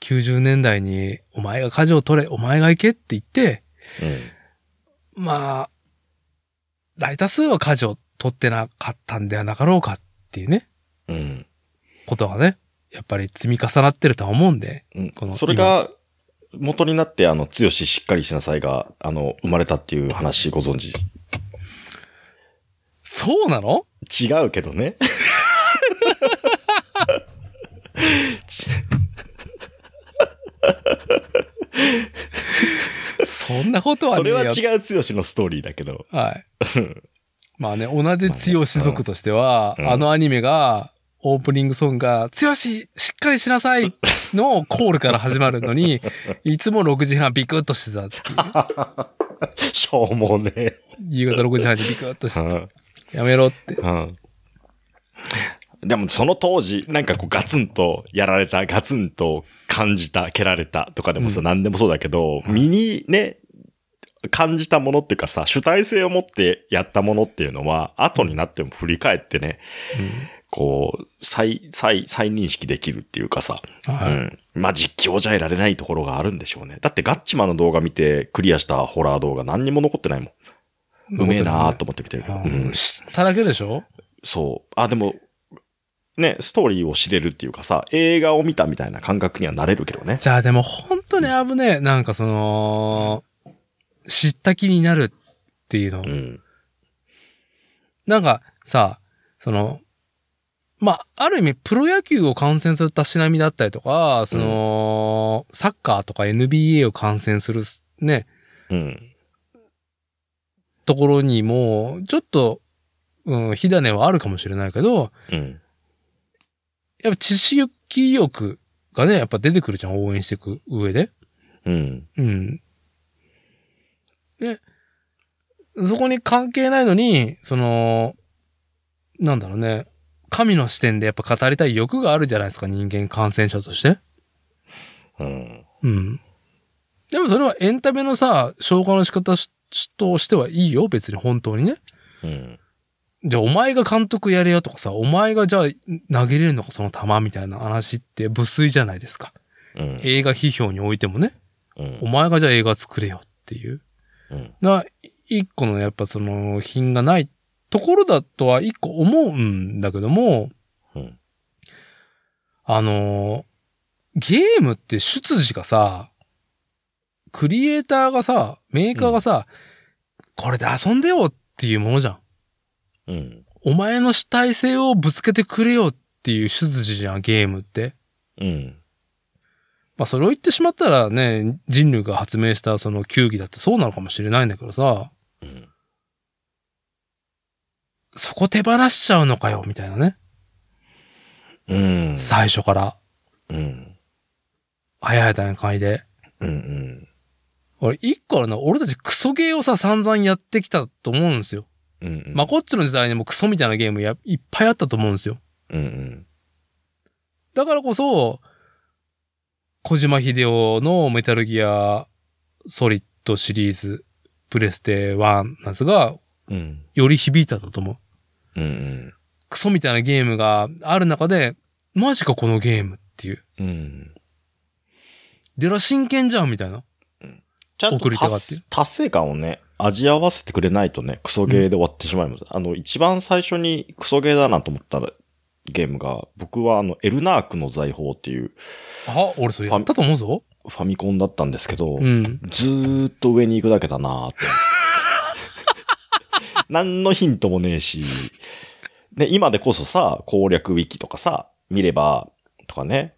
90年代にお前が舵を取れ、お前が行けって言って、まあ、大多数は舵を取ってなかったんではなかろうかっていうね、
うん。うん。
ことがね、やっぱり積み重なってるとは思うんで、
うん。
この
それが、元になって、あの、強ししっかりしなさいが、あの、生まれたっていう話ご存知
そうなの
違うけどね。ち
そんなことはね
そ
え
れ
よ
は違う強しのストーリーだけど。
はい。まあね、同じ強し族としては、
うん
あのアニメが、オープニングソングが、強し、しっかりしなさいのコールから始まるの に、いつも6時半ビクッとしてたっていう。
しょうもね。
夕方6時半にビクッとして
うん
やめろって。
うん。でもその当時、なんかこうガツンとやられた、ガツンと感じた、蹴られたとかでもさ、
うん
何でもそうだけど、身にね、感じたものっていうかさ、主体性を持ってやったものっていうのは、後になっても振り返ってね、こう、再、再、再認識できるっていうかさ、
うんは
う
い
ん。まあ、実況じゃいられないところがあるんでしょうね。だってガッチマンの動画見てクリアしたホラー動画何にも残ってないもん。うめえなーと思って見てるけど。
あ
うん
ー。知っただけでしょ
そう。あ、でも、ね、ストーリーを知れるっていうかさ、映画を見たみたいな感覚にはなれるけどね。
じゃあでも本当に危ねえ。なんかその、知った気になるっていうの。
うん。
なんかさ、その、まあ、ある意味、プロ野球を観戦するたしなみだったりとか、その、サッカーとか NBA を観戦するすね、
うん。
ところにも、ちょっと、うん、火種はあるかもしれないけど、
うん。
やっぱ知識欲がね、やっぱ出てくるじゃん、応援していく上で。
うん。
うん。で、そこに関係ないのに、その、なんだろうね、神の視点でやっぱ語りたい欲があるじゃないですか、人間感染者として。
うん。
うん。でもそれはエンタメのさ、消化の仕方しちとしてはいいよ、別に本当にね。
うん。
じゃあお前が監督やれよとかさ、お前がじゃあ投げれるのかその球みたいな話って無粋じゃないですか。
うん。
映画批評においてもね、
う
お
ん。
前がじゃあ映画作れよっていう。
うん。
な、一個のやっぱその品がないところだとは一個思うんだけども、
うん
あの、ゲームって出自がさ、クリエイターがさ、メーカーがさ、これで遊んでよっていうものじゃん。
うん。
お前の主体性をぶつけてくれよっていう出自じゃん、ゲームって。
うん。
まあそれを言ってしまったらね、人類が発明したその球技だってそうなのかもしれないんだけどさ、
うん。
そこ手放しちゃうのかよ、みたいなね。
うん。
最初から、
うん。
早い段階で。
うん。うん。
俺、一個あるのは俺たちクソゲーをさ、散々やってきたと思うんですよ。
うん。
まあ、こっちの時代にもクソみたいなゲームやいっぱいあったと思うんですよ。
うん。うん。
だからこそ、小島秀夫のメタルギアソリッドシリーズ、プレステ1なんですが、
うん。
より響いたんだと思う。
うん。
クソみたいなゲームがある中で、マジかこのゲームっていう。
うん。
デラ真剣じゃんみたいな。
ちゃんと
送り手がって
達達成感をね、味合わせてくれないとね、クソゲーで終わってしまいます。あの、一番最初にクソゲーだなと思ったゲームが、僕はあの、エルナークの財宝っていう
あ、俺それやったと思うぞ。
ファミコンだったんですけど、
うん。
ずーっと上に行くだけだなー って。何のヒントもねえし。ね、今でこそさ、攻略ウィキとかさ、見れば、とかね。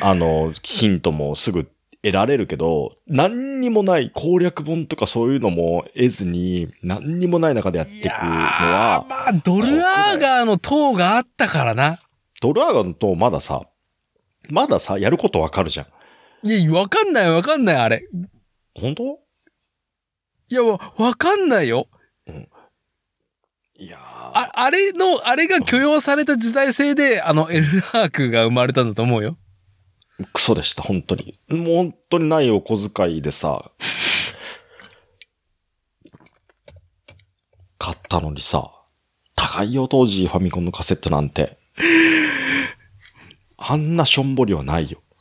あの、ヒントもすぐ得られるけど、何にもない攻略本とかそういうのも得ずに、何にもない中でやっていくのは
ー、まあ、ドルアーガーの塔があったからな。
ドラゴンとまださ、まださ、やることわかるじゃん。
いや、わかんないわかんない、あれ。
本当
いや、わわかんないよ。
いやー
あ、あれの、あれが許容された時代性で、あの、エルラークが生まれたんだと思うよ。
クソでした、本当に。もう本当にないお小遣いでさ、買ったのにさ、高いよ、当時、ファミコンのカセットなんて。あんなしょんぼりはないよ。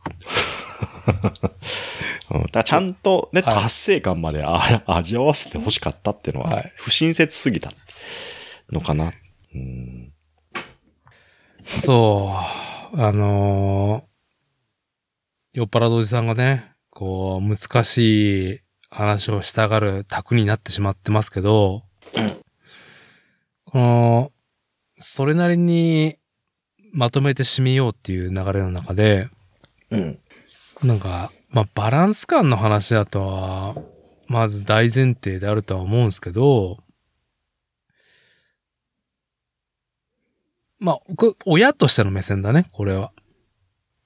うん、だからちゃんとね、
はい
達成感まであ味合わせて欲しかったっていうの
は、
はい不親切すぎたのかな。うん。
そう。あのー酔っ払うおじさんがね、こう、難しい話をしたがる卓になってしまってますけど、この、それなりにまとめて締めようっていう流れの中で、
うん。
なんか、まあ、バランス感の話だとは、まず大前提であるとは思うんですけど、まあ、こ親としての目線だね、これは。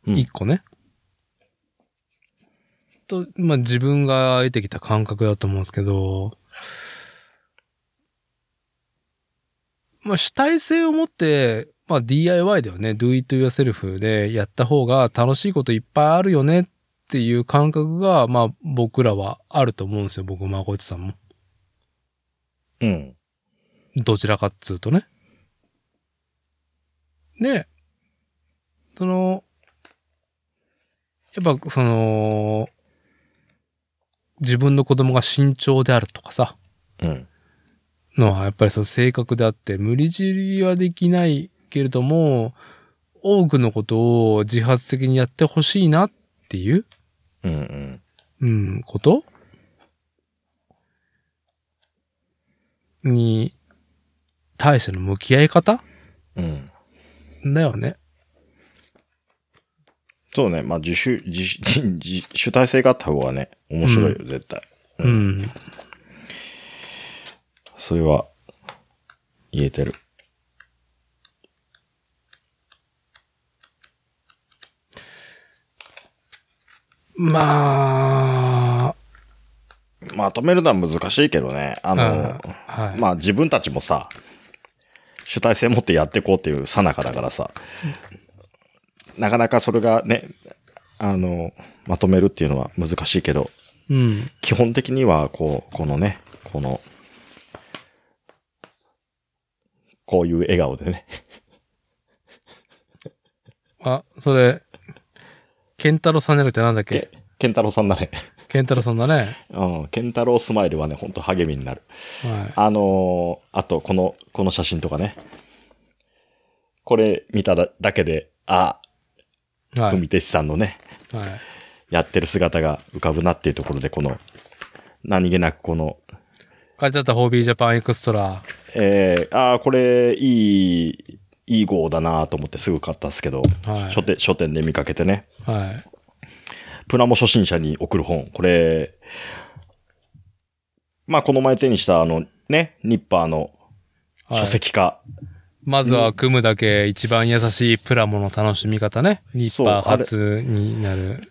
うん
一個ね。と、まあ、自分が得てきた感覚だと思うんですけど、まあ、主体性を持って、まあ、DIY だよね。do it yourself でやった方が楽しいこといっぱいあるよねっていう感覚が、まあ、僕らはあると思うんですよ。僕もまこちさんも。
うん。
どちらかっつうとね。で、その、やっぱその、自分の子供が慎重であるとかさ、
うん。
のはやっぱりその性格であって、無理強いはできないけれども、多くのことを自発的にやってほしいなっていう、
うん。う
う
ん。
ん、ことに対しての向き合い方
うん。
だよね。
そうね。まあ、自主、自主、自 自主体性があった方がね、面白いよ、絶対。
う。ん。
それは、言えてる。
まあ、
まとめるのは難しいけどね。あの、
はい。
まあ、自分たちもさ、主体性持ってやっていこうっていうさなかだからさ、なかなかそれがね、あの、まとめるっていうのは難しいけど、
うん。
基本的には、こう、このね、ここの、こういう笑顔でね。
あ、それ、ケンタロウさんじゃなくてなんだっけ
ケケンタロウさんだね。
ケンタロウさんだね。
うん。ケンタロウスマイルはね、ほんと励みになる。
は
あのーあと、この、この写真とかね。これ見ただだけで、あ、
い。はい。
海手さんのね、
はい。
やってる姿が浮かぶなっていうところで、この、何気なくこの、
書いてあったホービージャパンエクストラ。
えー、ああ、これ、いい、いい号だなと思ってすぐ買ったんですけど、
はい
書店、書店で見かけてね。
はい。
プラモ初心者に送る本。これ、まあ、この前手にした、あの、ね、ニッパーの
はい
書籍化。
まずは組むだけ一番優しいプラモの楽しみ方ね。リッパー初になる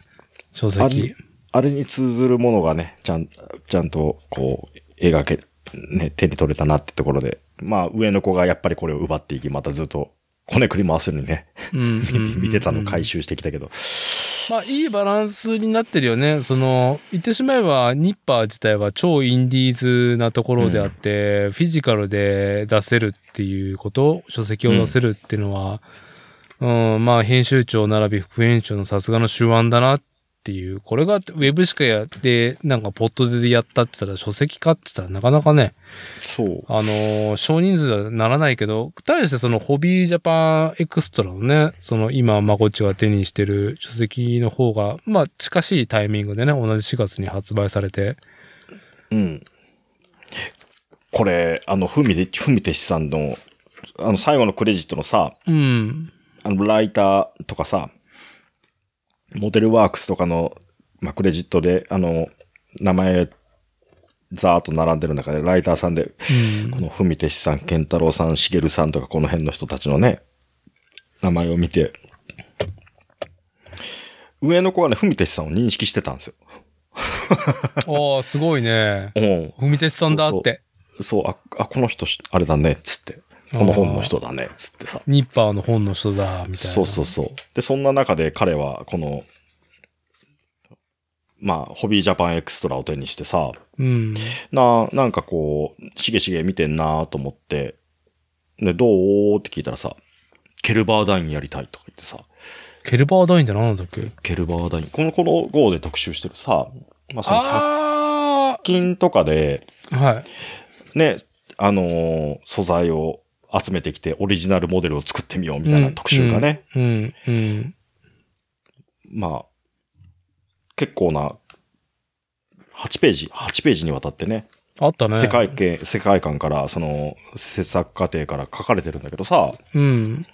書
あ
籍
れ。あれに通ずるものがね、ちゃん、ちゃんと、こう、描け、ね、手に取れたなってところで、まあ、上の子がやっぱりこれを奪っていき、またずっと、こねくり回すようにね、
うんうんうんうん
見てたの回収してきたけど、
まあ、いいバランスになってるよね。その、言ってしまえば、ニッパー自体は超インディーズなところであって、フィジカルで出せるっていうこと、書籍を出せるっていうのは、うん、まあ、編集長並び副編集長のさすがの手腕だなっていう、これがウェブしかやって、なんかポットでやったって言ったら、書籍化って言ったらなかなかね、
そう。
あのー少人数はならないけど、対してそのホビージャパンエクストラのね、その今、まこっちが手にしてる書籍の方が、まあ近しいタイミングでね、同じ4月に発売されて、
うん。これ、あの、ふみで、ふみてしさんの、あの、最後のクレジットのさ、
うん、
あの、ライターとかさ、モデルワークスとかの、まあ、クレジットで、あの、名前、ざーっと並んでる中で、ライターさんで、
うん
こ、の文手さん、健太郎さん、茂さんとかこの辺の人たちのね、名前を見て、上の子はね、文手さんを認識してたんですよ。
ああ、すごいね。
うん。
ふみてつさんだって。
そう、あ、あこの人し、あれだね、つって。この本の人だね、つってさ。
ニッパーの本の人だ、みたいな。
そうそうそう。で、そんな中で彼は、この、まあ、ホビージャパンエクストラを手にしてさ、
う。うん。
な、なんかこう、しげしげ見てんなと思って、で、どうって聞いたらさ、ケルバーダインやりたいとか言ってさ、
ケルバーダインって何なんだっけ
ケルバーダイン、この、この号で特集してるさ、まあ、その100
あ
均とかで、
あはい。
ね、あのー素材を集めてきてオリジナルモデルを作ってみようみたいな特集がね、
うん、うん。
まあ、結構な、8ページ、8ページにわたってね、
あったね。
世界系、世界観から、その、制作過程から書かれてるんだけどさ、
うん。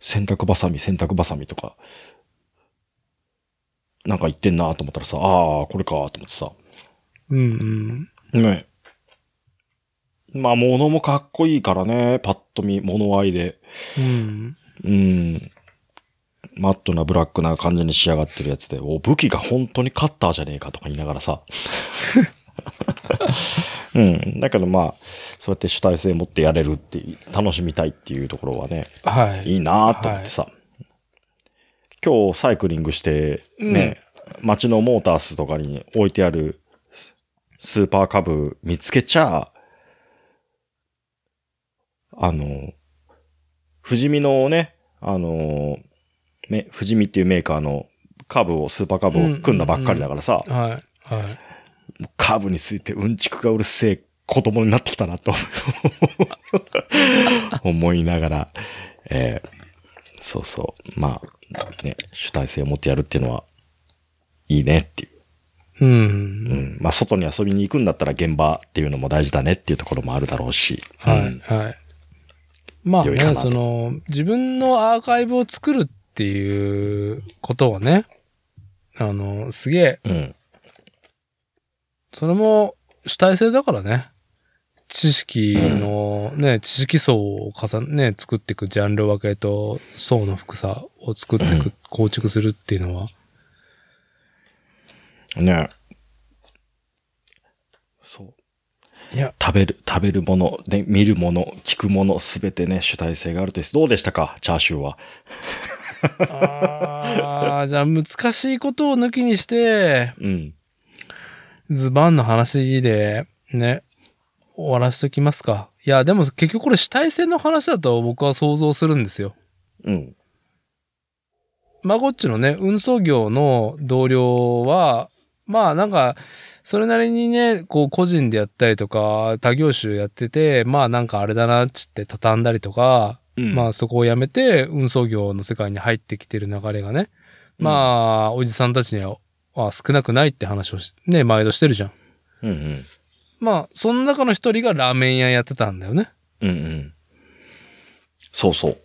洗濯バサミ、洗濯バサミとか、なんか言ってんなと思ったらさ、ああ、これかと思ってさ、
うん、うん。
ね。まあ、物もかっこいいからね、パッと見、物合いで。
うん。
うん。マットなブラックな感じに仕上がってるやつで、お、武器が本当にカッターじゃねえかとか言いながらさ。うん。だけどまあ、そうやって主体性持ってやれるっていう、楽しみたいっていうところはね、
はい。
いいなと思ってさ。今日サイクリングして、ね、街のモータースとかに置いてあるススーパーカブ見つけちゃ、あの、富士見のね、あの、め富士見っていうメーカーのカブを、スーパーカブを組んだばっかりだからさ、
はい。はい。
カブについてうんちくがうるせえ子供になってきた なと思いながら、えーそうそう。まあ、ね、主体性を持ってやるっていうのは、いいねっていう。
う。
うんん。まあ、外に遊びに行くんだったら現場っていうのも大事だねっていうところもあるだろうし。
は
う
い。
ん
はい。まあ
良い
ね
かな、と
その、自分のアーカイブを作るっていうことはね、あの、すげえ、
うん。
それも主体性だからね。知識のね、知識層を重ね、作っていくジャンル分けと層の複さを作っていく、
う
構築するっていうのは。
ねそう。
いや、
食べる、食べるもの、で、見るもの、聞くもの、すべてね、主体性があるという。どうでしたかチャーシューは。
あーじゃあ難しいことを抜きにして、
うん。
ズバンの話で、ね、終わらしときますか。いや、でも結局これ主体性の話だと僕は想像するんですよ。
うん。
まごっちのね、運送業の同僚は、まあなんか、それなりにね、こう個人でやったりとか、他業種やってて、まあなんかあれだなっつって畳んだりとか、
うん
まあそこを辞めて運送業の世界に入ってきてる流れがね、まあ、おじさんたちにはあ少なくないって話をしね、毎度してるじゃん。
うんうん。
まあ、その中の一人がラーメン屋やってたんだよね。
うんうん。そうそう。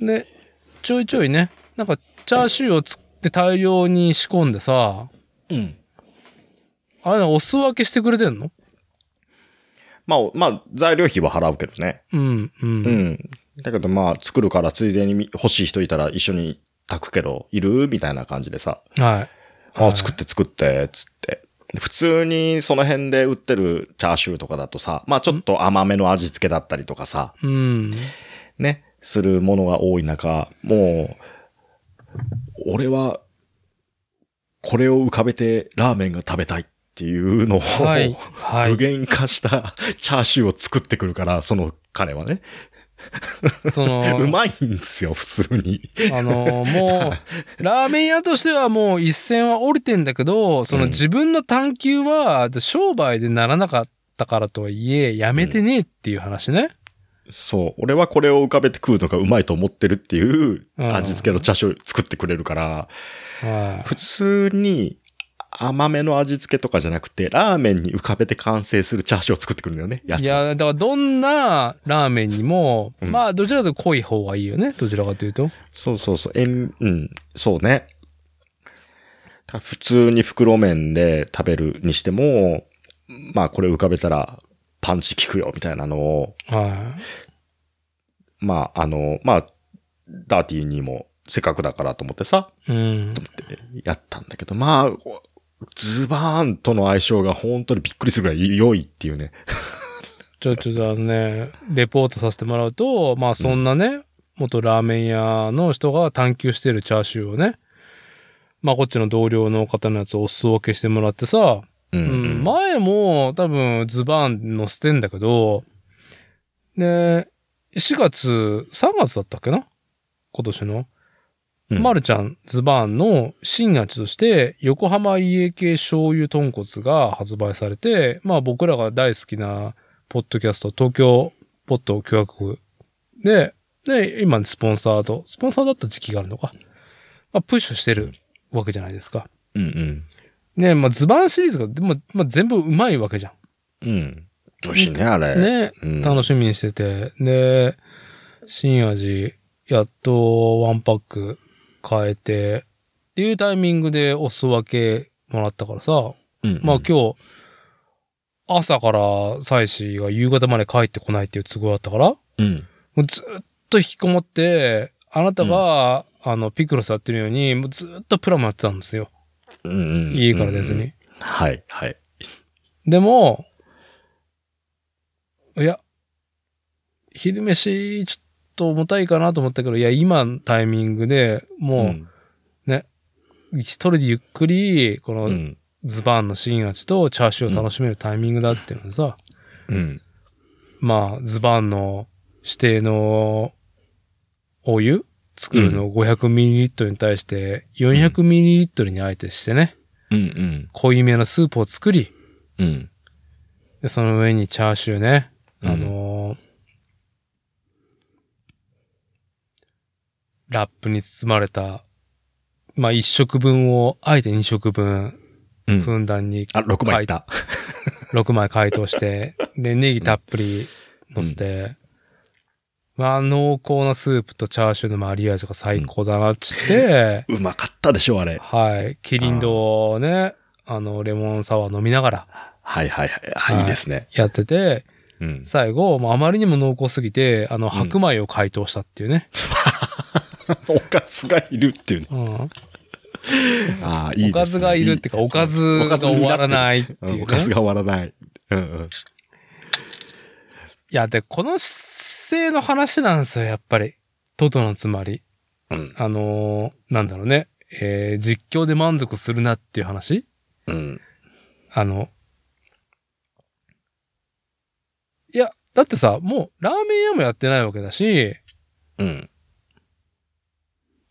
で、ちょいちょいね、なんかチャーシューをつって大量に仕込んでさ、
うん。
あれだ、お酢分けしてくれてんの
まあ、おまあ、材料費は払うけどね。
うん、う。
うんん。だけどまあ、作るからついでにみ欲しい人いたら一緒に炊くけど、いるみたいな感じでさ。
はい。
あ
はい
あ、作って作って、つって。普通にその辺で売ってるチャーシューとかだとさ、まあちょっと甘めの味付けだったりとかさ、
うん。
ね、するものが多い中、もう、俺は、これを浮かべてラーメンが食べたいっていうのを、
はい。は
具
い。
現化した チャーシューを作ってくるから、その彼はね。
その、
うまいんですよ、普通に。
あのーもう、ラーメン屋としてはもう一線は降りてんだけど、その
うん
自分の探求は商売でならなかったからとはいえ、やめてねえっていう話ね。
そう。俺はこれを浮かべて食うのがうまいと思ってるっていう
うん
味付けのチャーシューを作ってくれるから、
は
普通に甘めの味付けとかじゃなくて、ラーメンに浮かべて完成するチャーシューを作ってくるんだよね、や
い。
つ
い
は。
や、だからどんなラーメンにも、
うん
まあ、どちらかというと濃い方がいいよね。どちらかというと。
そうそうそう、えん、うん、そうね。ただ普通に袋麺で食べるにしても、まあこれ浮かべたらパンチ効くよ、みたいなのを、
は
まああの、まあ、ダーティーにもせっかくだからと思ってさ、
い。うん。
やったんだけど、まあ、ズバーンとの相性が本当にびっくりするぐらい良いっていうね。
ちょ、ちょっとあのね、レポートさせてもらうと、まあそんなね、元ラーメン屋の人が探求してるチャーシューをね、まあこっちの同僚の方のやつをお裾分けしてもらってさ、
う
うん、前も多分ズバン載せてんだけど、で、4月、3月だったっけな今年の。
うん
まるちゃんズバーンの新味として、横浜家系醤油豚骨が発売されて、まあ僕らが大好きなポッドキャスト、東京ポッド共和国で、で、今スポンサーと、スポンサーだった時期があるのか。まあプッシュしてるわけじゃないですか。
うんうん。
ねまあズバーンシリーズが、でもまあ全部うまいわけじゃ
うん。美味しいね、あれ。
ん。ね
うん。
楽しみにしてて。で、新味、やっとワンパック変えて、っていうタイミングでお裾分けもらったからさ、
うんうん
まあ今日、朝から妻子が夕方まで帰ってこないっていう都合だったから、も
うん。
うずっと引きこもって、あなたが、あの、ピクロスやってるように、もうずっとプラモやってたんですよ。
うんうん。
家から出ず
うんう
に
ん。。はい、はい。
でも、いや、昼飯、ちょっと重たいかなと思ったけど、いや、今のタイミングでも
ん
う、一人でゆっくり、こ
う
の
ん。
ズバンの新味とチャーシューを楽しめるタイミングだっていうのはさ、
うん。
まあ、ズバンの指定のお湯作るの 500ml に対して 400ml にあえてしてね、
うんうん。
濃いめのスープを作り、
うん。
で、その上にチャーシューね。
うん
あのーラップに包まれた、まあ、一食分を、あえて二食分、
うん。
ふんだんに
あ、6枚いた。
6枚解凍 して、で、ネギたっぷり乗せて、まあ、濃厚なスープとチャーシューのマリアージュが最高だなっつって、
うまかったでしょ、あれ。
はい、キリンドをね、あの、レモンサワー飲みながら
はいはいはい。
は
あ
い
いいですね。
やってて、
うん。
最後、もうあまりにも濃厚すぎて、あの、白米を解凍したっていうね。
おかずがいるっていうね。
うん。
ああ、いいですね
おかずがいるっていうか、おかず
お
が
かずになってる
終わらないっていう、
う
ね
んおかずが終わらない。うんうん。
いや、で、この姿勢の話なんですよ、やっぱり。トトのつまり。
うん。
あのーなんだろうね。えー実況で満足するなっていう話
うん。
あの、だってさ、もうラーメン屋もやってないわけだし、
うん。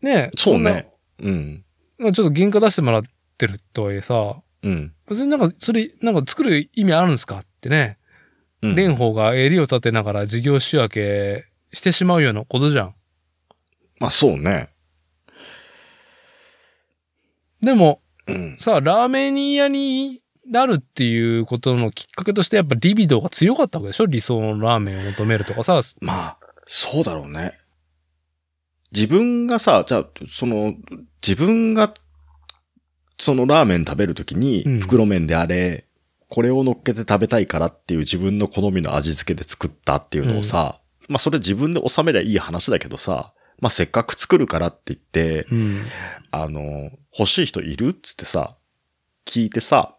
ね
そうね。うん。
そんなまあちょっと原価出してもらってるとはいえさ、
うん。
別になんか、それ、なんか作る意味あるんですかってね。
うん
蓮舫が襟を立てながら事業仕分けしてしまうようなことじゃん。
まあそうね。
でも、
うん。
さあ、ラーメン屋になるっていうことのきっかけとして、やっぱリビドーが強かったわけでしょ理想のラーメンを求めるとかさ。
まあ、そうだろうね。自分がさ、じゃあ、その、自分が、そのラーメン食べるとき
う
に、
ん
袋麺であれ、これを乗っけて食べたいからっていう自分の好みの味付けで作ったっていうのをさ、まあそれ自分で収めりゃいい話だけどさ、まあせっかく作るからって言って、
うん。
あの、欲しい人いるっつってさ、聞いてさ、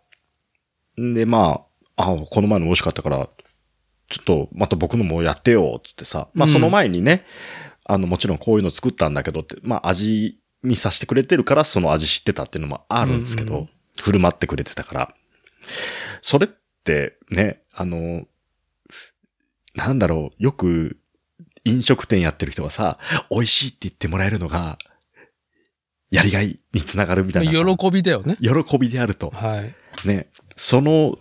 んで、まあ、あ、この前の美味しかったから、ちょっとまた僕のもやってよ、っつってさ、まあ
うん
その前にね、あの、もちろんこういうの作ったんだけどって、まあ味見させてくれてるから、その味知ってたっていうのもあるんですけど、
うんうん
振る舞ってくれてたから。それってね、あの、なんだろう、よく飲食店やってる人がさ、美味しいって言ってもらえるのが、やりがいにつながるみたいなさ。
喜びだよね。
喜びであると。
はい。
ね。その、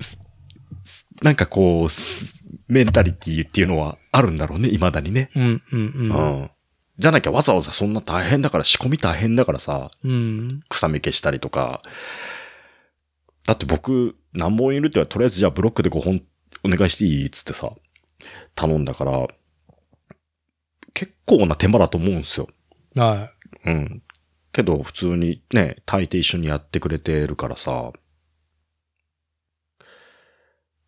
すすなんかこう、すメンタリティっていうのはあるんだろうね、未だにね。
うん、うん、う。
うんん。じゃなきゃわざわざそんな大変だから、仕込み大変だからさ、
うん。
臭み消したりとか。だって僕、何本いるって言われたらとりあえずじゃあブロックで5本お願いしていいっつってさ、頼んだから、結構な手間だと思うんですよ。
は
うん。けど、普通にね、炊いて一緒にやってくれてるからさ、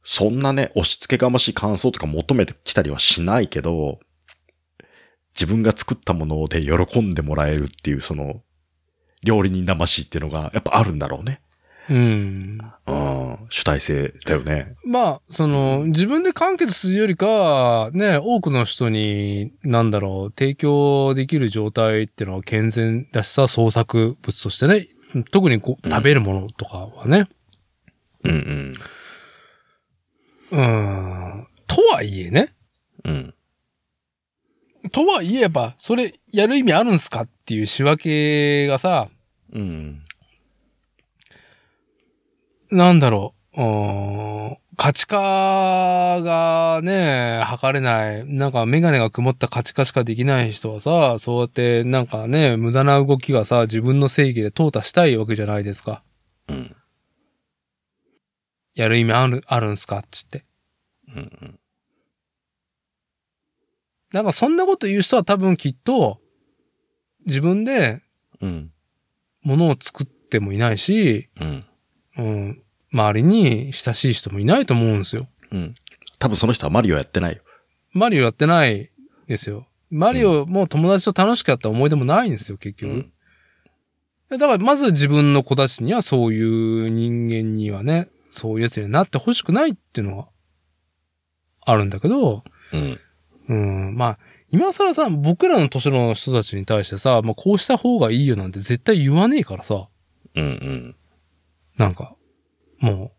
そんなね、押し付けがましい感想とか求めてきたりはしないけど、自分が作ったもので喜んでもらえるっていう、その、料理人魂っていうのが、やっぱあるんだろうね。
い。うん。
うん。主体性だよね。
まあ、その、自分で完結するよりか、ね、多くの人に、なんだろう、提供できる状態っていうのは健全だしさ、創作物としてね、特にこう
うん
食べるものとかはね。
うん
うん。とはいえね。
うん。うん。
とはいえやっぱ、それやる意味あるんすかっていう仕分けがさ、
うん。
なんだろう、うーん、価値化がね、測れない、なんかメガネが曇った価値化しかできない人はさ、そうやってなんかね、無駄な動きがさ、自分の正義で淘汰したいわけじゃないですか。
うん。
やる意味ある、あるんすかっつって。
うん。
なんかそんなこと言う人は多分きっと、自分で
うん。
物を作ってもいないし、
うん。
うん、周りに親しい人もいないと思うんですよ。
うん。多分その人はマリオやってないよ。
マリオやってないですよ。マリオも友達と楽しくやった思い出もないんですよ、結局。
うん
だからまず自分の子たちにはそういう人間にはね、そういうやつになってほしくないっていうのがあるんだけど、
うん。
うん、まあ、今更さ、僕らの年の人たちに対してさ、まあこうした方がいいよなんて絶対言わねえからさ、
うんうん。
なんか、も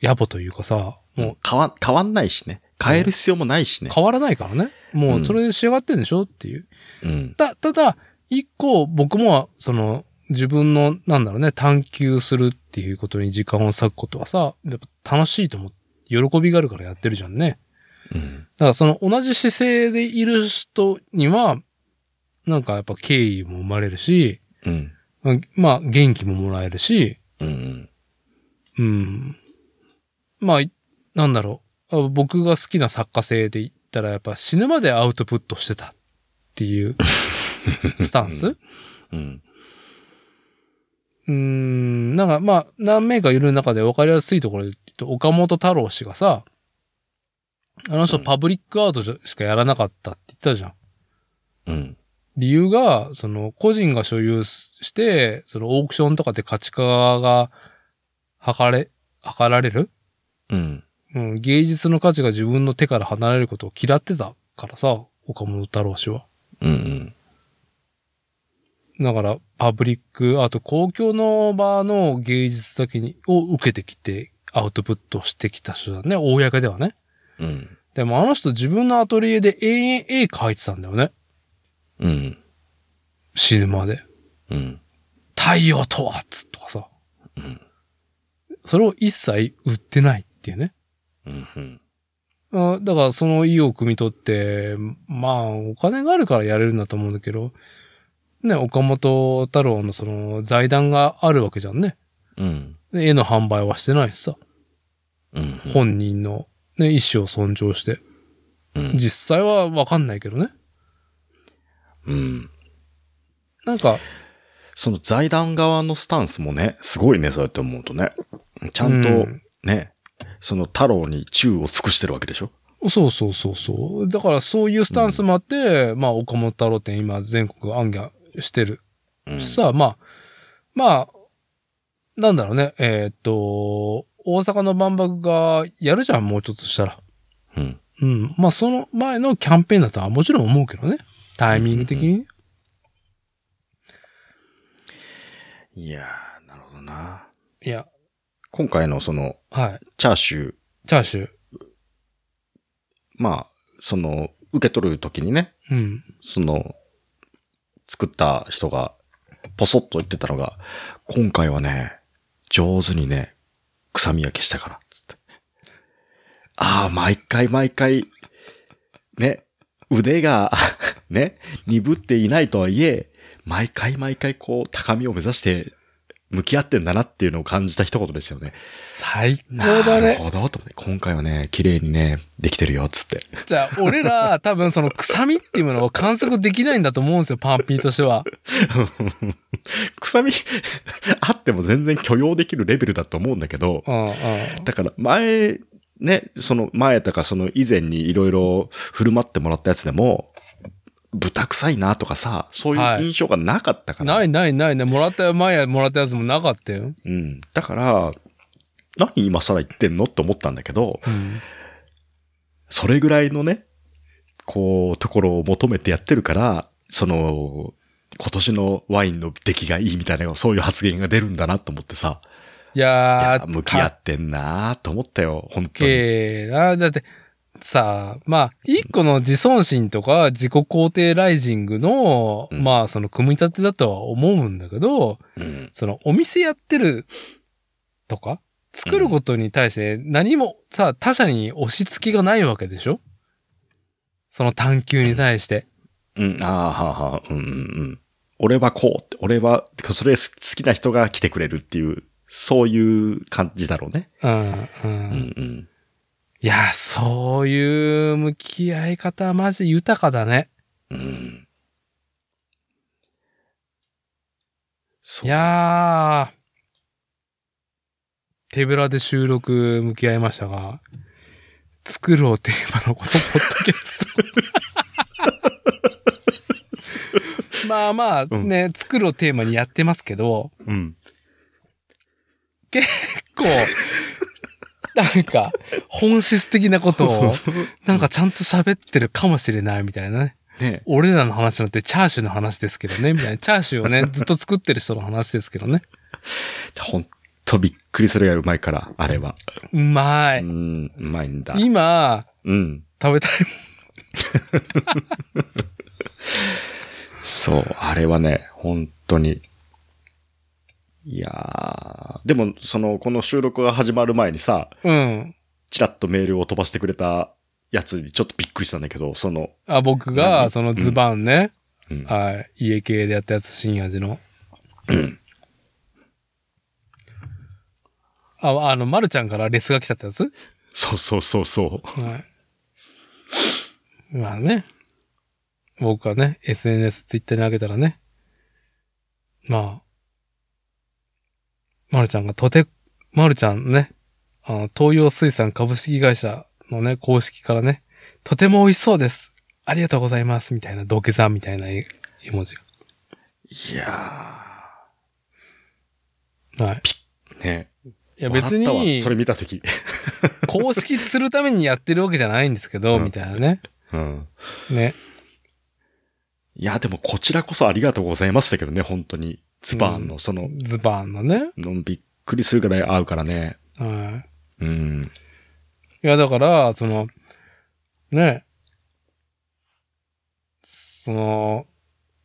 う、野暮というかさ、も
もう変わ、変わんないしね。変える必要もないしね
う。変わらないからね。もうそれで仕上がってんでしょっていう。
うん。
た、ただ、一個僕も、その、自分の、なんだろうね、探求するっていうことに時間を割くことはさ、やっぱ楽しいと思って、喜びがあるからやってるじゃんね。
うん。
だからその同じ姿勢でいる人には、なんかやっぱ敬意も生まれるし、
うん。
まあ元気ももらえるし、
うん。
うん。まあ、なんだろう。あ僕が好きな作家性で言ったらやっぱ死ぬまでアウトプットしてたっていうスタンス
うん。
うーん、なんかまあ、何名かいる中で分かりやすいところで言うと、岡本太郎氏がさ、あの人
うん
パブリックアートじゃしかやらなかったって言ってたじゃん。
うん。
理由が、その、個人が所有して、そのオークションとかで価値化が、測れ、測られる
うん。
うん、芸術の価値が自分の手から離れることを嫌ってたからさ、岡本太郎氏は。
うん。
だから、パブリック、あと公共の場の芸術だけに、を受けてきて、アウトプットしてきた人だね。公ではね。
うん。
でもあの人自分のアトリエで永遠絵描いてたんだよね。
うん。
死ぬまで。
うん。
太陽とはっつとかさ。
うん
それを一切売ってないっていうね。
うん。うん。
あだからその意を汲み取って、まあお金があるからやれるんだと思うんだけど、ね、岡本太郎のその財団があるわけじゃんね。
うん。
で絵の販売はしてないしさ。
うん。
本人の、ね、意思を尊重して。
うん。
実際はわかんないけどね。
うん。
なんか、
その財団側のスタンスもね、すごいね、そうやって思うとね。ちゃんと
う
ね、その太郎に宙を尽くしてるわけでしょ
そうそうそうそう。だからそういうスタンスもあって、まあ岡本太郎って今全国暗挙してる
うん。
しさ、まあ、まあ、なんだろうね、えーっと、大阪の万博がやるじゃん、もうちょっとしたら。
うん。
うん。まあその前のキャンペーンだとはもちろん思うけどね。タイミング的にね。
いやー、なるほどな。
いや、
今回のその、
はい。
チャーシュー、
チャーシュー。
まあ、その、受け取るときにね、
うん。
その、作った人が、ポソッと言ってたのが、今回はね、上手にね、臭み分けしたから、つって。ああ、毎回毎回、ね、腕が、 ね、鈍っていないとはいえ、毎回毎回こう、高みを目指して、向き合ってんだなっていうのを感じた一言でしたよね。
最高だ
なる
ね。
ほど、と思って。今回はね、綺麗にね、できてるよ、つって。
じゃあ、俺ら、多分その臭みっていうものを観測できないんだと思うんですよ、パンピーとしては。
臭みあっても全然許容できるレベルだと思うんだけど、
うんうん。
だから前、ね、その前とかその以前にいろいろ振る舞ってもらったやつでも、豚臭いなとかさ、そうい
は
う
い
印象がなかったから。
ないないないね。もらった前やもらったやつもなかったよ。
うん。だから、何今更言ってんのって思ったんだけど、
うん。
それぐらいのね、こう、ところを求めてやってるから、その、今年のワインの出来がいいみたいな、そういう発言が出るんだなと思ってさ。
いや
い
ー、
や向き合ってんなーと思ったよ、本当に。
けーな。だって、さあ、まあ、一個の自尊心とか自己肯定ライジングの、
うん
まあ、その組み立てだとは思うんだけど、
うん。
そのお店やってるとか、作ることに対して何もさ、他者に押し付けがないわけでしょその探求に対して。
うん、ああ、はあはあ、うん、うんうん。俺はこうって、俺は、それ好きな人が来てくれるっていう、そういう感じだろうね。
うん、う。
うんん、うん。
いや、そういう向き合い方、マジ豊かだね。
うん。そう
いやー、手ぶらで収録向き合いましたが、作るをテーマのこのポッドキャスト。 まあまあ
うん
ね、作るをテーマにやってますけど、
うん。
こう、なんか、本質的なこと を、なんかちゃんと喋ってるかもしれないみたいなね。
ね
俺らの話なんてチャーシューの話ですけどね、みたいな。チャーシューをね、ずっと作ってる人の話ですけどね。
ほんとびっくりするぐらいうまいから、あれは。
うま
う
い。
ん、うまいんだ。
今、
うん。
食べたい
そう、あれはね、本当に。いやー、でも、その、この収録が始まる前にさ、
もん。うん。
チラッとメールを飛ばしてくれたやつにちょっとびっくりしたんだけど、その、
あ、僕が、
何
そのズバンね、
うん
はい、家系でやったやつ、新味の。あ、あの、まるちゃんからレスが来たってやつ
そうそうそうそ
はい。まあね。僕はね、SNS、ツイッターに上げたらね。まあ。まるちゃんがとて、まるちゃんね、あの、東洋水産株式会社のね、公式からね、とても美味しそうです。ありがとうございます。みたいな、土下座みたいな絵絵文字
う。いや
が。はい。
ー、ね。
いや別
笑ったわ
に
そ、れ見たとき。
公式するためにやってるわけじゃないんですけど、
うん
みたいなね。
うん。
ね。
いや、でもこちらこそありがとうございますだけどね、本当に。ズバーンの、その、
ズバンのね。
のびっくりするぐらい合うからね。
はい。
うん。
いや、だから、その、ね、その、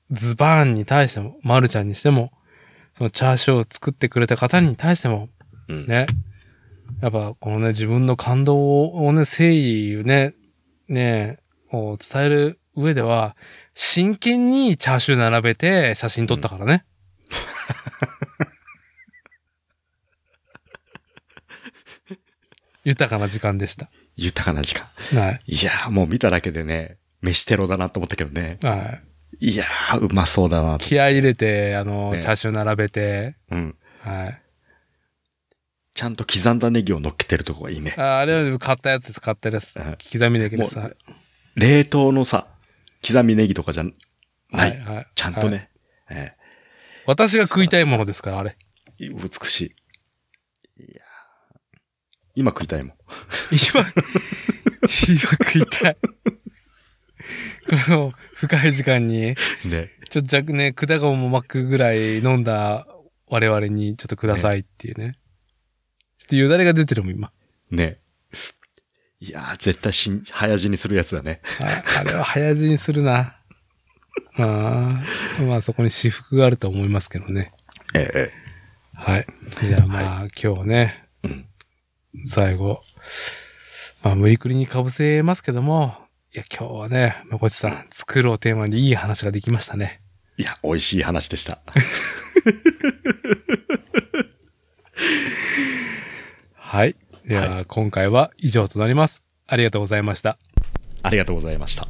ズバーンに対しても、マルちゃんにしても、そのチャーシューを作ってくれた方に対しても、
うん。
ね、やっぱこのね、自分の感動をね、誠意をね、ね、を伝える上では、真剣にチャーシュー並べて写真撮ったからね。豊かな時間でした。
豊かな時間。
はい
やー、もう見ただけでね、飯テロだなと思ったけどね。
い。はい。
いやー、うまそうだなと。
気合い入れて、あの、
ね
チャーシュー並べて、
うん。
はい。
ちゃんと刻んだネギを乗っけてるとこがいいね。
ああれは買ったやつです、買ったやつ
うん。
刻みだけです。
も
は
う冷凍のさ、刻みネギとかじゃない。
い。はい。はい
ちゃんと。
はい
ね、え
私が食いたいものですから、 あれ。
え美しい。いやー今食いたいもん。
今、 今食いたい。この深い時間に、
ね。
ちょっと若干ね、果物も巻くぐらい飲んだ我々にちょっとくださいっていうね。ちょっとよだれが出てるもん、今。
ね。いやー、絶対しん、早死にするやつだね。
あ あれは早死にするな。ああまあそこに私服があると思いますけどね。
えええ
はい。じゃあまあ、今日ね、
え。うん。
最後。まあ無理くりに被せますけども、いや今日はね、まこちさん、作るをテーマにいい話ができましたね。
いや、美味しい話でした。
はい。では、今回は以上となります。ありがとうございました。
ありがとうございました。